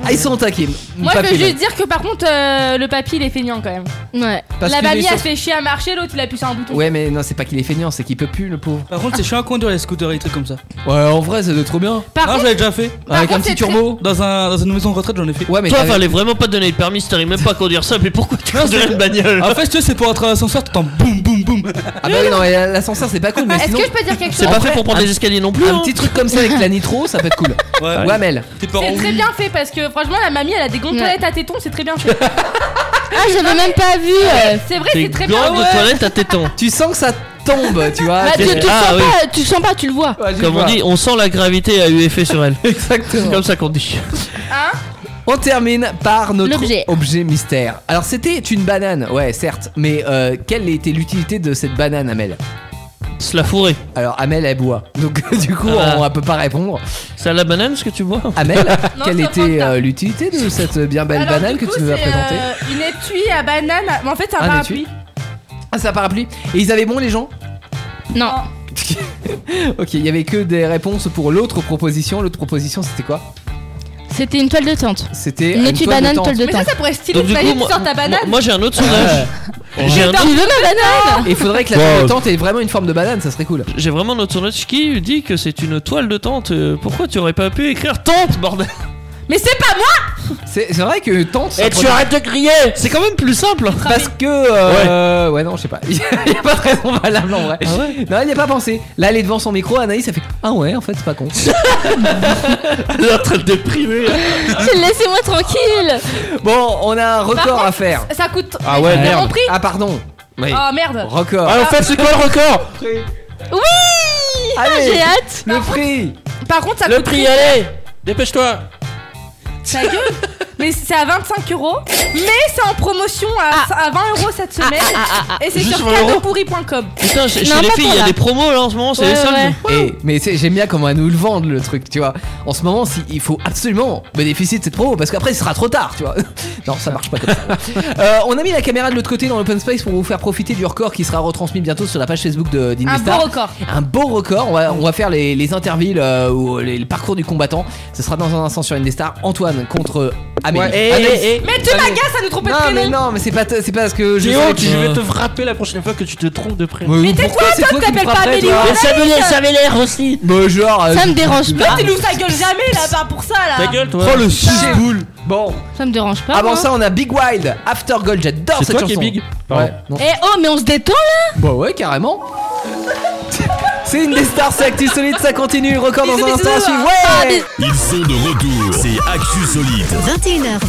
A: Ah, ils sont taqués.
J: Moi, je
A: Papy,
J: veux juste
A: même.
J: dire que par contre, euh, le papy il est feignant quand même.
B: Ouais.
A: Parce
J: la
A: qu'il est
J: mamie a
A: sur-
J: fait chier à marcher, l'autre il appuie sur un bouton.
A: Ouais, mais non, c'est pas qu'il est feignant, c'est qu'il peut plus, le pauvre.
F: Par contre, c'est chiant à conduire les scooters électriques comme ça.
A: Ouais, en vrai, ça doit être trop bien.
J: Par
F: non,
J: contre-
F: je l'avais déjà
A: Ah,
F: fait.
J: par Avec un contre, petit c'est turbo.
F: Dans, un, dans une maison de retraite, j'en ai fait.
A: Ouais,
I: Toi, fallait vraiment pas te donner le permis si t'arrives même pas à conduire ça, mais pourquoi tu conduis une bagnole
F: En fait, tu sais, c'est pour être euh, à l'ascenseur, t'entends boum boum boum.
A: Ah, bah oui, non, mais l'ascenseur, c'est pas cool, mais
J: Est-ce
A: sinon.
J: que je peux dire quelque chose
A: Après, un- Un
I: hein
A: petit truc comme ça avec la nitro, ça peut être cool.
F: Ouais.
A: Ou Amel.
J: C'est très bien fait parce que franchement, la mamie elle a des gants de
B: Ouais.
J: toilette à tétons, c'est très bien fait.
B: Ah, j'avais même pas vu. euh.
J: C'est vrai,
I: Des
J: c'est très bien
I: gants de
J: fait.
I: toilette
F: (laughs)
I: à tétons.
A: Tu sens que ça tombe, tu vois.
B: Bah, tu,
I: c'est-
B: tu le
I: Ah,
B: sens
I: oui.
B: pas, tu le sens pas, tu le vois.
I: Comme on dit, on sent la gravité à UFF sur elle.
A: Exactement.
I: C'est comme ça qu'on dit.
A: On termine par notre
B: L'objet.
A: objet mystère. Alors c'était une banane, ouais certes, mais euh, quelle était l'utilité de cette banane, Amel
I: Se la fourrer.
A: Alors Amel elle boit, donc (laughs) du coup
I: Ah.
A: on, ne peut pas répondre.
I: C'est à la banane ce que tu bois
A: Amel, (laughs)
J: Non,
A: quelle
J: c'est au
A: était euh, l'utilité de cette bien belle
J: Alors,
A: banane
J: du
A: que
J: coup,
A: tu nous as
J: c'est,
A: présentée
J: euh, une étui à banane. à- Mais en fait, c'est un
A: Un
J: parapluie.
A: Ah c'est un parapluie. Et ils avaient bon les gens
B: Non.
A: (laughs) Ok, il y avait que des réponses pour l'autre proposition. L'autre proposition c'était quoi
B: C'était une toile de tente.
A: C'était
B: Une
A: une
B: étui
A: toile de
B: banane,
A: tente.
B: toile de
A: Mais
B: tente.
A: ça, ça
J: pourrait
I: Donc, du coup, moi, moi- moi, j'ai un autre sondage. J'ai un
B: Tu veux
I: autre-
B: ma banane
A: Il faudrait que la
I: Wow.
A: toile de tente ait vraiment une forme de banane, ça serait cool.
I: J'ai vraiment un autre sondage qui dit que c'est une toile de tente. Euh, Pourquoi tu aurais pas pu écrire tente, bordel
J: Mais c'est pas moi
A: C'est c'est vrai que tente. ça
I: (laughs) Et tu
A: produit-
I: arrêtes de crier C'est quand même plus simple hein. (laughs)
A: Parce que. euh, ouais. non, je sais pas. (laughs) Il n'y a pas de raison valable en vrai.
I: Ah
A: non, elle n'y a pas pensé. Là, elle est devant son micro, Anaïs, ça fait Ah ouais, en fait, c'est pas con.
I: Elle est en train de déprimer.
B: Laissez-moi tranquille.
A: Bon, on a un record
J: Par contre,
A: à faire.
J: Ça coûte.
A: Ah
J: ouais, J'ai merde. compris.
A: Ah pardon. Oui.
J: Oh merde.
A: Record.
J: Ah, en fait,
I: c'est quoi le record
J: Oui Ah,
A: Allez,
J: J'ai hâte.
A: Le prix
J: Par contre, ça
I: Le
J: coûte. (laughs)
I: prix, allez Dépêche-toi
J: Ta gueule. Mais c'est à 25 euros. Mais c'est en promotion à,
A: Ah.
J: à 20 euros cette semaine. Et c'est
I: Juste
J: sur
I: 20 euros
J: cadeaupourri.com.
I: Putain, chez, chez les filles, il y a des promos là en ce moment, c'est
J: Ouais,
I: les soldes.
J: ouais.
A: Eh, mais c'est- j'aime bien comment elle nous le vend le truc, tu vois. En ce moment, si, il faut absolument bénéficier de cette promo parce qu'après, ce sera trop tard, tu vois. (laughs) non, ça marche pas comme
J: (laughs)
A: ça. Euh, on a mis la caméra de l'autre côté dans l'open space pour vous faire profiter du record qui sera retransmis bientôt sur la page Facebook de
J: Un
A: d'Indestar.
J: bon record.
A: Un beau record. On va, on va faire les, les intervilles euh, ou les, le parcours du combattant. Ce sera dans un instant sur Indestar. Antoine contre Amélie.
I: Ouais. Eh,
A: Anaïs.
I: eh, eh.
J: Mais tu m'agaces à nous tromper de
A: Non, mais
J: prénom.
A: non, mais c'est pas, t- c'est pas parce que je.
I: Théo,
A: savais que-
I: tu- je vais te
G: frapper la prochaine fois que tu te trompes de prénom.
A: Mais
J: tais-toi,
A: pourquoi c'est
J: toi,
A: toi
J: tu
A: qui me
J: t'appelles pas
A: frapperais,
J: Amélie
A: toi
J: Poulain, Ça me l'a- ça
I: me l'air aussi.
A: Mais genre. euh,
B: Ça me
A: tu-
B: dérange
A: tu-
B: pas.
J: Tu nous ta gueule jamais là-bas pour ça là.
I: toi.
A: Oh le ciboule Ah, Bon,
B: Ça me dérange pas.
A: avant
B: Ah, moi.
A: ça on a Big Wild, After Gold, j'adore
I: C'est
A: cette
I: toi
A: chanson.
I: qui es big
A: Ouais. non.
B: Eh oh, mais on se détend là
A: Bah ouais, carrément. (laughs) C'est une des stars, c'est Actu Solide, ça continue. Record dans un instant à suivre. Ouais
L: Ils sont de retour. C'est Actu Solide.
D: 21h,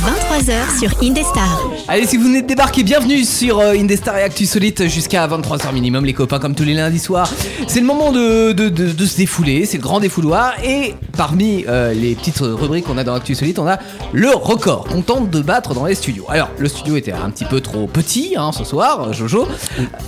D: 23h sur Indestar.
A: Allez, si vous venez de débarquer, bienvenue sur euh, Indestar et Actu Solite jusqu'à 23h minimum, les copains, comme tous les lundis soirs. C'est le moment de, de- de- de se défouler, c'est le grand défouloir. Et parmi euh, les petites rubriques qu'on a dans Actu Solite, on a le record qu'on tente de battre dans les studios. Alors, le studio était un petit peu trop petit hein, ce soir, euh, Jojo.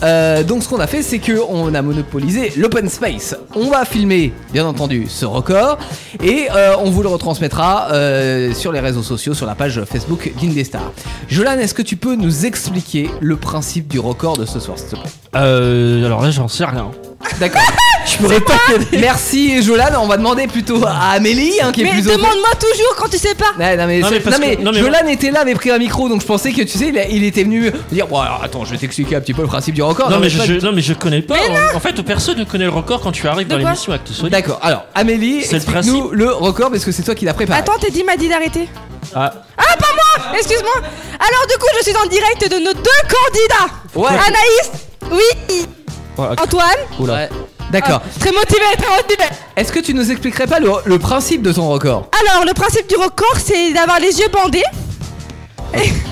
A: Euh, donc, ce qu'on a fait, c'est qu'on a monopolisé l'open space. On va filmer, bien entendu, ce record et euh, on vous le retransmettra euh, sur les réseaux sociaux, sur la page Facebook d'Indestar. Jolan, est-ce que tu peux nous expliquer le principe du record de ce soir, s'il te plaît
G: Euh, alors là, j'en sais rien.
A: D'accord. (laughs) Je pourrais pas (laughs) Merci Jolan, on va demander plutôt à Amélie hein, qui est
B: Mais
A: plus au-
B: demande-moi toujours quand tu sais pas.
A: Ouais, non mais,
G: Non,
A: c'est-
G: mais parce
A: non, mais
G: que- non, mais
A: Jolan était là, avait pris un micro, donc je pensais que tu sais, il, a- il était venu dire bon alors, attends, je vais t'expliquer un petit peu le principe du record.
G: Non, mais
A: c'est
G: je,
A: pas-
G: je- non, mais je connais pas. hein. en, en fait, personne ne connaît le record quand tu arrives
A: De
G: dans
A: quoi
G: l'émission Acte Solide.
A: D'accord, alors Amélie,
G: C'est le
A: explique-nous le, record parce que c'est toi qui l'as préparé.
J: Attends, Teddy m'a dit d'arrêter.
G: Ah.
J: Ah, pas moi Excuse-moi Alors, du coup, je suis en direct de nos deux candidats
A: Ouais.
J: Anaïs Oui Antoine
A: Ouais. D'accord.
J: Très motivé, très motivé
A: Est-ce que tu nous expliquerais pas le, le principe de ton record
J: Alors, le principe du record, c'est d'avoir les yeux bandés.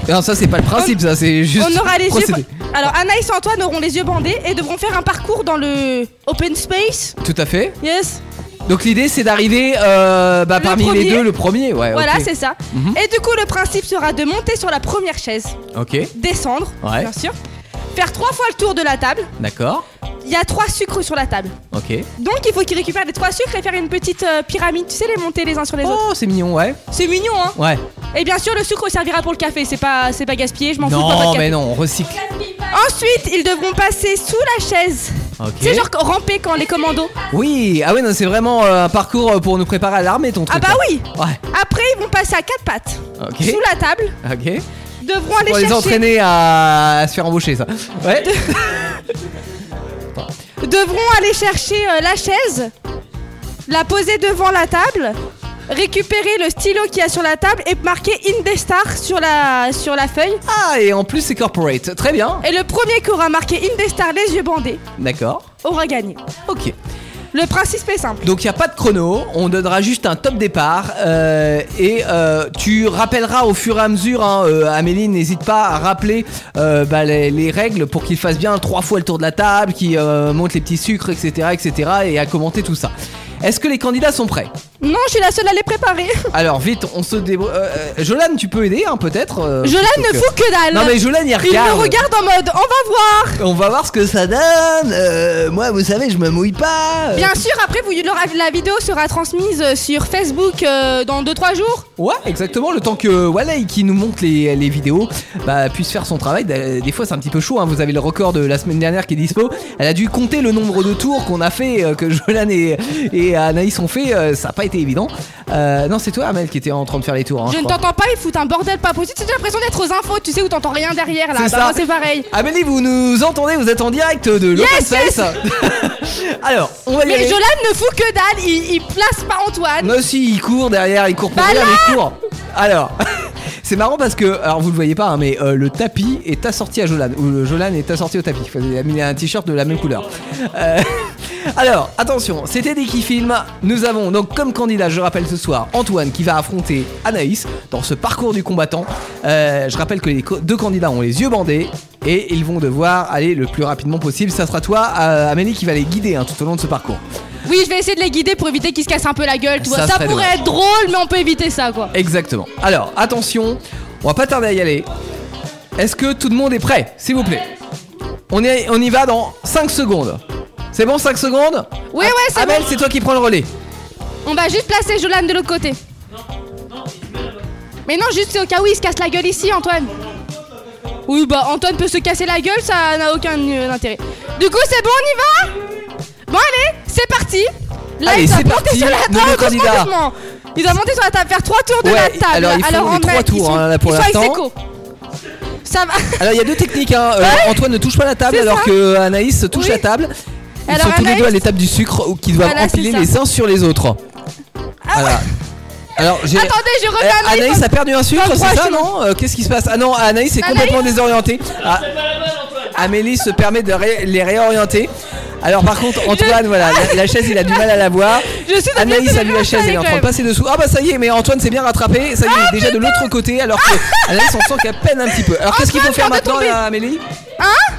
A: Non, ça c'est pas le principe, ça c'est juste.
J: On aura les
A: procédé.
J: yeux. Alors, Anaïs et Antoine auront les yeux bandés et devront faire un parcours dans le open space.
A: Tout à fait.
J: Yes.
A: Ah, Donc l'idée c'est d'arriver euh, bah, parmi
J: premier.
A: les deux le premier, ouais.
J: voilà,
A: ok.
J: c'est ça.
A: Mhm.
J: Et du coup, le principe sera de monter sur la première chaise,
A: Ok,
J: descendre,
A: Ouais.
J: bien sûr, faire trois fois le tour de la table.
A: d'accord.
J: Il y a trois sucres sur la table.
A: Ok.
J: Donc, il faut qu'ils récupèrent les trois sucres et faire une petite euh, pyramide. Tu sais, les monter les uns sur les autres.
A: Oh, c'est mignon, ouais.
J: C'est mignon, hein.
A: Ouais.
J: Et bien sûr, le sucre servira pour le café. C'est pas, c'est pas gaspillé. Je m'en fous. pas votre
A: Non,
J: café.
A: mais non, on recycle.
J: Ensuite, ils devront passer sous la chaise.
A: Ok.
J: Tu sais, genre ramper quand les commandos.
A: Oui, ah oui, non, c'est vraiment euh, un parcours pour nous préparer à l'armée, ton
J: Ah
A: truc.
J: bah
A: là.
J: oui
A: Ouais,
J: Après, ils vont passer à quatre pattes.
A: Ok.
J: Sous la table.
A: ok.
J: Devront aller
A: Pour
J: chercher.
A: les entraîner à... à se faire embaucher, ça.
J: (laughs)
A: Ouais.
J: Devront aller chercher euh, la chaise, la poser devant la table, récupérer le stylo qu'il y a sur la table et marquer Indestar sur la, sur la feuille.
A: Ah, et en plus, c'est corporate. Très bien,
J: Et le premier qui aura marqué Indestar les yeux bandés
A: d'accord.
J: aura gagné.
A: Ok.
J: Le principe est simple.
A: Donc il n'y a pas de chrono, on donnera juste un top départ euh, et euh, tu rappelleras au fur et à mesure, hein, euh, Amélie, n'hésite pas à rappeler euh, bah, les, les règles pour qu'il fasse bien trois fois le tour de la table, qu'il euh, monte les petits sucres, etc., etc., et à commenter tout ça. Est-ce que les candidats sont prêts
J: Non, je suis la seule à les préparer.
A: Alors vite, on se débrouille. Jolan, tu peux aider, hein, peut-être euh,
J: Jolan
A: plutôt
J: ne fout que dalle.
A: Non mais Jolan, il regarde. Euh.
J: Il me regarde en mode on va voir.
A: On va voir ce que ça donne. Euh, moi, vous savez, je me mouille pas. Euh,
J: Bien sûr, après, vous, l'aura- la vidéo sera transmise euh, sur Facebook euh, dans 2-3 jours.
A: Ouais, exactement. Le temps que Walei qui nous montre les, les vidéos bah, puisse faire son travail. Des des fois, c'est un petit peu chaud. hein. Vous avez le record de la semaine dernière qui est dispo. Elle a dû compter le nombre de tours qu'on a fait, euh, que (laughs) Jolan et, et Anaïs ont fait. Euh, ça n'a pas été évident. Euh, non, c'est toi, Amel, qui était en train de faire les tours. hein,
J: je
A: je
J: ne
A: crois.
J: t'entends pas, ils foutent un bordel pas possible. J'ai l'impression d'être aux infos, tu sais, où t'entends rien derrière là.
A: C'est
J: Bah,
A: ça.
J: moi, c'est pareil.
A: Amélie, vous nous entendez Vous êtes en direct de l'Open
J: Yes, yes.
A: Space (laughs) Alors, on va y
J: Mais
A: aller.
J: Jolan ne fout que dalle, il, il place pas Antoine.
A: Non, si, il court derrière, il court pour
J: Bah
A: rien,
J: là
A: mais il court. Alors, (laughs) c'est marrant parce que, alors vous le voyez pas, hein, mais euh, le tapis est assorti à Jolan, ou le Jolan est assorti au tapis. Il a mis un t-shirt de la même couleur. Euh, (laughs) alors, attention, c'était des qui filme. Nous avons donc comme candidat, je rappelle ce soir, Antoine qui va affronter Anaïs dans ce parcours du combattant. Euh, je rappelle que les co- deux candidats ont les yeux bandés et ils vont devoir aller le plus rapidement possible. Ça sera toi, euh, Amélie, qui va les guider hein, tout au long de ce parcours.
J: Oui, je vais essayer de les guider pour éviter qu'ils se cassent un peu la gueule, tu vois.
A: Ça
J: Ça
A: serait
J: pourrait
A: dommage.
J: être drôle, mais on peut éviter ça, quoi.
A: Exactement. Alors, attention, on va pas tarder à y aller. Est-ce que tout le monde est prêt, s'il vous plaît on, est, on y va dans 5 secondes. C'est bon, 5 secondes
J: Ouais, ouais, c'est
A: Abel,
J: bon.
A: c'est toi qui prends le relais.
J: On va juste placer Jolan de l'autre côté. Mais non, juste c'est au cas où il se casse la gueule ici, Antoine. Oui, bah Antoine peut se casser la gueule, ça n'a aucun euh, intérêt. Du coup, c'est bon, on y va Bon, allez, c'est parti. Là,
A: Allez,
J: il doit
A: c'est
J: monter
A: parti,
J: sur la
A: nouveau
J: table.
A: candidat.
J: doucement, doucement. Il doit monter sur la table, faire trois tours de
A: Ouais,
J: la table.
A: alors, ils font les
J: en
A: trois
J: mettre, ils
A: tours,
J: sont-
A: hein, là, pour
J: ils sont
A: l'instant.
J: ex-aequo. Ça
A: (laughs)
J: va. (laughs)
A: Alors, il y a deux techniques. hein. Euh,
J: Ouais.
A: Antoine ne touche pas la table
J: C'est
A: alors
J: ça.
A: que Anaïs touche la table. Ils
J: Alors,
A: sont tous les
J: Anaïs-
A: deux à l'étape du sucre ou qui doivent
J: Voilà, c'est
A: empiler
J: ça. Ah
A: les uns sur les autres. Voilà. Alors, j'ai.
J: Attendez, je remets
A: Euh,
J: Anaïs
A: Anaïs
J: en-
A: a perdu un sucre,
J: dans le
A: c'est ça,
J: proche,
A: non Euh, Qu'est-ce qui se passe Ah non, Anaïs est
J: Anaïs
A: complètement désorientée. Ah, Amélie se permet de ré- les réorienter. Alors par contre, Antoine, voilà, la, la chaise, il a du mal à la voir.
B: Je suis
A: Anaïs a vu la chaise, elle est en
B: quand
A: train de
B: même.
A: passer dessous. Ah bah ça y est, mais Antoine s'est bien rattrapé. Ça y est,
B: Ah,
A: il est déjà de l'autre côté, alors que Anaïs, on sent qu'à peine un petit peu. Alors qu'est-ce qu'il faut
B: Antoine,
A: faire
B: garde
A: maintenant,
B: ton
A: là, Amélie
B: Hein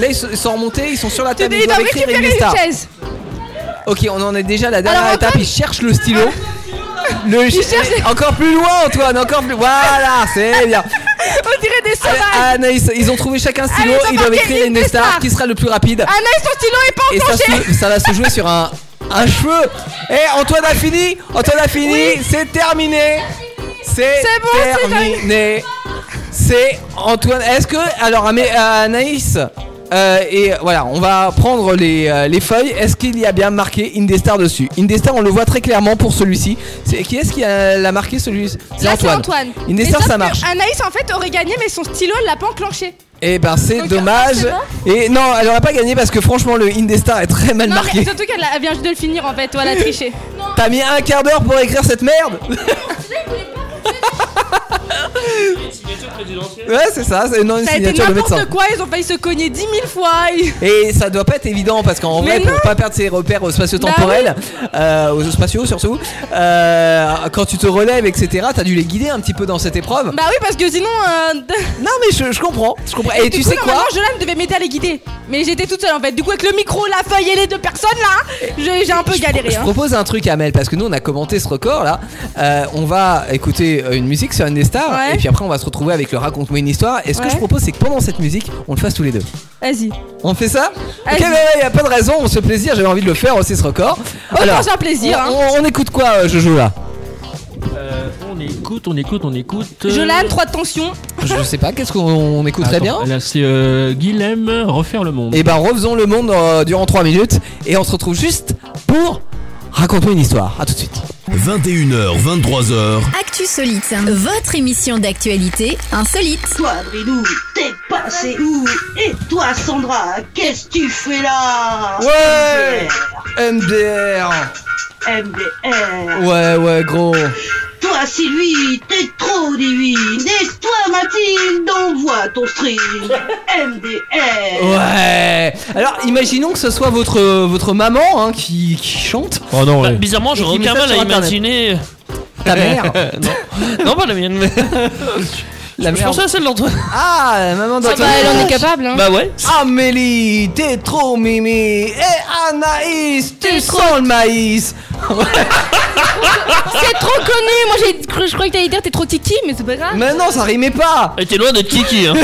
A: Là, ils sont ils sont remontés, ils sont sur la
B: Tu
A: table,
B: dis,
A: ils doivent
B: ils doivent
A: écrire
B: récupérer
A: une star.
B: une chaise.
A: Ok, on en est déjà à la dernière
B: Alors,
A: étape, ils cherchent le
B: (laughs)
A: stylo. Le
B: Ils cherchent-
A: Encore plus loin, Antoine, encore plus. Voilà, c'est bien.
B: On dirait des sauvages.
A: Ah, Anaïs, ils ont trouvé chacun un stylo,
B: Allez, ils ont
A: ils doivent
B: marqué
A: écrire
B: une
A: une
B: des
A: des stars
B: stars.
A: qui sera le plus rapide.
B: Anaïs, ton stylo est pas
A: Et ça,
B: enclenché.
A: se- ça va se jouer sur un, un cheveu. Eh, Antoine a fini Antoine a fini C'est terminé C'est
B: C'est bon, c'est
A: terminé C'est Antoine. Est-ce que. Alors, Amé- Anaïs. euh, et voilà, on va prendre les, euh, les feuilles. Est-ce qu'il y a bien marqué Indestar dessus Indestar, on le voit très clairement pour celui-ci. C'est qui est-ce qui a- l'a marqué celui ci
J: Là, c'est Antoine. Mais
A: Indestar,
J: sauf
A: ça
J: que
A: marche.
J: Anaïs, en fait, aurait gagné, mais son stylo, elle l'a pas enclenché.
A: Eh ben c'est
J: Donc,
A: dommage.
J: forcément-
A: Et non, elle aurait pas gagné parce que franchement le Indestar est très mal
J: non, mais
A: marqué.
J: surtout qu'elle a- elle vient juste de le finir, en fait.
A: (laughs)
J: Toi, elle a triché.
A: T'as mis un quart d'heure pour écrire cette
J: Ah,
A: merde (laughs) Ouais c'est ça, c'est non une
J: Ça a été
A: signature de médecin.
J: n'importe quoi, ils ont failli se cogner 10 000 fois. ils-
A: Et ça doit pas être évident parce qu'en vrai,
J: Mais
A: pour
J: non. Bah
A: pas perdre ses repères au spatio-temporel, euh, aux spatiaux surtout, euh, quand tu te relèves, etc., t'as dû les guider un petit peu dans cette épreuve.
J: Bah oui, parce que sinon. euh, Non,
A: mais je, comprends. Je comprends.
J: (laughs)
A: Et tu sais quoi
J: Jolane devait m'aider à les guider. Mais j'étais toute seule en fait. Du coup, avec le micro, la feuille et les deux personnes là, j'ai j'ai un peu galéré.
A: Je
J: hein.
A: propose un truc à Mel parce que nous on a commenté ce record là. Euh, on va écouter euh, une musique sur une des stars
J: Ouais.
A: et puis après on va se retrouver avec le raconte-moi une histoire. Et ce que
J: Ouais.
A: je propose c'est que pendant cette musique on le fasse tous les deux.
J: Vas-y.
A: On fait ça Ok,
J: Vas-y.
A: bah ouais, y a pas de raison, on se fait plaisir, j'avais envie de le faire aussi ce record.
J: Autant se faire plaisir,
A: On,
J: hein.
A: on- on écoute quoi, euh, Jojo là
G: Euh, On écoute, on écoute, on écoute.
J: Jolane, 3 de tension.
A: Je sais pas, qu'est-ce qu'on on écoute très bien
G: Attends, Là, c'est euh, Guilhem, refaire le monde.
A: Et ben refaisons le monde euh, durant 3 minutes et on se retrouve juste pour raconter une histoire. À tout de suite.
L: 21h, 23h,
D: Actu Solite, votre émission d'actualité insolite.
N: Toi, Brilou, t'es passé où Et toi, Sandra, qu'est-ce que tu fais là
A: Ouais MDR
N: MDR
A: Ouais, ouais, gros.
N: Toi, Sylvie, t'es trop divine Et toi, Mathilde, envoie ton stream MDR
A: Ouais. Alors, imaginons que ce soit votre votre maman hein, qui, qui chante.
G: Oh non, ouais.
I: Bizarrement,
A: Et qui
I: j'aurais
A: met
I: aucun
A: ça
I: mal à
A: sur Internet.
I: imaginer.
A: Ta
I: (laughs)
A: mère.
I: non. non, pas la mienne,
G: Ah,
I: mais.
A: La
I: je
A: mère.
I: pensais à celle d'Antoine.
A: Ah, la maman
I: Ça
A: d'Antoine.
I: va, elle en est capable, hein. Bah ouais.
G: Ah.
A: Amélie, t'es trop mimi. Et Anaïs, tu sens le maïs.
B: C'est trop connu. Moi, j'ai cru- je croyais que t'allais dire t'es trop tiki, mais c'est pas grave.
A: Mais non, ça rimait pas.
I: Et t'es loin
G: (laughs)
I: d'être Kiki, hein.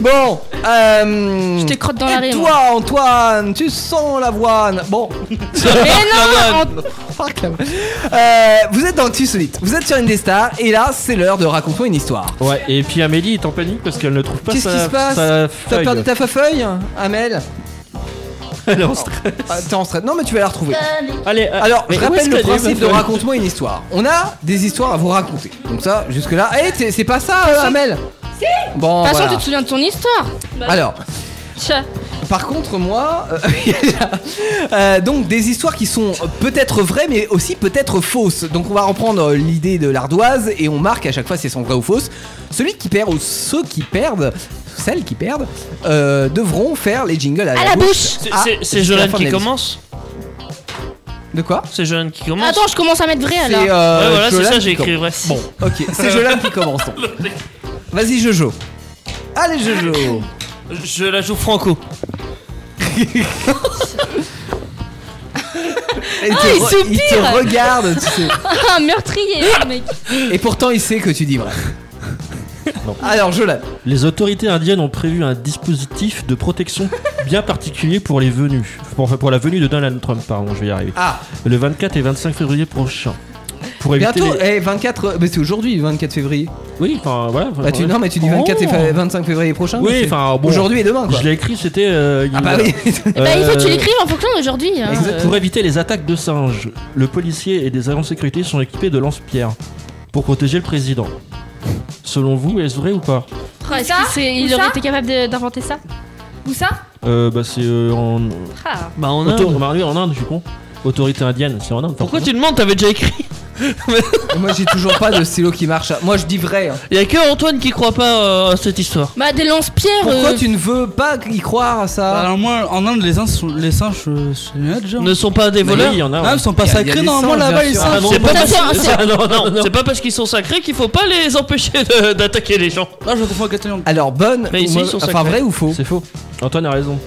A: Bon, euh,
B: Je te crotte dans la
A: Et
J: hein.
B: raie,
A: toi, Antoine, tu sens l'avoine. Bon.
B: non,
A: Fuck. Euh, vous êtes dans Actu Solite, vous êtes sur une des stars, et là, c'est l'heure de raconter une histoire.
G: Ouais, et puis Amélie est en panique parce qu'elle ne trouve pas
A: Qu'est-ce
G: sa,
A: qui se passe T'as
G: sa feuille.
A: perdu ta feuille, Amel
G: (laughs) Elle est en stress.
A: Ah, T'es en stress. Non, mais tu vas la retrouver.
G: Allez, euh,
A: Alors,
G: mais
A: je
G: où est-ce
A: rappelle le
G: qu'elle est, ma
A: principe de
G: feuille
A: raconte-moi une histoire. On a des histoires à vous raconter. Donc ça, jusque-là. Eh, t'es- c'est pas ça, euh, Amel
B: Ah, Si
A: Bon,
B: De toute façon,
A: voilà.
B: tu te souviens de ton histoire.
A: Alors,
B: Tiens.
A: par contre, moi, euh, (laughs) euh, donc des histoires qui sont peut-être vraies, mais aussi peut-être fausses. Donc on va reprendre euh, l'idée de l'ardoise et on marque à chaque fois si elles sont vraies ou fausses. Celui qui perd ou ceux qui perdent, celles qui perdent, euh, devront faire les jingles à,
I: À la bouche. C'est-
A: Ah,
I: c'est- c'est
A: jusqu'à la
I: Jolan
A: fin
I: qui
A: de l'émission.
I: commence
A: De quoi
I: C'est Jolan qui commence.
B: Attends, je commence à mettre vrai alors.
A: C'est, euh,
I: ouais, voilà, c'est
A: Jolan
I: ça,
A: qui
I: j'ai écrit vrai.
A: commence. Bon, ok,
I: (laughs)
A: c'est Jolan qui commence. donc. Vas-y, Jojo. Allez,
B: (laughs)
A: Jojo.
I: Je la joue franco.
A: Et
B: Ah,
A: te
B: il
A: re-
B: soupire.
A: il te regarde, tu sais.
B: (laughs) Ah, meurtrier, ce mec.
A: Et pourtant, il sait que tu dis vrai. Alors, je l'ai.
G: Les autorités indiennes ont prévu un dispositif de protection bien particulier pour les venus. Pour, enfin, pour la venue de Donald Trump, pardon, je vais y arriver.
A: Ah.
G: Le 24 et 25 février prochain. Pour éviter
A: Bientôt,
G: les-
A: eh, 24, mais c'est aujourd'hui, 24 février.
G: Oui, enfin voilà. Oh,
A: Bah, tu, non, mais tu dis 24 et fa- 25 février prochain. mais
G: Oui,
A: c'est
G: enfin bon,
A: Aujourd'hui et demain, quoi.
G: Je l'ai écrit, c'était. euh,
A: Ah bah
G: il-
A: oui.
G: (laughs)
B: Bah, il faut que tu
G: Euh,
B: l'écrives en fonction d'aujourd'hui. hein.
G: Exact. Pour éviter les attaques de singes, le policier et des agents de sécurité sont équipés de lance-pierres pour protéger le président. Selon vous, est-ce vrai ou pas
B: Ah, est-ce que c'est- il
J: Où
B: aurait
J: ça
B: été capable de- d'inventer ça
J: Où ça
G: euh, Bah c'est euh, en.
J: Ah.
I: Bah en
G: Autour-
I: Inde.
G: bah oui, en Inde, je suis con. Autorité indienne, c'est en Inde.
I: Pourquoi tu demandes T'avais déjà écrit
A: Moi j'ai toujours pas de stylo qui marche. Moi je dis vrai. hein.
I: Y'a que Antoine qui croit pas euh, à cette histoire.
B: Bah des lance-pierres.
A: Pourquoi
B: euh,
A: tu ne veux pas y croire à ça
F: Bah, Alors moi, en Inde, les singes, sont- les singes, euh, c'est net, genre.
I: Ne sont pas des
F: Mais
I: voleurs
F: oui, il y en a, ouais. Ah, ils sont pas Il y a- il y a sacrés, des normalement, singes, là-bas, bien les sûr. singes.
I: Ah non,
F: C'est
I: C'est pas,
F: pas
I: parce-
F: sacré,
I: c'est-
F: non, non,
I: non,
F: non.
I: c'est pas parce qu'ils sont sacrés qu'il faut pas les empêcher de- d'attaquer les gens.
F: Ah, je confonds avec Catalan.
A: Alors bonne,
I: Mais
A: ou
I: ici,
A: mau-
I: ils sont
A: enfin
I: sacrés.
A: vrai ou faux C'est
G: faux. Antoine a raison.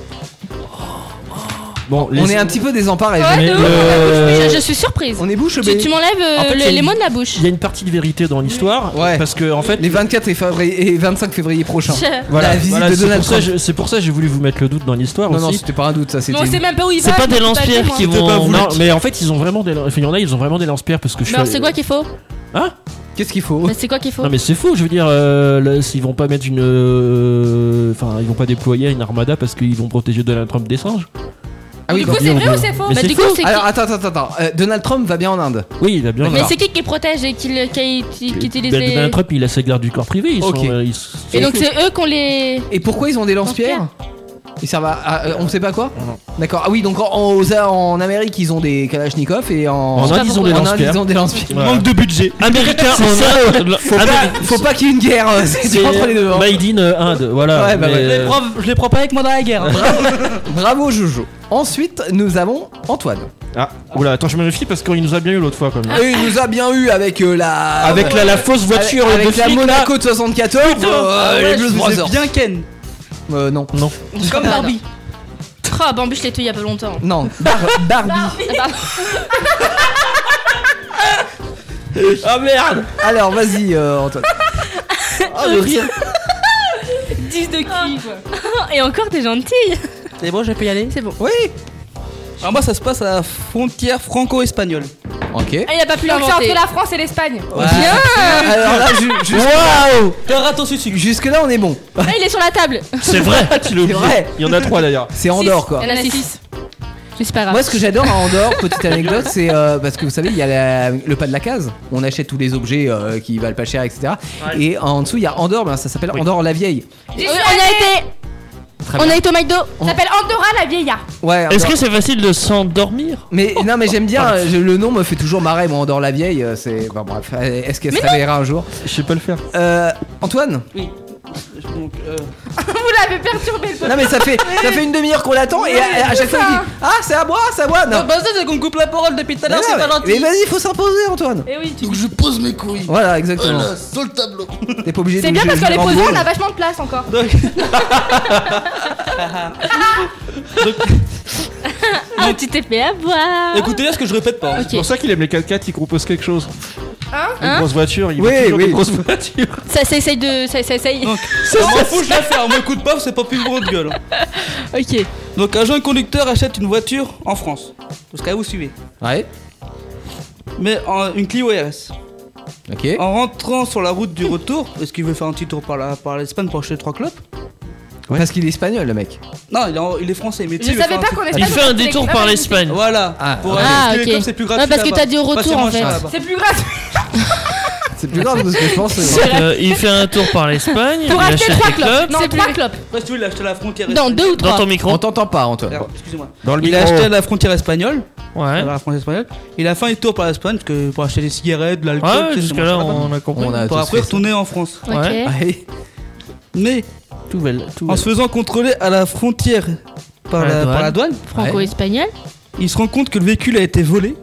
G: Bon,
A: on
G: les-
A: est un petit peu désemparés.
B: Ouais,
G: Mais
B: de ouf,
G: le-
B: je, je suis surprise.
A: On est bouche
B: Tu, tu m'enlèves euh,
G: En fait,
B: le-
G: il y a
B: les
G: une-
B: mots de la bouche.
G: Il y a une partie de vérité dans l'histoire. Parce que, en fait.
A: Les 24 et, février- et 25 février prochains.
G: Voilà,
A: la visite
G: voilà,
A: de
G: c'est
A: Donald
G: pour ça
A: Trump.
G: que je- C'est pour ça que j'ai voulu vous mettre le doute dans l'histoire
A: Non,
G: aussi.
A: non, c'était pas un doute, ça.
B: Mais on sait même pas où il va. donc on peut pas le dire, hein. moi.
G: Non, mais en fait, ils ont vraiment des. enfin, il y en a, ils ont vraiment des lance-pierres parce que je
B: Mais alors,
G: suis
B: c'est quoi qu'il faut
G: Hein
A: Qu'est-ce qu'il faut
B: Mais c'est quoi qu'il faut
G: Non mais c'est faux, je veux dire, euh, là, ils vont pas mettre une, euh, enfin ils vont pas déployer une armada parce qu'ils vont protéger Donald Trump des singes.
A: Ah oui,
B: Du coup,
A: donc-
B: c'est vrai ou c'est faux
G: Mais
B: Bah,
G: c'est
B: du coup,
G: faux.
B: c'est qui-
A: Alors attends, attends, attends. Euh, Donald Trump va bien en Inde.
G: Oui, il a bien.
B: Mais c'est qui qui protège et qui, le- qui, qui- qui utilise
G: Ben,
B: les.
G: Donald Trump, il a sa garde du corps privé. Ils
A: Ok.
G: sont, euh, ils sont-
B: Et donc c'est eux qu'on les.
A: Et pourquoi ils ont des lance-pierres Ils servent à, à- euh, on sait pas quoi D'accord. Ah oui, donc en, en- aux- en Amérique ils ont des Kalachnikov et en,
G: En Inde, ils ont des
A: en Inde,
G: lance-pierres.
A: ils ont des lance-pierres.
G: Voilà. Manque
A: de budget.
I: Américain en Inde.
A: Faut pas,
G: Amérique-
A: faut pas qu'il y ait une guerre. euh, (laughs) C'est entre les deux. hein.
G: Made in euh, Inde, voilà.
A: Ouais, bah
G: mais,
A: ouais.
G: euh,
F: je les prends pas avec moi dans la guerre.
I: hein.
A: Bravo Jojo. Ensuite, nous avons Antoine.
G: Ah, oula, attends, je me méfie parce qu'il nous a bien eu l'autre fois quand même.
A: Et il nous a bien eu avec euh, la.
G: Ah, Avec la- la fausse voiture
A: Avec,
G: de
A: avec la
G: flic, là.
A: Monaco de 74. euh,
F: Ah ouais,
A: les
F: je
A: Blues
F: vous ai
A: Brothers.
F: bien Ken.
A: Euh, non.
G: Non.
B: Comme Barbie. Oh, Bambi, je l'ai tué il y a pas longtemps.
A: Non. (laughs) Bar- Barbie.
B: Ah, pardon.
A: Ah merde. Alors vas-y euh, (laughs) Antoine. Ah,
I: Oh, le rire.
B: 10 de cuivre. Ah. (laughs) Et encore, t'es gentille.
F: C'est bon, je peux y aller
B: C'est bon.
A: Oui
F: Alors moi, ça se passe à la frontière franco-espagnole.
A: Ok.
B: Ah, il a pas pu
J: Donc c'est
B: l'inventer.
J: entre la France et l'Espagne.
A: Eh, Bien Alors là, ju- ju-
G: Waouh
A: Jusque là, on est bon.
B: Ah, il est sur la table.
G: (laughs) C'est vrai, Ah, tu l'as
A: C'est
G: oublié.
A: vrai.
G: Il y en a trois d'ailleurs.
A: C'est Andorre quoi.
B: Il y en a 6. Mais c'est pas grave.
A: Moi, ce que j'adore à Andorre, petite anecdote, c'est euh, parce que vous savez, il y a la- le pas de la case. On achète tous les objets euh, qui valent pas cher, etc. Et en dessous, il y a Andorre, ben, ça s'appelle Andorre la vieille.
B: Oui, On a été.
A: Très
B: On
A: bien.
B: a été au McDo.
J: Ça s'appelle Andorra la vieillarde.
A: Ouais,
I: Est-ce
A: Andorre.
I: que c'est facile de s'endormir
A: Mais non, mais j'aime bien. euh, je- le nom me fait toujours marrer. Moi, Andorre la vieille, euh, c'est. Enfin, bref, euh, est-ce qu'elle se
B: Mais non.
A: réveillera un jour
G: Je sais pas le faire.
A: Euh, Antoine
F: Oui. Donc, euh,
J: (laughs) Vous l'avez perturbé le
A: Non, mais ça fait, ça fait une demi-heure qu'on l'attend et à, à chaque fois, il dit Ah, c'est à moi, c'est à moi Non,
F: bah ça, c'est qu'on me coupe la parole depuis tout à l'heure,
A: Mais
F: c'est
A: non,
F: pas gentil.
A: mais vas-y, faut s'imposer, Antoine.
J: Et Eh oui, tu
A: Donc je pose mes couilles. Voilà, exactement.
C: Voilà, sur le tableau.
A: T'es pas obligé de
J: C'est bien
A: je-
J: parce
A: je
J: qu'en les
A: vais en
J: posant,
A: boule.
J: on a vachement de place encore.
F: (laughs)
B: Ah, tu t'es fait avoir.
G: Écoutez
F: là ce que je répète pas. hein.
G: C'est pour ça qu'il aime les 4x4, il propose quelque chose.
B: Hein
G: Une
B: Hein
G: grosse voiture, il
A: Oui,
G: veut toujours
A: oui.
G: des grosses voitures.
B: Ça, ça essaye de. Ça, ça essaye.
F: Ça m'en fout, je la ferme. Un coup de paf, c'est pas plus gros de gueule.
B: Ok.
F: Donc un jeune conducteur achète une voiture en France. Jusqu'à vous suivez.
A: Ouais,
F: Mais en- une Clio RS.
A: ok.
F: En rentrant sur la route du retour, parce qu'il veut faire un petit tour par la- par l'Espagne pour acheter trois clopes.
A: Parce qu'il est espagnol, le mec.
F: Non, il est, en- il est français, mais tu
J: Je
F: sais, il veut
J: savais
F: faire un
J: pas
F: petit-
J: qu'on est Il espagnol, fait un on fait détour les par crêpes. l'Espagne.
F: Voilà. Pour
A: ah,
F: aller-
B: Ah,
F: parce que les
B: ok.
F: clopes, c'est plus gratuit
B: Ouais, parce que
F: là-bas.
B: t'as dit au
F: Enfin, c'est
B: retour,
F: moins
B: en fait.
F: cher là-bas.
J: C'est plus grave.
A: C'est plus grave de ce que je pense.
I: Donc, euh, il fait un tour par l'Espagne, il
J: Pour acheter
I: achète
J: trois
I: des
J: clopes.
I: clubs.
J: Non, trois clopes.
F: Après, si tu veux, il a acheté à la frontière
B: Dans deux ou
I: Dans
B: trois.
F: (laughs)
I: ton micro.
A: On t'entend pas, Antoine.
F: Merde, Excusez-moi.
G: Dans le
F: il a
G: micro.
F: acheté à la frontière espagnole.
I: Ouais.
F: À la frontière espagnole. Il a fait un tour par l'Espagne parce que pour acheter des cigarettes, de l'alcool.
I: Ouais,
F: tu sais, c'est
I: jusque-là,
F: moins cher
I: on
F: là-bas.
I: a compris. Ah,
A: On a
F: Pour
A: tous
F: après
A: fait ça.
F: retourner en France.
B: Ok. Ouais.
A: Ouais.
F: Mais
G: Tout va, tout va.
F: en se faisant contrôler à la frontière par
I: Par
F: la,
I: la
F: par la douane,
B: Franco-espagnol.
F: il se rend compte que le véhicule a été volé.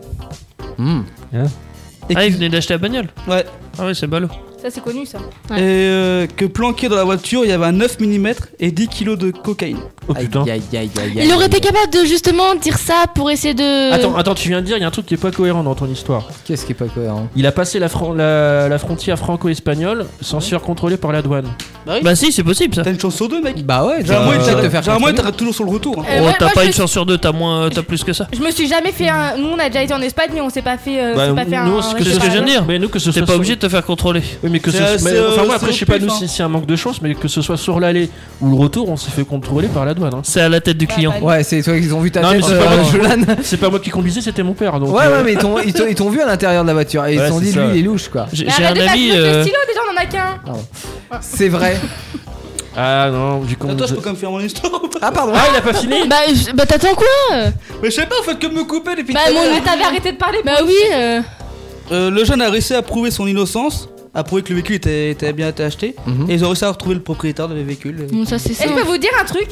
A: Hmm.
F: Et
I: Ah, il
F: qu'il-
I: venait d'acheter la bagnole.
F: Ouais.
I: Ah, ouais, c'est ballot.
J: (laughs) Ça, c'est connu ça.
F: Et euh, que planqué dans la voiture, il y avait un 9 mm et 10 kg de cocaïne.
G: Oh putain.
A: Aïe, aïe, aïe, aïe, aïe.
B: Il aurait été capable de justement dire ça pour essayer de.
G: (laughs) Attends, attends, tu viens de dire, il y a un truc qui est pas cohérent dans ton histoire.
A: Qu'est-ce qui est pas cohérent
G: Il a passé la, fron- la- la frontière franco-espagnole sans se faire contrôler par la douane.
F: oui.
I: Bah, si, c'est possible ça.
G: Eh,
F: T'as une chance sur deux, mec.
A: Bah ouais,
F: Généralement,
A: t'as-
F: il
A: t'as- te faire
F: t'arrête- généralement, il
A: contrôler.
F: t'arrête toujours sur le retour. hein.
J: Euh,
I: oh,
J: ouais,
I: t'as
J: moi,
I: pas
J: je-
I: une chance sur deux, t'as moins, t'as plus que ça.
J: Je me suis jamais fait un. Nous, on a déjà été en Espagne et on s'est pas fait. euh, on s'est pas fait un.
G: Bah, nous, ce que
I: C'est ce que je viens de dire.
G: Mais nous, que ce
I: T'es
G: soit.
I: pas
G: sur-
I: obligé de te faire contrôler.
G: Oui, mais que ce
F: C'est-
G: soit.
F: c'est,
G: mais- Enfin,
F: euh,
G: moi, après,
F: c'est
G: je sais pas
F: au plus
G: nous
F: fin.
G: si c'est un manque de chance, mais que ce soit sur l'aller ou le retour, on s'est fait contrôler par la douane. hein.
I: C'est à la tête du client.
A: Ouais, c'est toi qu'ils ont vu ta
G: Non, mais
A: tête,
G: c'est pas
A: euh,
G: moi qui-
A: Jolan.
G: C'est pas moi qui conduisais, c'était mon père. donc,
A: Ouais,
G: euh,
A: ouais, mais ils t'ont- ils t'ont- ils t'ont vu hein, à l'intérieur de la voiture et ils
G: Ouais,
A: se sont
G: c'est
A: dit, lui,
G: ça,
A: il
G: ouais.
J: bah,
A: est louche quoi.
I: J'ai
J: Mais
I: j'ai un euh,
J: arrêtez de faire (laughs)
I: ami.
J: le truc de
I: euh,
J: stylo, déjà, on en a qu'un.
A: C'est vrai.
G: Ah non, du coup.
F: Attends, je peux quand même faire mon histoire ou pas
A: Ah, pardon
G: Ah, il a pas fini
B: Bah, je- bah, t'attends quoi
F: Mais je sais pas, en fait, que me couper depuis
B: Bah,
F: tout à
B: mon-
F: l'heure.
B: mais t'avais arrêté de parler Bah oui euh.
F: Euh, le jeune a réussi à prouver son innocence, à prouver que le véhicule était, était bien été acheté,
G: Mhm.
F: et ils ont réussi à retrouver le propriétaire du véhicule.
B: Bon, ça c'est
J: Et je peux vous dire un truc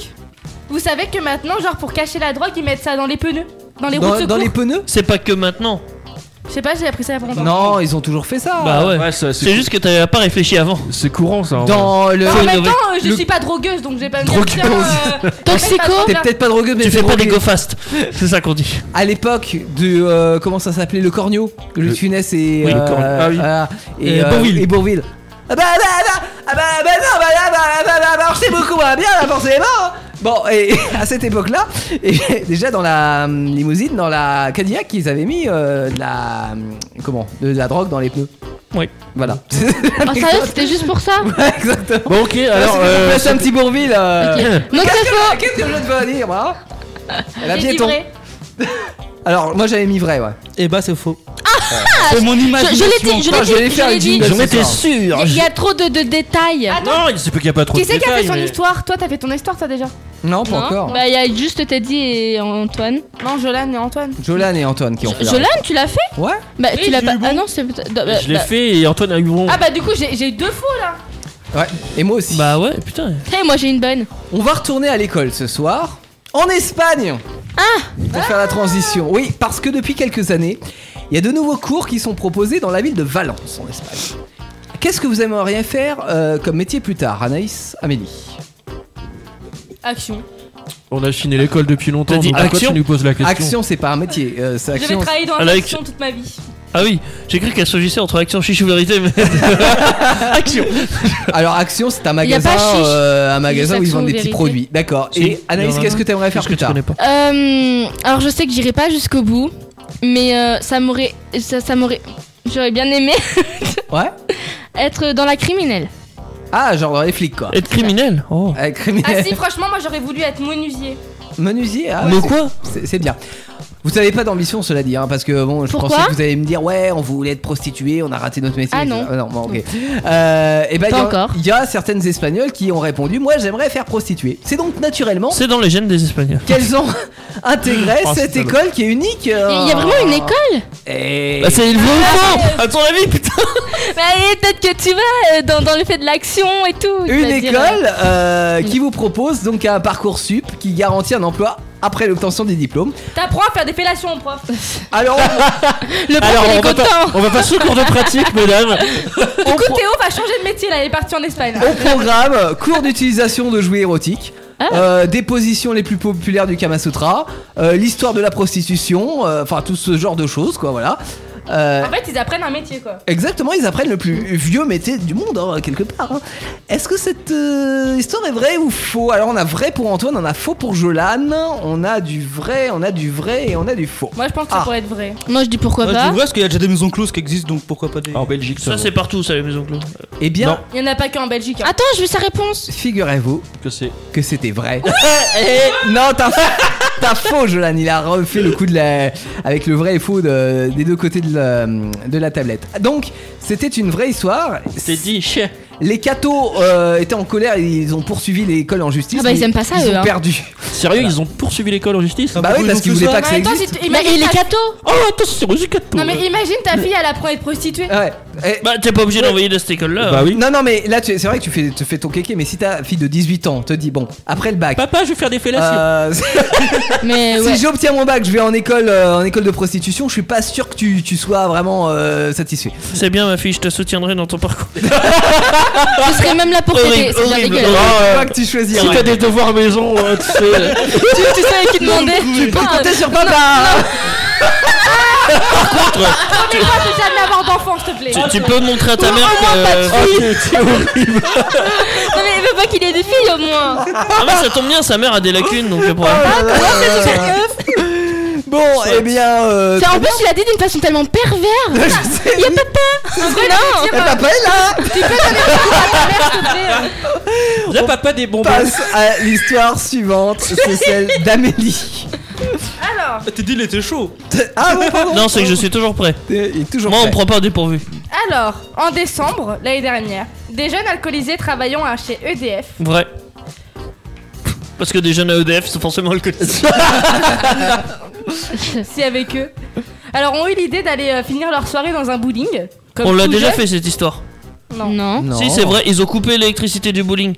J: Vous savez que maintenant, genre pour cacher la drogue, ils mettent ça dans les pneus Dans les roues de secours
A: pneus
I: C'est pas que maintenant.
J: Je sais pas, j'ai appris ça il y a pas longtemps.
A: Non, ils ont toujours fait ça.
I: Bah ouais. c'est juste que t'avais pas réfléchi avant.
G: C'est courant ça.
A: Dans le.
J: en même temps, euh, je suis pas drogueuse donc j'ai pas me dire, tiens, (laughs) euh,
B: Ah,
A: T'es peut-être pas drogueux, mais
I: Tu fais pas des
A: drogué.
I: go fast. C'est ça qu'on dit.
A: À l'époque de euh, comment ça s'appelait le Cornio, le Funès et
I: Oui, le
A: euh,
I: Cornio. Ah oui.
A: voilà, et,
I: Et
A: euh,
I: Bourvil.
A: et Bourvil. Ah bah bah bah ah bah bah non bah là, bah bah bah, bah, bah, c'est beaucoup moins bien là, forcément. Bon et (laughs) à cette époque-là, et déjà dans la hum, limousine, dans la Cadillac, ils avaient mis euh, de la hum, comment de la drogue dans les pneus.
I: Oui.
A: Voilà. (laughs)
B: Ah, sérieux, c'était juste pour ça
G: Bon ok
A: alors
G: euh,
A: Bah, c'est un petit Bourvil. euh,
B: Ok. Donc,
A: qu'est-ce
B: c'est faux.
A: que qu'est-ce que je dois dire moi La
J: j'ai dit
A: piéton.
J: vrai.
A: Alors moi j'avais mis vrai ouais.
F: Et bah c'est faux.
B: C'est
F: mon
B: Ah, Je, je l'ai
F: imagination.
B: dit, je
A: Enfin, je
B: l'ai
A: vais
B: dit,
A: faire
B: je l'ai
A: une
B: dit.
A: jingle
G: J'en étais sûr.
B: Il y a trop de, de détails.
G: Non, il se peut qu'il y a pas trop
J: Qui
G: de
J: c'est qui a fait
G: détails,
J: son
G: mais-
J: histoire Toi, t'as fait ton histoire, toi déjà
A: Non pas encore.
B: Bah, il y a juste Teddy et Antoine.
J: Non, Jolan et Antoine.
A: Jolan et Antoine qui ont fait. la
B: Jolan,
A: réponse.
B: tu l'as fait
A: Ouais.
B: Bah,
J: Oui,
B: tu l'as
J: j'ai
B: pas.
J: eu bon.
B: Ah non, c'est. bah, bah,
G: Je l'ai fait et Antoine a eu bon.
J: Ah bah du coup, j'ai j'ai eu deux faux là.
A: Ouais. Et moi aussi.
I: Bah ouais, putain.
B: Eh, moi j'ai une bonne.
A: On va retourner à l'école ce soir, en Espagne.
B: Ah.
A: Pour faire la transition. Oui, parce que depuis quelques années, il y a de nouveaux cours qui sont proposés dans la ville de Valence, en Espagne. Qu'est-ce que vous aimeriez faire euh, comme métier plus tard, Anaïs, Amélie
J: Action.
G: On a chiné l'école depuis longtemps.
I: T'as dit
G: donc pourquoi
I: action
G: tu nous poses la question
A: Action, c'est pas un métier. euh, c'est
J: Je vais
A: action.
J: travailler dans
I: Elle
J: la
I: a
J: fiction
I: écrit-
J: toute ma vie.
I: Ah oui, j'ai cru qu'elle s'agissait entre action chichou vérité. Mais... action.
A: Alors Action, c'est un
B: Il y a pas
A: magasin,
B: Chiche.
A: euh, un magasin où ils
B: Action
A: vendent des
B: ou
A: petits
B: Vérité.
A: produits. D'accord. Et Anaïs, qu'est-ce que tu aimerais faire plus tard
B: Euh, alors je sais que j'irai pas jusqu'au bout, mais euh, ça m'aurait, ça, ça m'aurait, j'aurais bien aimé (laughs)
A: Ouais.
B: être dans la criminelle.
A: Ah, genre dans les flics quoi.
I: Être criminel. Oh.
A: Euh,
J: Ah
A: criminel.
J: si, franchement, moi j'aurais voulu être menuisier.
A: Menuisier, ah,
I: Mais
A: ouais, c'est-
I: quoi
A: C'est c'est bien. Vous n'avez pas d'ambition, cela dit, hein, parce que bon, je
B: Pourquoi
A: pensais que vous allez me dire, ouais, on voulait être prostituée, on a raté notre métier.
B: Ah non.
A: bon, ok. Euh, et ben,
B: Pas
A: il y a-
B: encore.
A: il y, a certaines Espagnoles qui ont répondu, moi, j'aimerais faire prostituée. C'est donc naturellement
I: C'est dans les gènes des Espagnols.
A: qu'elles ont (laughs) intégré
I: Oh, c'est
A: cette
I: tellement-
A: école qui est unique. euh,
B: Il y a vraiment
A: Oh.
B: une école
A: Et...
I: Bah c'est le vrai ou faux À ton avis, putain.
B: Bah allez, peut-être que tu vas euh, dans, dans le fait de l'action et tout. tu
A: Une
B: vas dire,
A: école
B: euh,
A: euh, qui vous propose donc un parcours sup qui garantit un emploi après l'obtention des diplômes.
J: T'apprends à faire des fellations au prof.
A: Alors,
B: Le prof,
G: Alors
B: il est
G: on va, pas,
B: content.
G: on va passer au cours de pratique, mesdames.
A: on,
J: Écoute, Théo va changer de métier là, il est parti en Espagne.
A: Au programme, cours d'utilisation de jouets érotiques. euh, des positions les plus populaires du Kama Sutra, euh, l'histoire de la prostitution, euh, enfin tout ce genre de choses, quoi, voilà. Euh,
J: En fait, ils apprennent un métier quoi.
A: exactement, ils apprennent le plus vieux métier du monde, hein, quelque part. hein. Est-ce que cette euh, histoire est vraie ou faux Alors on a vrai pour Antoine, on a faux pour Jolan, on a du vrai, on a du vrai et on a du faux.
J: Moi je pense que
A: Ah.
J: ça pourrait être vrai.
B: euh, Moi je dis pourquoi
F: Ouais, je dis
B: pas.
F: vrai, parce qu'il y a déjà des maisons closes qui existent, donc pourquoi pas des.
G: En Belgique,
I: Ça c'est partout, ça les maisons closes.
A: Eh bien,
G: Non.
J: Il y en a pas qu'en Belgique. hein.
B: Attends, je veux sa réponse.
A: figurez-vous
G: que c'est.
A: que c'était
G: (laughs)
A: vrai. Eh, non, t'as (laughs) t'as faux, Jolan. Il a refait le coup de la. avec le vrai et faux de- des deux côtés de la, de la tablette. Donc, c'était une vraie histoire.
I: T'es dit, chien.
A: Les cathos euh, étaient en colère, ils ont poursuivi l'école en justice.
B: Ah bah, ils
A: mais
B: aiment pas ça,
A: Ils
B: eux,
A: ont
B: hein.
A: perdu.
G: Sérieux, ils ont poursuivi l'école en justice
A: Bah oui, parce qu'ils voulaient pas que
J: Mais en
A: ça
J: même temps,
A: existe.
J: si tu-
B: Bah,
J: imagine
B: et les
J: ta-
I: (laughs)
B: cathos
G: Oh, attention, c'est gâteau.
J: Non mais imagine ta fille, elle apprend à être prostituée.
A: Ouais. Eh,
I: hein. Bah t'es pas obligé d'envoyer de cette école-là. hein.
G: Bah oui.
A: Non, non, mais là, tu- c'est vrai que tu fais, tu fais ton kéké, mais si ta fille de 18 ans te dit, bon, après le bac.
G: Papa, je vais faire des fellations.
A: euh, (laughs)
B: Mais ouais.
A: Si j'obtiens mon bac, je vais en école, euh, en école de prostitution. Je suis pas sûr que tu, tu sois vraiment euh, satisfait.
I: C'est bien ma fille, je te soutiendrai dans ton parcours.
B: Je serais même là pour t'aider.
I: Horrible,
B: C'est bien
I: horrible, Oh,
B: dégueulasse.
A: C'est
G: euh,
A: toi que tu choisis.
G: Si t'as des devoirs maison, euh, tu
I: (laughs)
G: sais.
B: Tu, tu savais qui demandait.
A: Tu peux compter sur papa.
J: Promets pas de jamais avoir d'enfant, s'il te plaît.
I: Tu, tu peux montrer à ta mère que.
B: Non mais il veut pas qu'il ait des filles au moins.
I: Ah mais ça tombe bien, sa mère a des lacunes donc le problème.
A: (laughs) Bon, eh bien. euh,
B: Enfin, en plus, il a dit d'une façon tellement perverse.
A: (laughs) je sais.
B: Il y a papa. Non.
A: Eh, papa est là. (laughs)
B: euh,
G: Là, papa des bonbons.
A: Passe à l'histoire
I: (laughs)
A: suivante, c'est celle d'Amélie.
J: Alors,
F: T'es dit, il était chaud.
A: Ah bon, pardon.
I: Non, c'est que je suis toujours prêt.
A: Il est toujours
I: Moi, on
A: prêt.
I: me prend pas au dépourvu.
J: Alors, en décembre, l'année dernière, des jeunes alcoolisés travaillant à chez E EDF
I: (laughs) Vrai. Parce que des jeunes à E EDF sont forcément (laughs) alcoolisés.
J: si avec eux. Alors ont eu l'idée d'aller euh, finir leur soirée dans un bowling. comme
I: On l'a
J: tout
I: déjà
J: jeune.
I: fait cette histoire.
J: Non. non.
I: Si, c'est vrai, ils ont coupé l'électricité du bowling.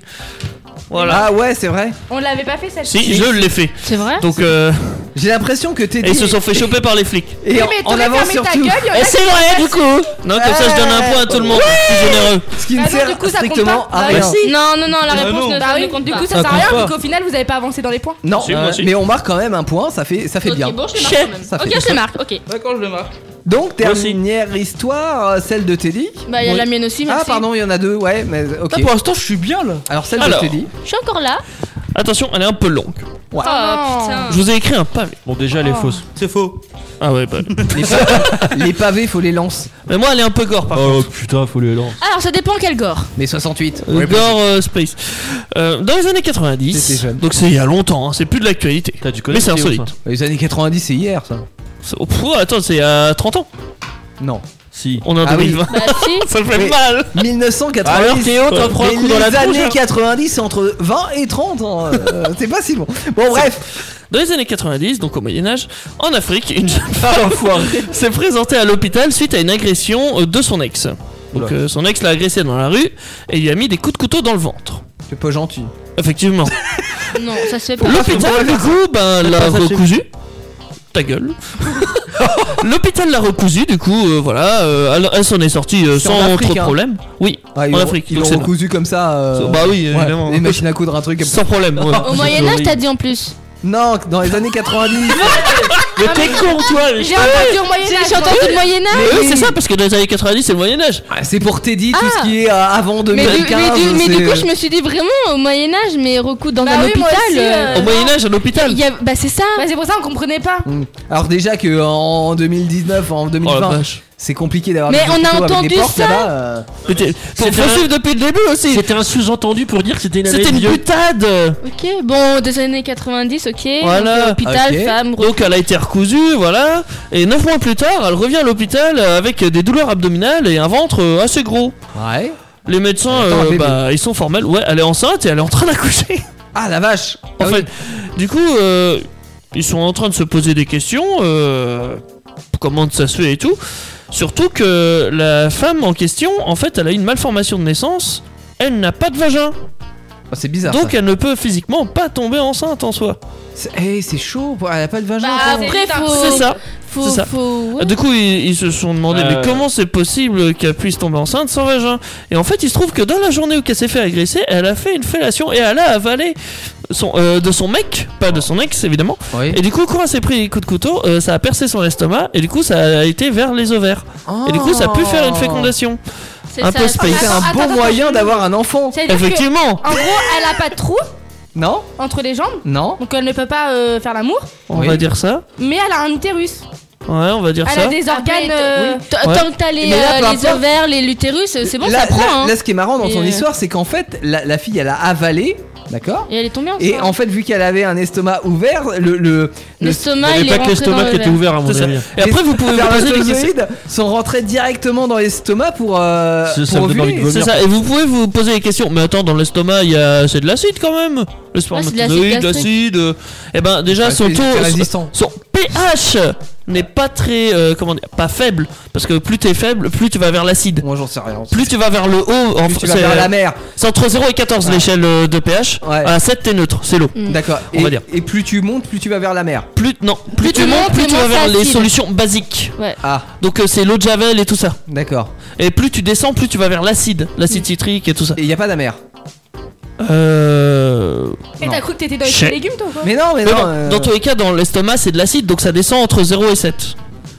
I: Voilà.
A: Ah ouais, c'est vrai.
J: On l'avait pas fait celle-ci.
I: Si, je l'ai fait.
B: C'est vrai
I: Donc, euh,
A: J'ai l'impression que t'es.
I: Et ils se sont fait choper par les flics.
A: Et en- en avant surtout.
I: Et Eh, c'est vrai, du coup. Non, comme ça, je donne un point à tout le monde. Je suis généreux.
A: Ce qui
J: Bah non, du coup, ça compte
A: strictement
J: pas.
A: à
J: Bah
A: rien.
J: si.
B: Non, non, non, la
J: Bah
B: réponse
J: non.
B: ne-
J: Bah
B: ça
J: oui,
B: ne compte
J: Du
B: pas.
J: coup, ça,
A: Ça
J: sert à rien,
A: compte
J: vu
A: pas.
J: qu'au final, vous avez pas avancé dans les points.
A: Non,
J: Si, moi
A: euh,
J: aussi.
A: mais on marque quand même un point, ça fait, ça fait bien.
J: bon, je le marque quand même.
A: Ça
B: Ok,
A: fait-
B: je le marque, ok.
F: D'accord, je le marque.
A: Donc, dernière histoire, euh, celle de Teddy.
B: Bah, il y a la mienne aussi, merci.
A: Ah, pardon, il y en a deux, ouais, mais ok.
B: Ah, pour
A: l'instant, je suis bien là. Alors, celle
I: Alors.
A: de Teddy.
I: (laughs)
B: Je suis encore là.
I: Attention, elle est un peu longue.
A: Ouais.
B: Oh, putain.
I: Je vous ai écrit un pavé.
G: Bon, déjà, elle est fausse.
I: C'est faux. Ah
A: (laughs)
I: ouais, bah.
A: les, pavés, les pavés, faut les lancer.
I: Mais moi, elle est un peu gore par
G: Oh putain, faut les lancer.
B: Alors, ça dépend quel gore.
A: Mais 68.
I: Euh, Gore euh, Space. Euh, dans les années 90, donc c'est il y a longtemps, hein, c'est plus de l'actualité. Mais c'est insolite.
A: Les années 90, c'est hier, ça.
I: C'est- oh, pff, attends, c'est à 30 ans
A: Non.
G: Si.
I: On est en
A: Ah oui.
I: 2020. (laughs)
B: Bah, (laughs)
I: Ça me fait
A: Mais
I: mal.
A: 1990.
I: Alors, Théo, t'en prends un
A: Mais
I: coup dans la
A: les
I: tronche,
A: années
I: hein.
A: 90, c'est entre 20 et 30. hein, euh, (laughs) c'est pas si bon. Bon, bref.
I: Dans les années 90, donc au Moyen-Âge, en Afrique, une
A: Ah,
I: jeune femme (laughs) s'est présentée à l'hôpital suite à une agression euh, de son ex. Donc
A: Oula.
I: euh, son ex l'a agressée dans la rue et lui a mis des coups de couteau dans le ventre.
A: C'est pas gentil.
I: Effectivement.
B: Non, ça se fait pas.
I: L'hôpital, du coup, ben, l'a
B: Faites pas ça chez
I: recousu. Ta gueule. (laughs) L'hôpital l'a recousu, du coup, euh, voilà, euh, elle, elle s'en est sortie euh,
A: C'est en
I: sans
A: Afrique,
I: trop de
A: hein.
I: problème. Oui,
A: Ah, ils
I: en
A: l'ont-
I: Afrique.
A: Ils
I: donc
A: l'ont
I: c'est bon.
A: recousu comme ça. euh,
I: Bah oui,
A: ouais,
I: évidemment.
A: Les machines à coudre, un truc.
I: Sans problème. ouais.
B: Au Moyen-Âge, t'as dit en plus.
A: Non, dans les années 90.
I: (laughs) Mais t'es con, toi mais-
B: J'ai entendu au Moyen-Âge. J'ai entendu le
I: Mais
B: Moyen-Âge.
I: oui, c'est ça, parce que dans les années 90, c'est le Moyen-Âge.
A: c'est pour Teddy,
B: tout Ah. ce qui
A: est euh, avant
B: Mais du, mais du- mais du coup, je me suis dit vraiment au Moyen Âge, mais recou dans
J: Bah
B: un
J: oui, moi
B: hôpital.
J: aussi, euh, Au Moyen
I: Âge, un hôpital.
B: bah c'est ça.
J: Bah, c'est pour ça on comprenait pas.
A: Alors déjà que en 2019, en
I: Oh,
A: 2020, c'est compliqué d'avoir.
J: Mais
A: des
J: on a
A: hôpitaux avec
J: entendu
A: des portes
J: ça.
A: là-bas, euh.
I: Faut, faut suivre depuis le début aussi.
G: C'était un sous-entendu pour dire que c'était une
I: C'était
G: année
I: une
G: de vieux.
I: butade.
B: Ok, bon, des années 90, ok.
I: Voilà.
B: Donc, hôpital,
I: Ok.
B: femme, recou.
I: Donc elle a été recousue, voilà. Et 9 mois plus tard, elle revient à l'hôpital euh, avec des douleurs abdominales et un ventre euh, assez gros.
A: Ouais.
I: Les médecins,
A: Attends,
I: euh,
A: bébé.
I: bah, ils sont formels. Ouais, elle est enceinte et elle est en train d'accoucher.
A: Ah la vache.
I: En fait, du coup, euh, ils sont en train de se poser des questions. euh, comment ça se fait et tout. Surtout que la femme en question, en fait, elle a une malformation de naissance. Elle n'a pas de vagin.
A: Ah, c'est bizarre.
I: Donc
A: ça.
I: elle ne peut physiquement pas tomber enceinte en soi.
A: C'est- eh, c'est chaud. Elle a pas de vagin.
B: Bah,
A: encore.
B: après, faut.
I: C'est ça.
B: Faut.
I: C'est ça.
B: faut- ouais.
I: Ah, Du coup, ils, ils se sont demandé
G: Euh.
I: mais comment c'est possible qu'elle puisse tomber enceinte sans vagin Et en fait, il se trouve que dans la journée où elle s'est fait agresser, elle a fait une fellation et elle a avalé son, euh, de son mec, pas de son ex évidemment. Et du coup, quand elle s'est pris les coups de couteau, euh, ça a percé son estomac et du coup, ça a été vers les ovaires. Et du coup, ça a pu faire une
B: Oh.
I: fécondation.
B: C'est
I: Un
B: ça,
I: peu
B: c'est
I: space.
A: C'est un
J: Attends,
A: bon
J: attends,
A: moyen d'avoir un enfant.
J: Ça veut dire que,
I: Effectivement.
J: en gros, elle a pas de trou
A: Non
J: entre les jambes.
A: Non.
J: Donc elle ne peut pas euh, faire l'amour.
I: On va dire ça.
J: Mais elle a un utérus.
I: Ouais, on va dire
J: Elle
I: ça.
J: a des organes. euh,
B: Ah, T-
I: Ouais.
B: Tant que t'as les,
A: Mais là,
B: euh,
A: peu
B: les
A: importe.
B: ovaires, les l'utérus, c'est bon,
A: là,
B: ça prend.
A: là-
B: hein.
A: là, ce qui est marrant dans
B: Mais,
A: son
B: euh,
A: histoire, c'est qu'en fait, la, la fille, elle a avalé, d'accord
B: Et elle est tombée enceinte.
A: Et en fait, vu qu'elle avait un estomac ouvert, le. le- le-
B: L'estomac, Il y avait il est pas que rentré l'estomac dans le qui était verre. ouvert, à mon
A: C'est ça.
G: avis.
I: Et après, vous pouvez
A: Les
I: vous poser des questions.
A: spermatozoïdes sont rentrés directement dans l'estomac pour. euh,
G: C'est ça,
A: pour
G: me donne envie
A: ovuler.
G: de vomir.
I: C'est ça, et vous pouvez vous poser des questions. Mais attends, dans l'estomac, il y a... c'est de l'acide quand même. Le
B: Ouais, c'est de l'acide
I: spermatozoïde,
B: gastrique.
I: l'acide. Et ben déjà,
A: Ouais,
I: son
A: c'est-
I: taux.
A: c'est
I: son-
A: résistant.
I: Son pH n'est pas très. euh, comment dire Pas faible. Parce que plus t'es faible, plus tu vas vers l'acide.
A: Moi, j'en sais rien.
I: Plus tu vas vers le haut, en
A: Plus tu vas
I: c'est-
A: vers la mer.
I: C'est entre 0 et 14 l'échelle euh, de pH. À 7, t'es neutre, c'est l'eau.
B: Mm.
A: D'accord.
I: On
A: et,
I: va dire.
A: et plus tu montes, plus tu vas vers la mer.
I: Plus, non, plus, tu montes, plus tu vas
A: montes
I: vers les
A: acide.
I: solutions basiques.
B: Ouais.
A: Ah,
I: Donc euh, c'est l'eau de javel et tout ça.
A: d'accord.
I: Et plus tu descends, plus tu vas vers l'acide, l'acide citrique et tout ça.
A: Et il y a pas d'amer.
I: Euh.
J: Et t'as cru que t'étais dans les
I: Chez-
J: fruits et légumes, toi ou quoi
A: Mais non, mais,
I: Mais
A: non.
I: bon,
A: euh,
I: Dans tous les cas, dans l'estomac, c'est de l'acide, donc ça descend entre 0 et 7.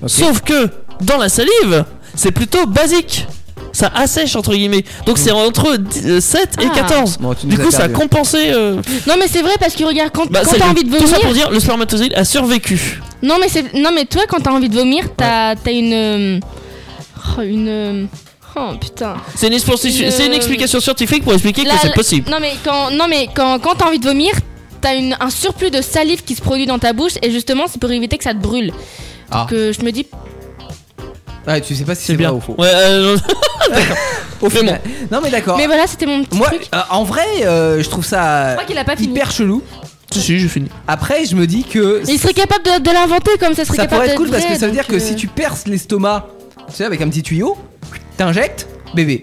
I: Sauf que dans la salive, c'est plutôt basique. Ça assèche entre guillemets. Donc c'est entre dix- euh, 7 et
B: Ah.
I: 14.
A: Hmm. Bon, tu nous
I: du
A: as
I: coup, ça a
A: perdu.
I: compensé. euh,
B: Non, mais c'est vrai parce que regarde, quand,
I: bah,
B: quand
I: c'est-
B: t'as envie de
I: Tout ça pour
B: vomir.
I: dire, le spermatozoïde a survécu.
B: Non, mais c'est. Non, mais toi, quand t'as envie de vomir, t'as t'as une. euh, oh, une. euh, Oh putain.
I: C'est une, explication-
B: Une-
I: c'est une explication scientifique pour expliquer
B: La-
I: que c'est
B: la-
I: possible.
B: Non mais quand, non mais quand, quand t'as envie de vomir, t'as une, un surplus de salive qui se produit dans ta bouche et justement c'est pour éviter que ça te brûle.
A: Ah.
B: Donc euh, je me dis,
A: Ouais, tu sais pas si c'est bien ou faux.
I: Ouais, euh, (laughs) non.
A: Au final. (laughs) Non, mais d'accord.
B: Mais voilà, c'était mon petit
A: Ah. Moi,
B: truc.
A: euh, en vrai, euh, je trouve ça
B: crois qu'il a pas fini.
A: hyper chelou.
I: Si, si, j'ai fini.
A: Après, je me dis que
B: Il serait capable de, de l'inventer comme ça, serait
A: ça
B: capable
A: pourrait être cool
B: d'être
A: parce que
B: vrai,
A: ça veut dire
B: donc,
A: que
B: euh,
A: si tu perces l'estomac, tu sais, avec un petit tuyau, t'injectes, bébé.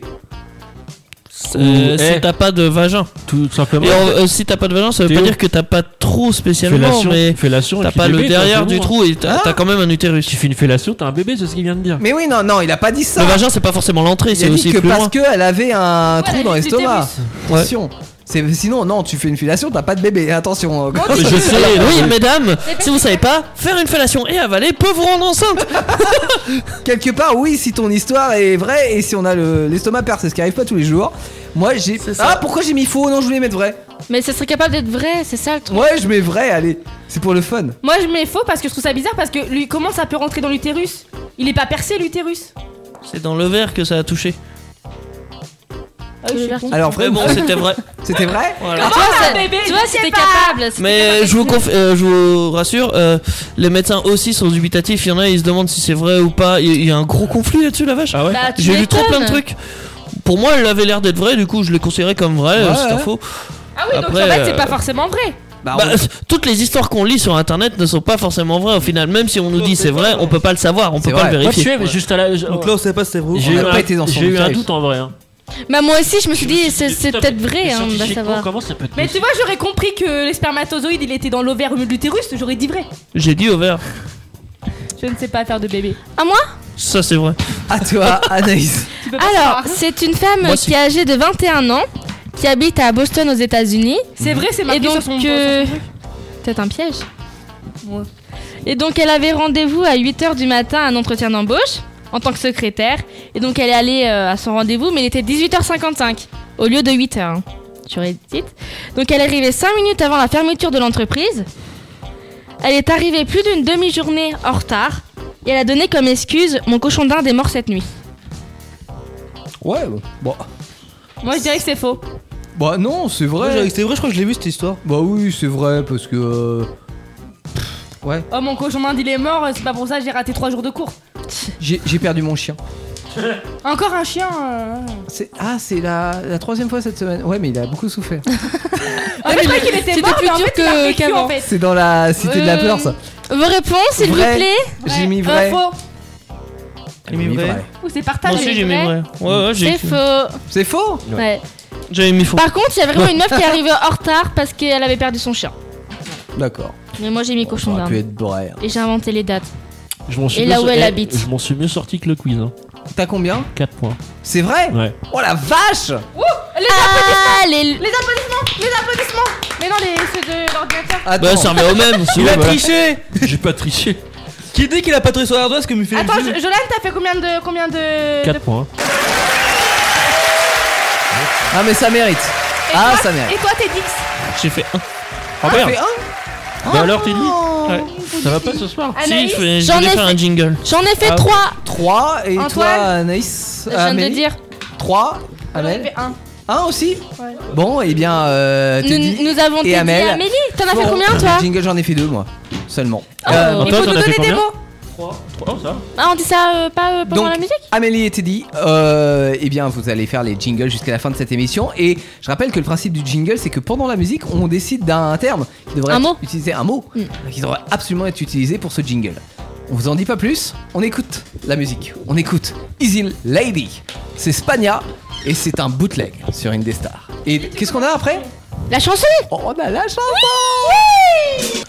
I: Euh,
A: Ou-
I: si
A: eh. Ah
I: t'as pas de vagin.
G: Tout simplement.
I: Et en- euh, si t'as pas de vagin, ça veut
G: Théo.
I: pas dire que t'as pas trop spécialement,
G: Fellation,
I: mais
A: Oh,
G: fellation et
I: t'as
G: puis
I: pas le
G: bébé,
I: derrière
G: simplement.
I: du trou et
A: Ah.
I: t'as
G: Hein
I: t'as quand même un utérus.
G: Tu fais une fellation, t'as un bébé, c'est ce qu'il vient de dire.
A: Mais oui, non, non, il a pas dit ça.
I: Le vagin, c'est pas forcément l'entrée,
A: Il a
I: c'est
A: dit
I: aussi
A: que
I: plus
A: parce
I: loin.
A: qu'elle avait un trou dans l'estomac.
I: Ouais.
A: Attention. C'est- Sinon, non, tu fais une fellation, t'as pas de bébé. Attention. (laughs)
I: Je sais, oui, mesdames, si vous savez pas, faire une fellation et avaler peut vous rendre enceinte.
A: Quelque part, oui, si ton histoire est vraie et si on a le- l'estomac percé, ce qui arrive pas tous les jours. Moi, j'ai. Ah, pourquoi j'ai mis faux Non, je voulais mettre vrai.
B: Mais ça serait capable d'être vrai, c'est ça le truc.
A: Ouais, je mets vrai, allez. C'est pour le fun.
J: Moi je mets faux parce que je trouve ça bizarre parce que lui comment ça peut rentrer dans l'utérus Il est pas percé l'utérus.
I: C'est dans le verre que ça a touché.
J: Ah, je suis con.
A: Alors, vrai,
I: Mais bon, c'était vrai.
A: C'était vrai
I: Voilà.
B: tu vois,
J: Ah,
B: ça-
J: bébé,
B: tu vois,
J: je sais
B: c'était
J: pas.
B: capable. c'était
I: Mais
B: capable.
I: je vous, conf- euh, je vous rassure, euh, les médecins aussi sont dubitatifs. Il y en a, ils se demandent si c'est vrai ou pas. Il y a- il y a un gros conflit là-dessus, la vache.
G: Ah ouais
B: Bah, tu
I: J'ai lu trop plein de
B: m'étonnes.
I: trucs. Pour moi, elle avait l'air d'être vraie, du coup, je l'ai considérée comme vraie, euh,
A: Ouais,
I: c'était
A: ouais.
I: faux.
J: Ah oui, donc
I: Après,
J: en fait c'est
I: euh,
J: pas forcément vrai.
A: Bah,
I: Bah, Toutes les histoires qu'on lit sur internet ne sont pas forcément vraies au final. Même si on nous dit c'est vrai, on peut pas le savoir, on peut pas le
G: Moi, tu sais,
I: vérifier.
G: mais juste à la.
F: Donc là, on sait pas si c'est vrai.
G: J'ai
A: On
G: eu,
A: n'a
G: un-
A: pas été dans son
G: j'ai eu un
A: détail.
G: doute en vrai. hein.
B: Bah, moi aussi, je me suis dit, c'est c'est
G: Putain,
B: peut-être
G: mais- mais
B: vrai, hein, on va
G: scientifiquement,
B: savoir.
G: Comment ça peut être
J: Mais tu vois, j'aurais compris que les spermatozoïdes il était dans l'ovaire au milieu de l'utérus, j'aurais dit vrai.
I: J'ai dit au vert,
J: Je ne sais pas faire de bébé.
B: À moi
I: ça c'est vrai.
A: À toi, Anaïs.
B: Alors, c'est une femme
I: Moi,
B: qui est âgée de 21 ans, qui habite à Boston aux États-Unis.
J: C'est vrai, c'est
B: Et
J: marqué
B: donc,
J: sur son
B: euh,
J: sur son truc.
B: peut-être un piège. Et donc, elle avait rendez-vous à 8h du matin à un entretien d'embauche en tant que secrétaire. Et donc, elle est allée euh, à son rendez-vous, mais il était 18h55 au lieu de 8h. hein. Sur Reddit. Donc, elle est arrivée 5 minutes avant la fermeture de l'entreprise. Elle est arrivée plus d'une demi-journée en retard. Et elle a donné comme excuse Mon cochon d'Inde est mort cette nuit.
A: Ouais, bah. bon. Bon,
J: Moi je dirais que c'est faux.
A: Bah, non, c'est
F: Moi,
A: vrai.
F: j'avais- C'était vrai, je crois que je l'ai vu cette histoire.
A: Bah, oui, c'est vrai parce que. euh, pff, Ouais,
J: Oh mon cochon d'Inde il est mort, c'est pas pour ça que j'ai raté 3 jours de cours.
A: j'ai j'ai perdu mon chien.
J: Encore un chien. euh.
A: C'est- Ah, c'est la, la troisième fois cette semaine. Ouais, mais il a beaucoup
B: (laughs)
A: souffert.
J: En fait, je croyais qu'il était
B: Ah, C'était
J: mort,
B: plus
J: mais en
B: dur
J: fait, il a
B: que-
J: vécu,
B: qu'avant.
J: en fait.
A: C'est dans la cité de la
B: Euh,
A: peur, ça.
B: Vos réponses, s'il vous
A: Vrai.
B: plaît
A: J'ai mis vrai.
J: Euh, faux.
A: J'ai mis vrai.
J: Ou c'est
I: Moi
J: partagé.
I: aussi j'ai mis vrai. Ouais, ouais, j'ai
B: C'est faux.
A: C'est faux
B: Ouais.
I: J'avais mis faux.
B: Par contre, il y a vraiment une meuf qui est
A: (laughs)
B: arrivée en retard parce qu'elle avait perdu son chien.
A: D'accord.
B: Mais moi, j'ai mis
A: Ça
B: cochon
A: aurait pu
B: d'Inde.
A: être vrai. hein.
B: Et j'ai inventé les dates.
G: Je m'en suis
B: Et
G: mieux
B: là
G: so-
B: où elle
G: eh,
B: habite.
G: Je m'en suis mieux sorti que le quiz. Hein.
A: T'as combien
G: 4 points.
A: C'est vrai
G: Ouais.
A: Oh la vache
J: Les
B: Ah, les...
J: Les applaudissements Les applaudissements Mais non, les, ceux de l'ordinateur.
A: Attends.
I: Bah, ça revient
G: (laughs)
I: au même.
G: Il
F: Il a
G: voilà.
F: triché
G: J'ai pas triché.
F: Qui dit qu'il a pas triché sur l'ardoise comme il fait
J: Attends,
F: le
J: Jo- Jolane, t'as fait combien de. Combien de.
G: 4 points.
A: Ah, mais ça mérite.
J: Et
A: ah,
J: toi-
A: ça mérite.
J: Et toi, t'es Dix
I: J'ai fait un.
A: Ah,
G: merde.
A: fait un
G: Bah alors, t'es dit
B: Oh,
J: Ouais.
G: Ça va pas ce soir
I: Si,
J: Anaïs
I: je voulais je
B: j'en
I: voulais
B: ai
I: faire un
B: fait-
I: jingle.
B: J'en ai fait
G: Ah.
B: 3
A: 3 et toi,
J: Antoine
A: Anaïs
B: Je viens de le dire.
A: 3
J: J'en ai
A: Amel
J: fait un.
A: 1 aussi
J: Ouais.
A: Bon, et bien, euh,
B: Nous,
A: Teddy.
B: nous avons
A: et
B: Teddy
A: Amel.
B: et Amélie. T'en as fait
A: Bon,
B: combien, toi
A: Jingle, j'en ai fait deux, moi. Seulement.
B: Oh.
A: Euh,
G: Antoine,
J: Il faut
G: t'en
J: nous
G: as fait
J: donner des
G: combien
J: mots.
G: 3. 3, ça
B: Ah, on dit ça euh, pas euh, pendant
A: Donc,
B: la musique
A: Amélie et Teddy, euh, eh bien, vous allez faire les jingles jusqu'à la fin de cette émission. Et je rappelle que le principe du jingle, c'est que pendant la musique, on décide d'un terme qui devrait
B: Un
A: être
B: mot. Mm.
A: utilisé, un mot euh, qui devrait absolument être utilisé pour ce jingle. On vous en dit pas plus. On écoute la musique. On écoute Easy Lady. C'est Spagna et c'est un bootleg sur Indestar. Et qu'est-ce qu'on a après
B: La chanson
A: Oh, On a la chanson.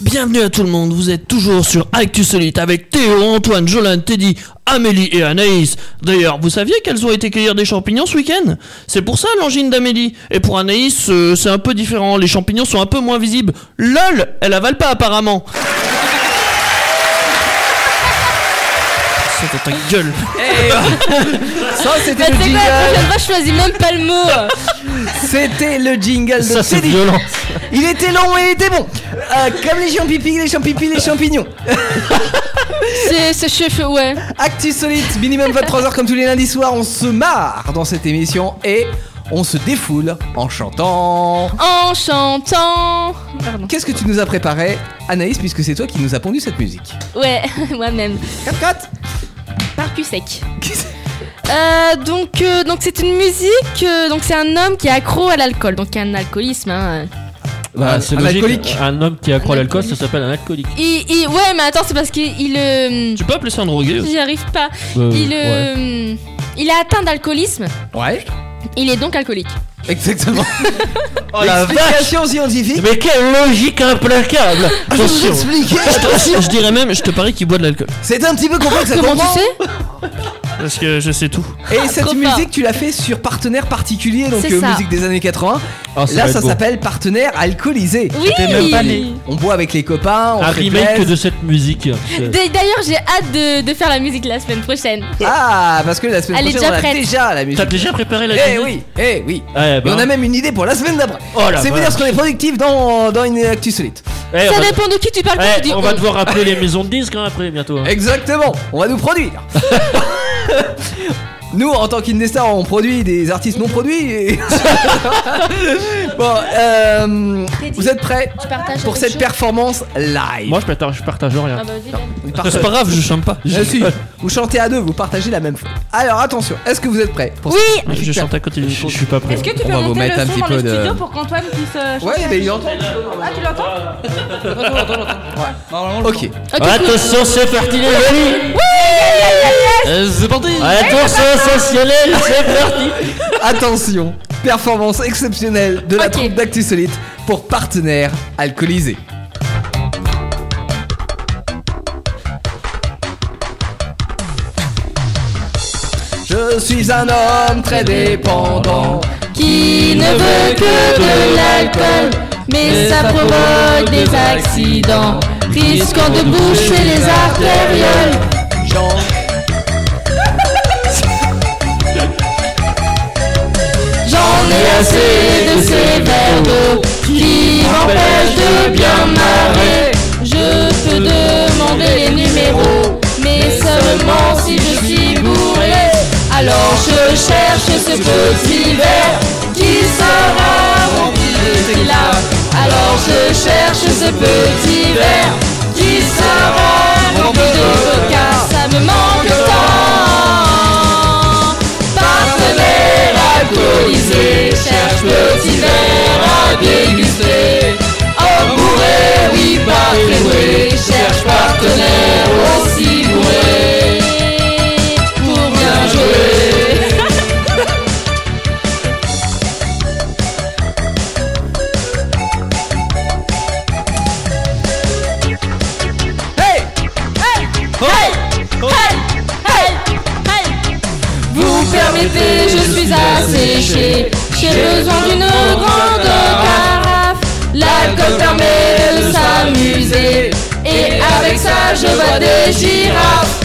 I: Bienvenue à tout le monde, vous êtes toujours sur Actu Solite avec Théo, Antoine, Jolane, Teddy, Amélie et Anaïs. D'ailleurs, vous saviez qu'elles ont été cueillir des champignons ce week-end C'est pour ça l'angine d'Amélie. Et pour Anaïs, euh, c'est un peu différent, les champignons sont un peu moins visibles. LOL, elle avale pas apparemment. C'était ta gueule.
A: Eh, (laughs) Ça,
B: Bah,
A: c'était
B: tu
A: le
B: sais quoi, la prochaine
A: jingle.
B: fois, je choisis même pas
A: (laughs)
B: le mot.
A: C'était le jingle de
G: Ça, c'est
A: Teddy.
G: violent.
A: Il était long et il était bon. Euh, comme les champignons, les champignons, les champignons.
B: C'est ce chef, ouais.
A: Actu Solite, minimum 23h comme tous les lundis soirs, on se marre dans cette émission et on se défoule en chantant.
B: En chantant. Pardon.
A: Qu'est-ce que tu nous as préparé, Anaïs, puisque c'est toi qui nous as pondu cette musique
B: Ouais, (laughs) moi-même.
A: Quatre, quatre.
B: Percusec. Euh, donc, euh, donc c'est une musique. euh, donc c'est un homme qui est accro à l'alcool. Donc un alcoolisme. hein.
G: Bah, c'est
A: un
G: logique.
A: alcoolique.
G: Un homme qui accroît l'alcool, ça s'appelle un alcoolique.
B: Il, il- ouais, mais attends, c'est parce qu'il il, euh,
I: Tu peux appeler ça un drogué aussi.
B: J'y arrive pas.
I: Euh,
B: il, euh, il a atteint d'alcoolisme.
A: Ouais.
B: Il est donc alcoolique.
G: (laughs)
A: Exactement.
I: Oh la
A: L'explication scientifique.
I: Mais quelle logique implacable
A: Ah, je vais vous expliquer.
I: Attention, je dirais même, je te parie qu'il boit de l'alcool.
A: C'était un petit peu complexe à
I: Comment tu
A: comprendre.
I: Parce que je sais tout.
B: Ah,
A: Et cette musique, tu l'as fait sur partenaire particulier, donc
I: C'est
A: euh,
I: ça.
A: musique des années 80.
I: Ah, ça
A: Là,
I: va être
A: ça
I: beau.
A: s'appelle partenaire alcoolisé.
B: Oui. J'étais même pas né.
A: On boit avec les copains, on
G: Un remake
A: triplesse.
G: de cette musique.
B: D- D'ailleurs, j'ai hâte de, de faire la musique la semaine prochaine.
A: Ah, parce que la semaine
B: Elle est
A: prochaine,
B: déjà
A: on a
B: prête.
A: déjà la musique.
I: T'as déjà Ah préparé la
A: Eh
I: musique
A: oui, eh oui.
G: Eh ben.
A: Et on a même une idée pour la semaine d'après.
G: Oh la
A: C'est vous
G: vache.
A: dire ce qu'on est productif dans, dans une actu solide.
G: Eh, on
B: Ça
G: va-
B: dépend de qui tu parles quand
G: Eh,
B: tu dis oh.
G: on
A: oh.
G: va
B: on.
G: devoir appeler les maisons de disques hein, après bientôt.
A: Eh,
G: hein.
A: Exactement, on va nous produire. Nous, en tant qu'Indestar, on produit des artistes non produits. et- bon, euh, vous êtes prêts
B: partages
A: pour
B: quelque
A: cette
B: chose
A: performance live
G: Moi je partage, je partage rien.
B: Ah bah, vas-y, Ben.
A: Vous partagez.
I: C'est pas grave, je chante pas.
A: Ah, si, vous chantez à deux, vous partagez la même faute. Alors attention, est-ce que vous êtes prêts pour
B: Oui.
A: cette-
I: (laughs) Je chante à côté du micro.
G: Je suis pas prêt.
J: Est-ce que tu
A: euh, On
J: peux
A: va vous
J: monter
A: mettre
J: le
A: un
J: son
A: petit
J: dans le
A: peu de-
J: studio pour qu'Antoine puisse euh, chanter
A: Ouais,
J: la
A: mais il
J: musique
A: entend.
J: Ah, tu l'entends
A: (laughs) Ok.
I: Attention, c'est parti les amis
A: Euh, C'est parti
I: Attention, sensationnel, c'est parti
A: Attention, performance exceptionnelle de la troupe d'Actu Solite pour partenaire alcoolisé. Je suis un homme très dépendant.
B: Qui ne veut que de l'alcool, mais ça provoque des accidents, risquant de boucher les artérioles.
A: Jean.
B: J'en ai assez de ces verres d'eau qui m'empêchent de bien marrer. Je peux demander les numéros, mais seulement si je suis bourré. Alors je cherche ce petit verre qui sera mon petit tequila. Alors je cherche ce petit verre qui sera rempli de vodka. Ça me manque tant. Partenaire alcoolisé, cherche petit verre à déguster. Oh bourré, oui, pas très bourré, cherche partenaire aussi bourré. Pour bien jouer.
A: Hey
B: Hey Hey Hey Vous permettez, je suis asséché. J'ai besoin d'une grande carafe. L'alcool permet de s'amuser. Et avec ça, je vois des girafes.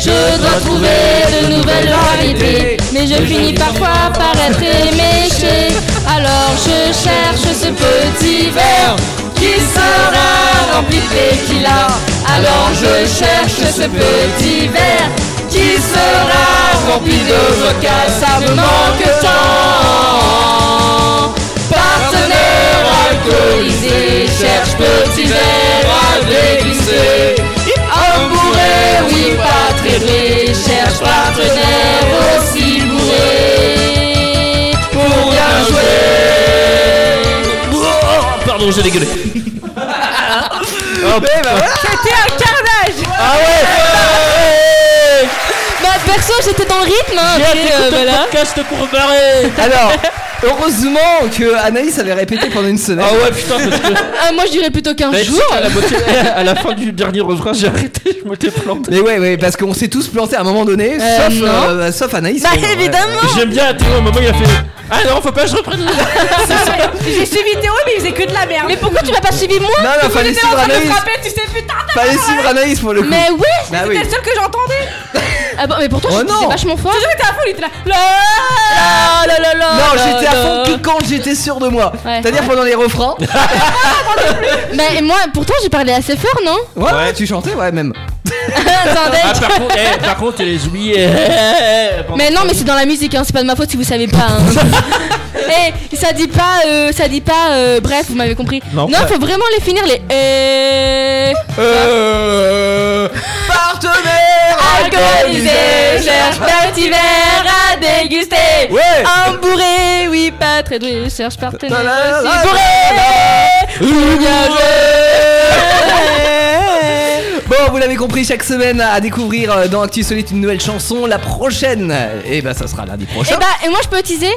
B: Je dois trouver de nouvelles variétés, mais je finis parfois par être éméché. Alors je cherche ce petit verre qui sera rempli de tequila. Alors je cherche ce petit verre qui sera rempli de vodka. Ça me manque tant. Partenaire alcoolisé, cherche petit verre à déguster. Un bourré, oui, pas très bourré, cherche partenaire aussi bourré. Pour bien jouer.
I: Oh, Pardon, j'ai dégueulé.
A: Eh ben voilà.
B: C'était un carnage
I: Ah ouais
B: Bah perso, j'étais dans le rythme,
A: Eh,
B: hein,
I: J'ai hâte
B: mais, euh,
I: d'écouter le
B: voilà.
I: podcast pour me barrer
A: Alors, heureusement que Anaïs avait répété pendant une semaine.
I: Ah ouais, putain, parce que...
B: Ah, moi, je dirais plutôt 15
I: Mais tu
B: jours.
I: sais, à la moitié- (laughs)
G: à la fin du dernier refrain, j'ai arrêté, je me t'ai planté.
A: Mais ouais, ouais, parce qu'on s'est tous plantés à un moment donné,
B: Euh,
A: sauf,
B: non.
A: euh, sauf Anaïs.
B: Bah,
A: Ouais, ouais.
B: évidemment
G: J'aime bien Théo, à un moment il a fait Ah non, faut pas que je reprenne le.
J: J'ai suivi Théo, mais il faisait que de la merde.
B: Mais pourquoi tu m'as pas suivi moi
A: Non, non,
J: Tout le monde
A: fallait
J: était en
A: suivre
J: train de
A: Anaïs.
J: frapper, tu sais, putain de
A: Fallait suivre Anaïs pour le coup.
B: Mais oui
A: Bah oui.
J: C'était le seul que j'entendais
B: Ah bah, mais pourtant,
A: Oh
B: je
A: non.
B: disais vachement fort.
J: Toujours était à fond, il était là
B: La, la, la, la,
A: Non,
B: la,
A: j'étais à
B: la.
A: fond que quand j'étais sûr de moi.
B: Ouais.
A: C'est-à-dire pendant les refrains.
B: Mais et moi, pourtant, j'ai parlé assez fort, non (laughs)
A: Ouais, ouais, tu chantais, ouais, même.
B: Attendez.
G: Ah, par contre, eh, par contre, il les oubliés. eh,
B: Mais non, mais c'est dans la musique, hein, c'est pas de ma faute si vous savez pas. hein. Eh, ça dit pas, euh, ça dit pas, euh, bref, vous m'avez compris.
A: Non.
B: faut vraiment les finir, les. Eh...
A: Euh... Partenaire
B: Alcoolisé, cherche pas petit verre à déguster.
A: Ouais.
B: Un bourré, oui, pas très doué, cherche partenaire
M: la, la,
B: aussi bourré. Ou bien
A: (laughs) Bon, vous l'avez compris, chaque semaine à découvrir euh, dans Actu Solide une nouvelle chanson. La prochaine, et ben ça sera lundi
B: Et
A: prochain.
B: bah, et moi je peux teaser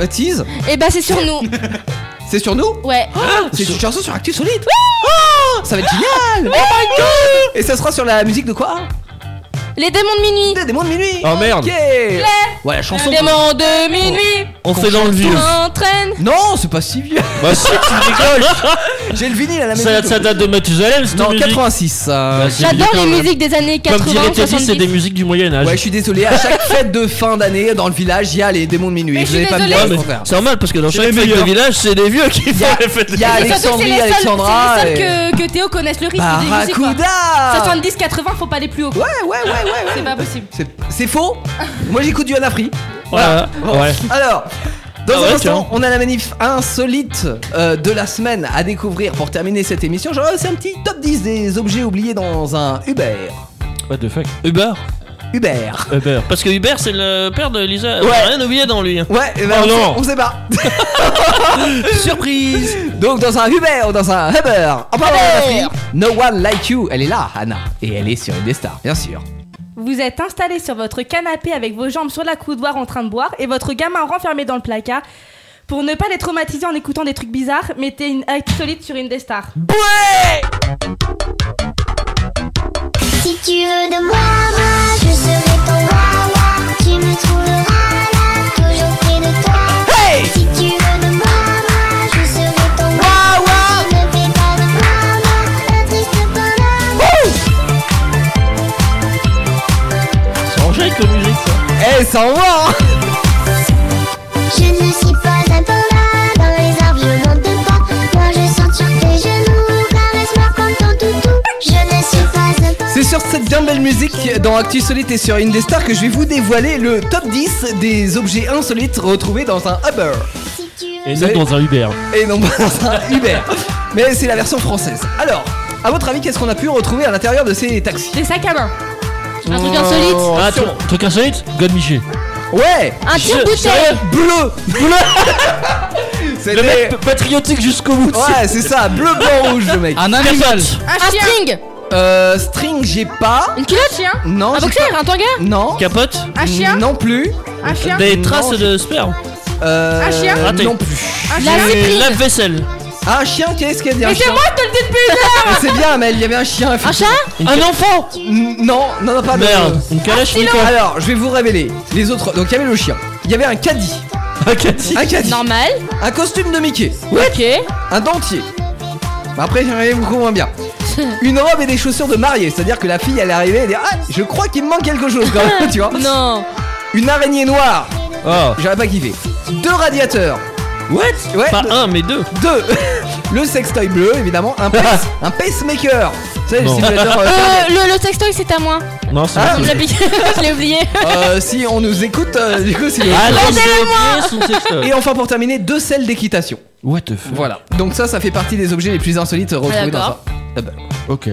A: Euh, tease
B: Et bah, c'est sur nous.
A: C'est sur nous
B: Ouais.
A: Ah, C'est une chanson sur Actu Solide Oh, Ça va être génial
B: Ah
A: Ah,
B: Oh my god
A: Et ça sera sur la musique de quoi
B: Les démons de minuit.
A: Les démons de minuit.
B: Oh merde.
A: Ok Ouais, la chanson.
B: Les démons de minuit.
A: On fait dans le vieux.
G: Oh.
B: Entraîne.
A: Non, c'est pas si vieux. (laughs)
G: Bah si, tu rigoles.
A: Ah, J'ai le vinyle à la maison.
G: Ça, ça date de Mathusalem, cette
A: Non, euh,
G: musique.
A: 86.
B: J'adore les musiques des années
G: euh, Comme
B: 80.
G: dirait Teddy, c'est
B: 70.
G: des musiques du Moyen-Âge.
A: Ouais, je suis désolé, à
B: (laughs)
A: chaque fête de fin d'année dans le village, il y a les démons de minuit.
B: Mais je
A: Vous
B: suis
A: avez pas me
B: désolée.
G: Ah,
A: dire le
B: Ouais, mais
A: contraire.
I: C'est normal parce que dans
A: C'est
I: chaque
A: les
I: fête de
A: meilleurs.
I: village, c'est des vieux qui font les fêtes.
A: il y a
B: Et surtout, c'est
A: Alexandrie,
B: les seuls-
A: Alexandra.
B: C'est les
A: et-
B: seuls que, que Théo connaisse le rythme des musiques. quoi.
A: Barracuda
B: 70-80, faut pas aller plus haut.
A: Ouais, ouais, ouais, ouais.
B: C'est pas possible.
A: C'est- C'est faux Moi j'écoute du Anafri.
G: Voilà.
A: Oh.
G: Ouais.
A: Alors. Dans
G: Ah
A: un
G: ouais,
A: instant,
G: tiens.
A: on a la manif insolite euh, de la semaine à découvrir pour terminer cette émission. Genre, c'est un petit top 10 des objets oubliés dans un Uber.
G: What the fuck
I: Uber
A: Uber.
G: Uber.
I: Parce que Hubert, c'est le père de Lisa.
A: Ouais.
I: On a rien oublié dans
G: hein.
I: lui.
A: Ouais, eh ben,
I: Oh
A: on,
I: non.
A: Sait, on sait pas. Surprise Donc dans un Uber, dans un Uber, en parlant de la fille, No One Like You, elle est là, Anna. Et elle est sur une des stars, bien sûr.
J: Vous êtes installé sur votre canapé avec vos jambes sur la coudoir en train de boire et votre gamin renfermé dans le placard. Pour ne pas les traumatiser en écoutant des trucs bizarres, mettez une acte solide sur une des stars.
M: Si tu veux de moi, moi, je serai ton lala. Tu me trouveras là, toujours près de toi. Si tu veux de moi, moi, je serai ton wawa. Ne fais pas de drama, ne triste pas
G: C'est rangé avec la musique, ça.
A: Eh, ça envoie hein
M: Je ne suis pas un panda dans les arbres violents de bois. Moi, je sors sur tes genoux, caresse-moi comme ton toutou. Je ne suis pas un panda.
A: C'est sur cette bien belle musique dans Actu Solite et sur une des stars que je vais vous dévoiler le top 10 des objets insolites retrouvés dans un Uber.
G: Et
A: Vous
G: nous
A: savez-
G: dans un Uber.
A: Et non pas dans un Uber. Mais c'est la version française. Alors, à votre avis, qu'est-ce qu'on a pu retrouver à l'intérieur de ces taxis
J: Des sacs à main.
B: Un truc insolite.
G: Ah, truc, truc insolite God Miché.
A: Ouais
B: Un tire-bouteille.
G: sérieux
A: Bleu (laughs) Bleu
G: Le mec patriotique jusqu'au bout.
A: Ouais, c'est ça, bleu, blanc, rouge, le mec.
I: Ah.
F: Un animal.
B: Un string.
A: Euh, string, j'ai pas.
B: Une culotte, chien.
A: Non,
B: Un
A: j'ai
B: boxer,
A: pas.
B: un tanga.
A: Non.
I: Capote
B: Un chien
A: Non plus.
B: Un chien
I: Des traces
A: Non,
I: de sperme.
A: Euh,
B: Un chien
I: Raté.
A: Non plus. Ah,
B: Un
I: Des
B: chien
I: lave-vaisselle.
A: Un chien, qu'est-ce qu'il y a
B: Mais
A: un
B: c'est
A: chien
B: moi qui te le dis depuis une
A: Mais
B: heure
A: C'est bien, mais il y avait un chien.
B: Un chat
I: Un enfant
A: N- Non, non, non, pas de-
I: Merde, une calèche,
A: Euh,
I: Nico.
A: Alors, je vais vous révéler. Les autres. Donc, il y avait le chien. Il y avait un caddie.
G: Un caddie.
A: Un caddie.
B: Normal.
A: Un costume de Mickey.
B: Ok.
A: Un dentier. Bah, Après, j'arrive beaucoup moins
B: (laughs)
A: bien. Une robe et des chaussures de mariée. C'est-à-dire que la fille, elle est arrivée et dit Ah, je crois qu'il me manque quelque chose quand même, tu vois.
B: Non.
A: Une araignée noire.
I: Oh.
A: J'aurais pas kiffé. Deux radiateurs. What Ouais.
I: Pas
A: deux-
I: un, mais deux.
A: Deux. (laughs) Le sextoy bleu, évidemment. Un, pace, un pacemaker. Tu sais, le
G: Non.
A: simulateur. euh,
B: Euh, le, le sextoy, c'est à moi.
G: Non, c'est
A: Ah,
G: pas
B: Je l'ai (laughs) oublié. Je l'ai oublié.
A: Euh, si on nous écoute, euh, du coup, c'est le-
I: Ah.
G: moi
A: Et enfin, pour terminer, deux selles d'équitation.
G: What the fuck
A: Voilà. Donc, ça, ça fait partie des objets les plus insolites retrouvés dans un.
B: D'accord.
A: Ah bah.
G: Ok.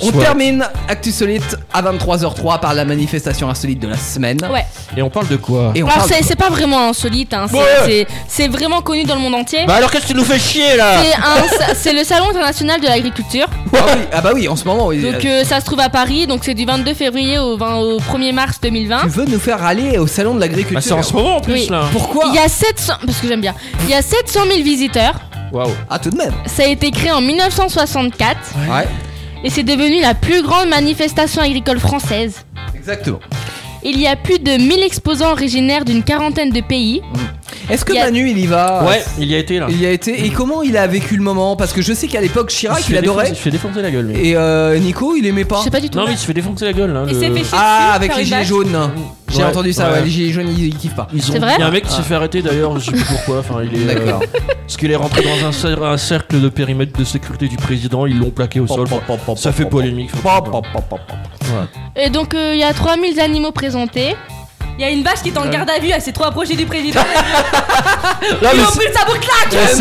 A: On
G: Soit-
A: termine Actu Solite à 23h03 par la manifestation insolite de la semaine.
B: Ouais.
G: Et on parle de quoi
A: Et on
B: Alors,
A: parle
B: c'est
A: de-
B: c'est pas vraiment insolite. hein. C'est-
G: Ouais.
B: c'est- C'est vraiment connu dans le monde entier.
I: Bah alors qu'est-ce que tu nous fais
G: Bah.
I: chier là
B: C'est un sa- C'est le Salon international de l'agriculture.
A: Ah, oui, ah bah oui, en ce moment, oui.
B: Donc euh, ça se trouve à Paris, donc c'est du 22 février au, 20 au 1er mars 2020.
A: Tu veux nous faire aller au salon de l'agriculture
G: Bah, c'est en ce moment en plus
B: Oui.
G: là.
A: Pourquoi
B: Il y a 700 parce que j'aime bien. Il y a 700 000 visiteurs.
G: Waouh.
A: Ah, tout de même.
B: Ça a été créé en 1964
A: Ouais,
B: et c'est devenu la plus grande manifestation agricole française.
A: exactement.
B: Il y a plus de 1000 exposants originaires d'une quarantaine de pays.
A: Est-ce que
B: Il y a-
A: Manu, il y va
G: Ouais, il y a été là.
A: Il y a été. Et comment il a vécu le moment Parce que je sais qu'à l'époque, Chirac, il,
G: se fait
A: adorait.
G: défoncer- Il se fait défoncer la gueule. lui.
A: Et euh, Nico, il aimait pas.
B: Je sais pas du tout.
G: Non, mais il se fait défoncer la gueule là.
J: Il
G: le-
I: Euh.
J: s'est fait chier
A: Ah,
J: dessus,
A: avec
J: faire
A: les
J: une
A: gilets
J: vache.
A: jaunes. J'ai
G: Ouais,
A: entendu ça, ouais,
G: ouais.
A: les gilets jaunes, ils, ils kiffent pas.
G: Ils ont...
B: C'est vrai
G: Il y a un mec qui s'est fait arrêter d'ailleurs, je sais plus pourquoi. Enfin, il est. euh,
A: D'accord.
G: Parce qu'il est rentré dans un, cer- un cercle de périmètre de sécurité du président, ils l'ont plaqué au sol. ça fait polémique.
A: Pop, pop, pop, pop, pop.
B: Et donc euh, il y a 3000 animaux présentés.
J: Il y a une vache qui est en
G: Ouais.
J: garde à vue, elle s'est trop approchée du président.
G: Non,
J: Ils
G: mais
J: ont
G: c'est-
J: pris le sabot claque
A: Euh,
G: Ouais, c'est-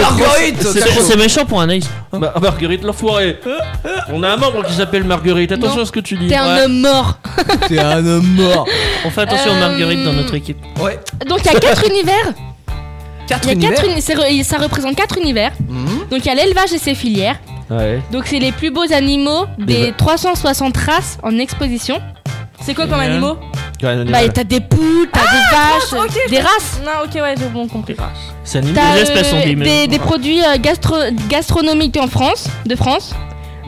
G: c'est-
I: C'est
G: c'est-
I: c'est méchant pour un ace.
G: Ma- ah, Marguerite l'enfoiré On a un membre qui s'appelle Marguerite, attention à ce que tu dis.
B: (laughs) T'es un homme mort.
A: T'es un homme mort
I: On fait attention aux
B: Euh,
I: Marguerites dans notre équipe.
A: Ouais.
B: Donc il y a quatre univers.
A: Quatre
B: Il y a quatre
A: univers
B: uni- c'est re- Ça représente quatre univers.
A: Mhm.
B: Donc il y a l'élevage et ses filières.
G: Ouais.
B: Donc c'est les plus beaux animaux
G: Des
B: des
G: va-
B: 360 races en exposition. C'est quoi comme animaux Bah
G: Bah,
B: t'as des poules, t'as des vaches, des races.
J: Non, Ah, ok, ouais, j'ai bon compris.
G: C'est animé.
B: T'as,
G: Des
B: euh,
G: espèces, on dit, mais-
B: des, des
G: voilà.
B: produits euh, gastro- gastronomiques en France, de France.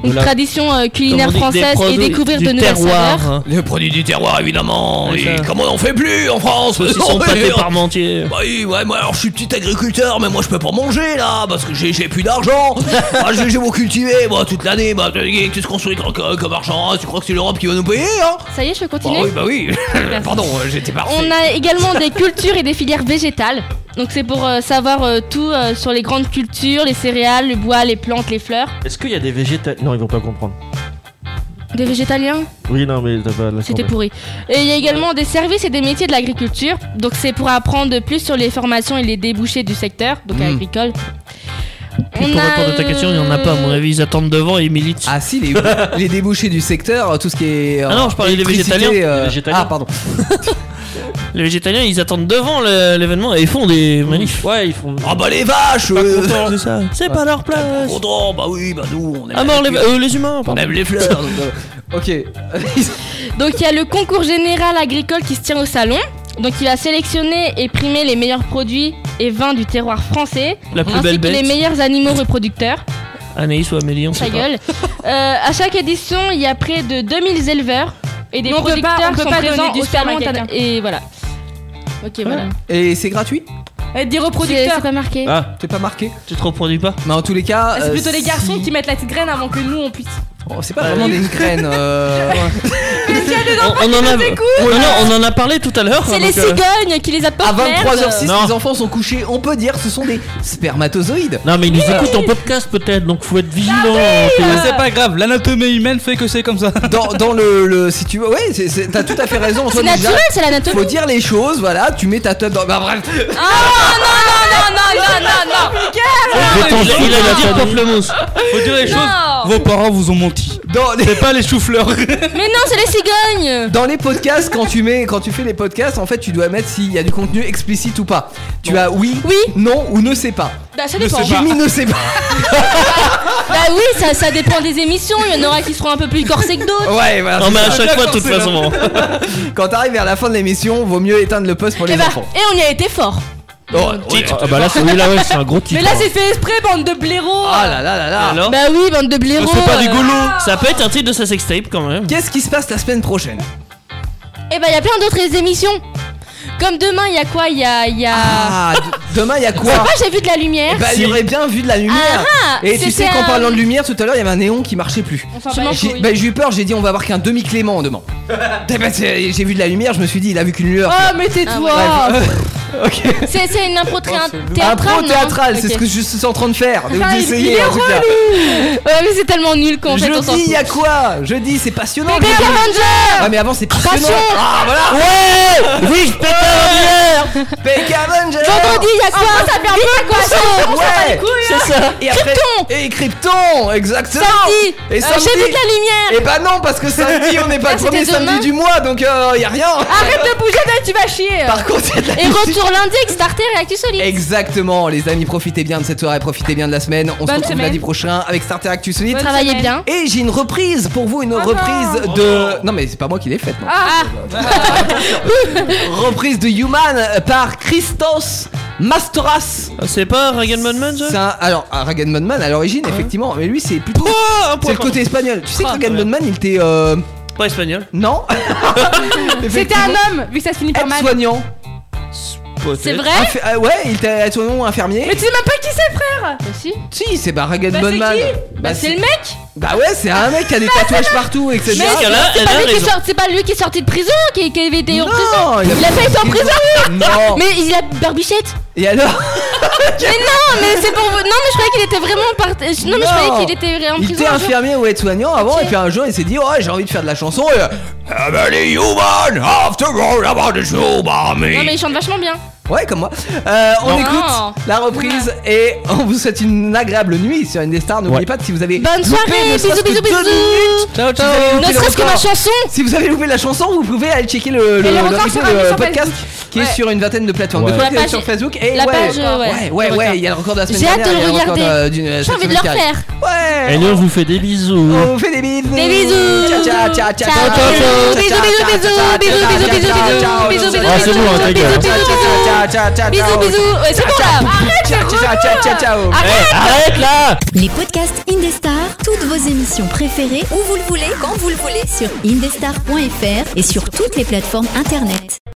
A: De
B: Donc
A: la-
B: tradition euh, culinaire
A: Comme on dit, des
B: française et
A: produits
B: découvrir
A: du
B: de nouvelles
A: terroir,
B: saveurs.
A: hein. Les produits du terroir, évidemment.
I: Ouais,
A: Et
I: ça.
A: comment on n'en fait plus en France (laughs)
I: Saucisson
A: Non, mais
I: pâté
A: merde.
I: parmentier.
A: Oh, Bah oui, ouais, moi alors je suis petit agriculteur, mais moi je peux pas manger là, parce que j'ai j'ai plus
I: (laughs)
A: d'argent. ah, j'ai j'ai beau cultiver, moi toute l'année, bah qu'est-ce qu'on se fait comme, comme argent hein Tu crois que c'est l'Europe qui va nous payer, hein
B: Ça y est, je peux
A: Bah
B: continuer
A: oui, bah oui. Pardon, euh, j'étais parti.
B: On a également des cultures et des filières végétales. Donc c'est pour euh, savoir euh, tout euh, sur les grandes cultures, les céréales, le bois, les plantes, les fleurs.
G: Est-ce qu'il y a des végétaliens Non, ils vont pas comprendre.
B: Des végétaliens
G: Oui, non, mais t'as pas la
B: C'était
G: survie.
B: pourri. Et il y a également des services et des métiers de l'agriculture. Donc c'est pour apprendre plus sur les formations et les débouchés du secteur, donc
I: Mm.
B: agricole.
I: Puis
B: On
I: pour
B: a,
I: répondre à ta question, il n'y en a pas. À mon avis, ils attendent devant et ils militent.
A: Ah si,
I: (laughs)
A: les, les débouchés du secteur, tout ce qui est. euh,
I: Ah non, je parlais des
A: électricité,
I: végétaliens.
A: euh,
I: Les végétaliens.
A: Ah, pardon.
I: (laughs) Les végétaliens, ils attendent devant le- l'événement et ils font des manifs.
G: Ouais, ils font.
A: Ah bah les vaches
I: Pas
A: euh,
I: contents de ça. C'est pas leur place.
A: Content, bah oui, bah nous on aime
I: À mort les,
A: fleurs.
I: euh, les humains.
A: On
I: pardon.
A: aime les fleurs. donc, euh, ok. (laughs)
B: Donc il y a le concours général agricole qui se tient au salon. Donc il va sélectionner et primer les meilleurs produits et vins du terroir français,
I: La plus
B: ainsi
I: belle
B: que les
I: bête.
B: meilleurs animaux reproducteurs.
I: Anaïs ou Amélie, on sait
B: Sa
I: pas.
B: gueule. Euh, à chaque édition, il y a près de 2000 éleveurs et des
J: Mais on peut pas-
B: producteurs
J: on peut
B: sont
J: pas donner
B: présents
J: du
B: au
J: sperme
B: salon
J: à quelqu'un.
B: interna- et voilà. Ok, voilà.
A: Et c'est gratuit
J: Et des
B: C'est-
J: reproducteurs.
B: C'est pas marqué.
G: Ah,
A: t'es pas marqué
I: Tu te reproduis pas
A: Mais en tous les cas.
J: Ah, C'est
A: euh,
J: plutôt les garçons qui mettent la petite graine avant que nous on puisse.
A: Oh, c'est pas vraiment des graines.
J: (laughs)
A: euh,
J: Oh,
I: On, on en a, on, en a- on en a parlé tout à l'heure.
B: C'est
I: donc,
B: les
I: euh,
B: cigognes qui les apportent.
A: À 23h06,
B: merde.
A: les enfants sont couchés. On peut dire que ce sont des spermatozoïdes.
G: Non, mais ils nous écoutent en podcast peut-être, donc faut être vigilant.
I: hein,
B: Ah,
F: Mais Ah, c'est pas grave, l'anatomie humaine fait que c'est comme ça.
A: Dans, dans le, le- Si tu veux. Ouais, c'est- c'est- t'as tout à fait raison.
B: C'est
A: Antoine, déjà.
B: naturel, c'est l'anatomie.
A: Faut dire les choses, voilà. Tu mets ta tête dans. Bah, bref.
B: Ah non, non, non, non, non, non,
G: vais t'enfiler la
I: dire
G: famille.
I: pamplemousse.
F: Faut dire les
B: Non.
F: choses. Vos parents vous ont menti.
A: Dans les-
F: C'est pas les choux-fleurs.
B: Mais non, c'est les cigognes.
A: Dans les podcasts, quand tu mets, quand tu fais les podcasts, en fait, tu dois mettre s'il y a du contenu explicite ou pas. Tu as oui,
B: Oui.
A: non ou ne sais pas.
B: Bah ça
A: Je
B: dépend.
A: J'ai mis ne sais (laughs) pas.
B: Bah oui, ça, ça dépend des émissions. Il y en aura qui seront un peu plus corsés que d'autres.
A: Ouais, voilà.
I: Non,
A: Ah, c'est
I: mais à
A: ça.
I: chaque fois, de toute
A: D'accord, c'est
I: façon. hein.
A: bon. Quand t'arrives vers la fin de l'émission, vaut mieux éteindre le poste pour les
B: et, bah,
A: enfants.
B: et on y a été fort.
A: Oh,
G: Ah, bah là, c'est oui, là, ouais, c'est un gros titre.
B: Mais
I: hein.
B: là, c'est fait exprès, bande de blaireaux.
A: Ah là là là là.
I: Alors
B: Bah oui, bande de blaireaux. euh.
I: Ça peut être un titre de sa sextape quand même.
A: Qu'est-ce qui se passe la semaine prochaine
B: Eh ben, il y a plein d'autres émissions. Comme demain, il y a quoi Il y a. il Y a...
A: Ah, d- demain il y a
B: Je sais
A: quoi
B: pas, j'ai vu de la lumière.
A: Bah, il y aurait bien vu de la lumière.
B: Ah, ah,
A: Et tu sais
B: c'était
A: qu'en
B: un-
A: parlant de lumière, tout à l'heure, il y avait un néon qui marchait plus.
B: On s'en bat les
A: J'ai-
B: couilles.
A: Bah, j'ai eu peur, j'ai dit on va avoir qu'un demi-clément demain. Eh ben, c'est- j'ai vu de la lumière, je me suis dit il a vu qu'une lueur.
B: Oh, mais tais-toi.
A: Ah, ouais. ok.
B: C'est c'est une impro théâ-
A: Un
B: théâtrale.
A: pro
B: non
A: théâtral, c'est
B: Ok.
A: ce que je suis en train de faire.
B: Ah, il- il
A: D'essayer
B: est
A: en tout cas.
B: Ouais, mais c'est tellement nul qu'on fait on s'en
A: Jeudi, il y a
B: fout.
A: quoi Jeudi, c'est passionnant.
B: Bébé
A: jeudi.
B: Avenger
A: Ah, mais avant, c'est passionnant.
B: Passion.
A: Ah, voilà. Ouais Oui, je Peck Avenger
B: Vendredi, il y a quoi Vite, Poisson.
A: Ah, Ouais
I: C'est ça.
A: Et après, Et Krypton, exactement
B: hein. Samedi.
A: Et
B: Euh,
A: samedi
B: J'ai vu de la lumière
A: Et bah non, parce que samedi, on n'est pas
B: Ah,
A: le premier
B: c'était demain. Ah.
A: samedi du mois, donc euh, y a rien
B: Arrête de bouger, Dan, tu vas chier
A: Par contre, y a de la
B: Et retour lundi avec Starter et Actu Solide
A: Exactement, les amis, profitez bien de cette soirée, profitez bien de la semaine. On se
B: Bonne
A: retrouve
B: semaine.
A: lundi prochain avec Starter Actu Solide.
B: Travaillez bien
A: Et j'ai une reprise pour vous, une reprise de. Non, mais c'est pas moi qui l'ai faite, non.
B: Ah
A: Reprise de Human par Christos Mastoras.
I: Ah, C'est pas Reagan Modman ça
A: C'est un- alors, un Ragan Modman à l'origine, effectivement, mais lui c'est plutôt. c'est le côté espagnol. Tu sais que Ragan Modman il était. euh,
I: Pas espagnol.
A: Non
J: C'était un homme, vu que ça se finit par mal.
A: soignant.
B: C'est vrai
A: Ah, ouais, il était aide-soignant infirmier.
J: Mais tu sais même pas qui c'est, frère
B: Bah si
A: Si, c'est bah Ragan
J: Bah, c'est
A: Modman.
J: qui
A: Bah,
B: C'est le mec
A: Bah ouais, c'est un mec qui a des tatouages partout, etc.
B: Mais
I: elle a-
B: c'est
I: elle a
B: pas, lui qui
I: raison.
B: sort- c'est pas lui qui est sorti de prison, qui, qui avait été en
A: Non, il
B: prison
A: a
B: Il a
A: pas
B: pas été en
A: été en
B: prison
A: Non
B: Mais il a barbichette
A: Et alors
B: Mais non, mais c'est pour vous. Non, mais je croyais qu'il était vraiment part... Non, mais je croyais qu'il était en
A: Il
B: prison.
A: était
B: un jour.
A: infirmier ou aide-soignant avant, et puis un jour il s'est dit, ouais, j'ai envie de faire de la chanson. Et... I'm only human after all, I'm only human, me.
B: Non, mais il chante vachement bien.
A: Ouais, comme moi. Euh, on
B: Non. Non.
A: écoute la reprise et on vous souhaite une agréable nuit sur Indestar. N'oubliez pas que si vous avez
B: Bonne
A: loupé
B: soirée,
A: ne serait-ce que deux
B: bisous, bisous, bisous.
A: minutes,
B: Ciao,
A: si vous avez
B: ciao.
A: loupé
B: Ne
A: le
B: serait-ce que ma
A: record-
B: chanson.
A: Si vous avez loupé la chanson, vous pouvez aller checker le,
B: le record
A: replay,
B: sera mis
A: le
B: sur
A: podcast
B: Facebook.
A: qui est
B: Ouais.
A: sur une vingtaine de plateformes.
B: Ouais.
A: De
B: La
A: fait,
B: page-
A: sur Facebook et
B: la
A: ouais,
B: page, euh,
A: ouais,
B: ouais.
A: ouais,
B: Le
A: ouais,
B: record.
A: il y a le record de la semaine
B: J'ai hâte de
A: dernière,
B: le
A: il y a record, euh,
B: regarder.
A: d'une-
B: J'ai
A: cette
B: envie de le
A: semaine qui arrive.
B: refaire. Eh,
A: Ouais.
I: Eh,
G: Et nous, on vous fait des bisous.
B: Ah,
A: On vous fait des bisous.
B: Des bisous.
A: Ciao, ciao, ciao, ciao.
B: Ciao, ciao, ciao. Bisous, bisous, bisous, bisous, bisous, bisous, bisous, bisous, bisous,
A: Ah, c'est
B: bisous,
A: bon, hein,
B: bisous,
A: ta gueule.
B: bisous, bisous,
A: Ciao,
B: bisous, bisous. Ouais, c'est bon là.
A: Ciao, ciao, ciao, ciao, ciao.
I: Eh,
D: Arrête là Les podcasts Indestar, toutes vos émissions préférées, où vous le voulez, quand vous le voulez, sur indestar.fr et sur toutes les plateformes internet.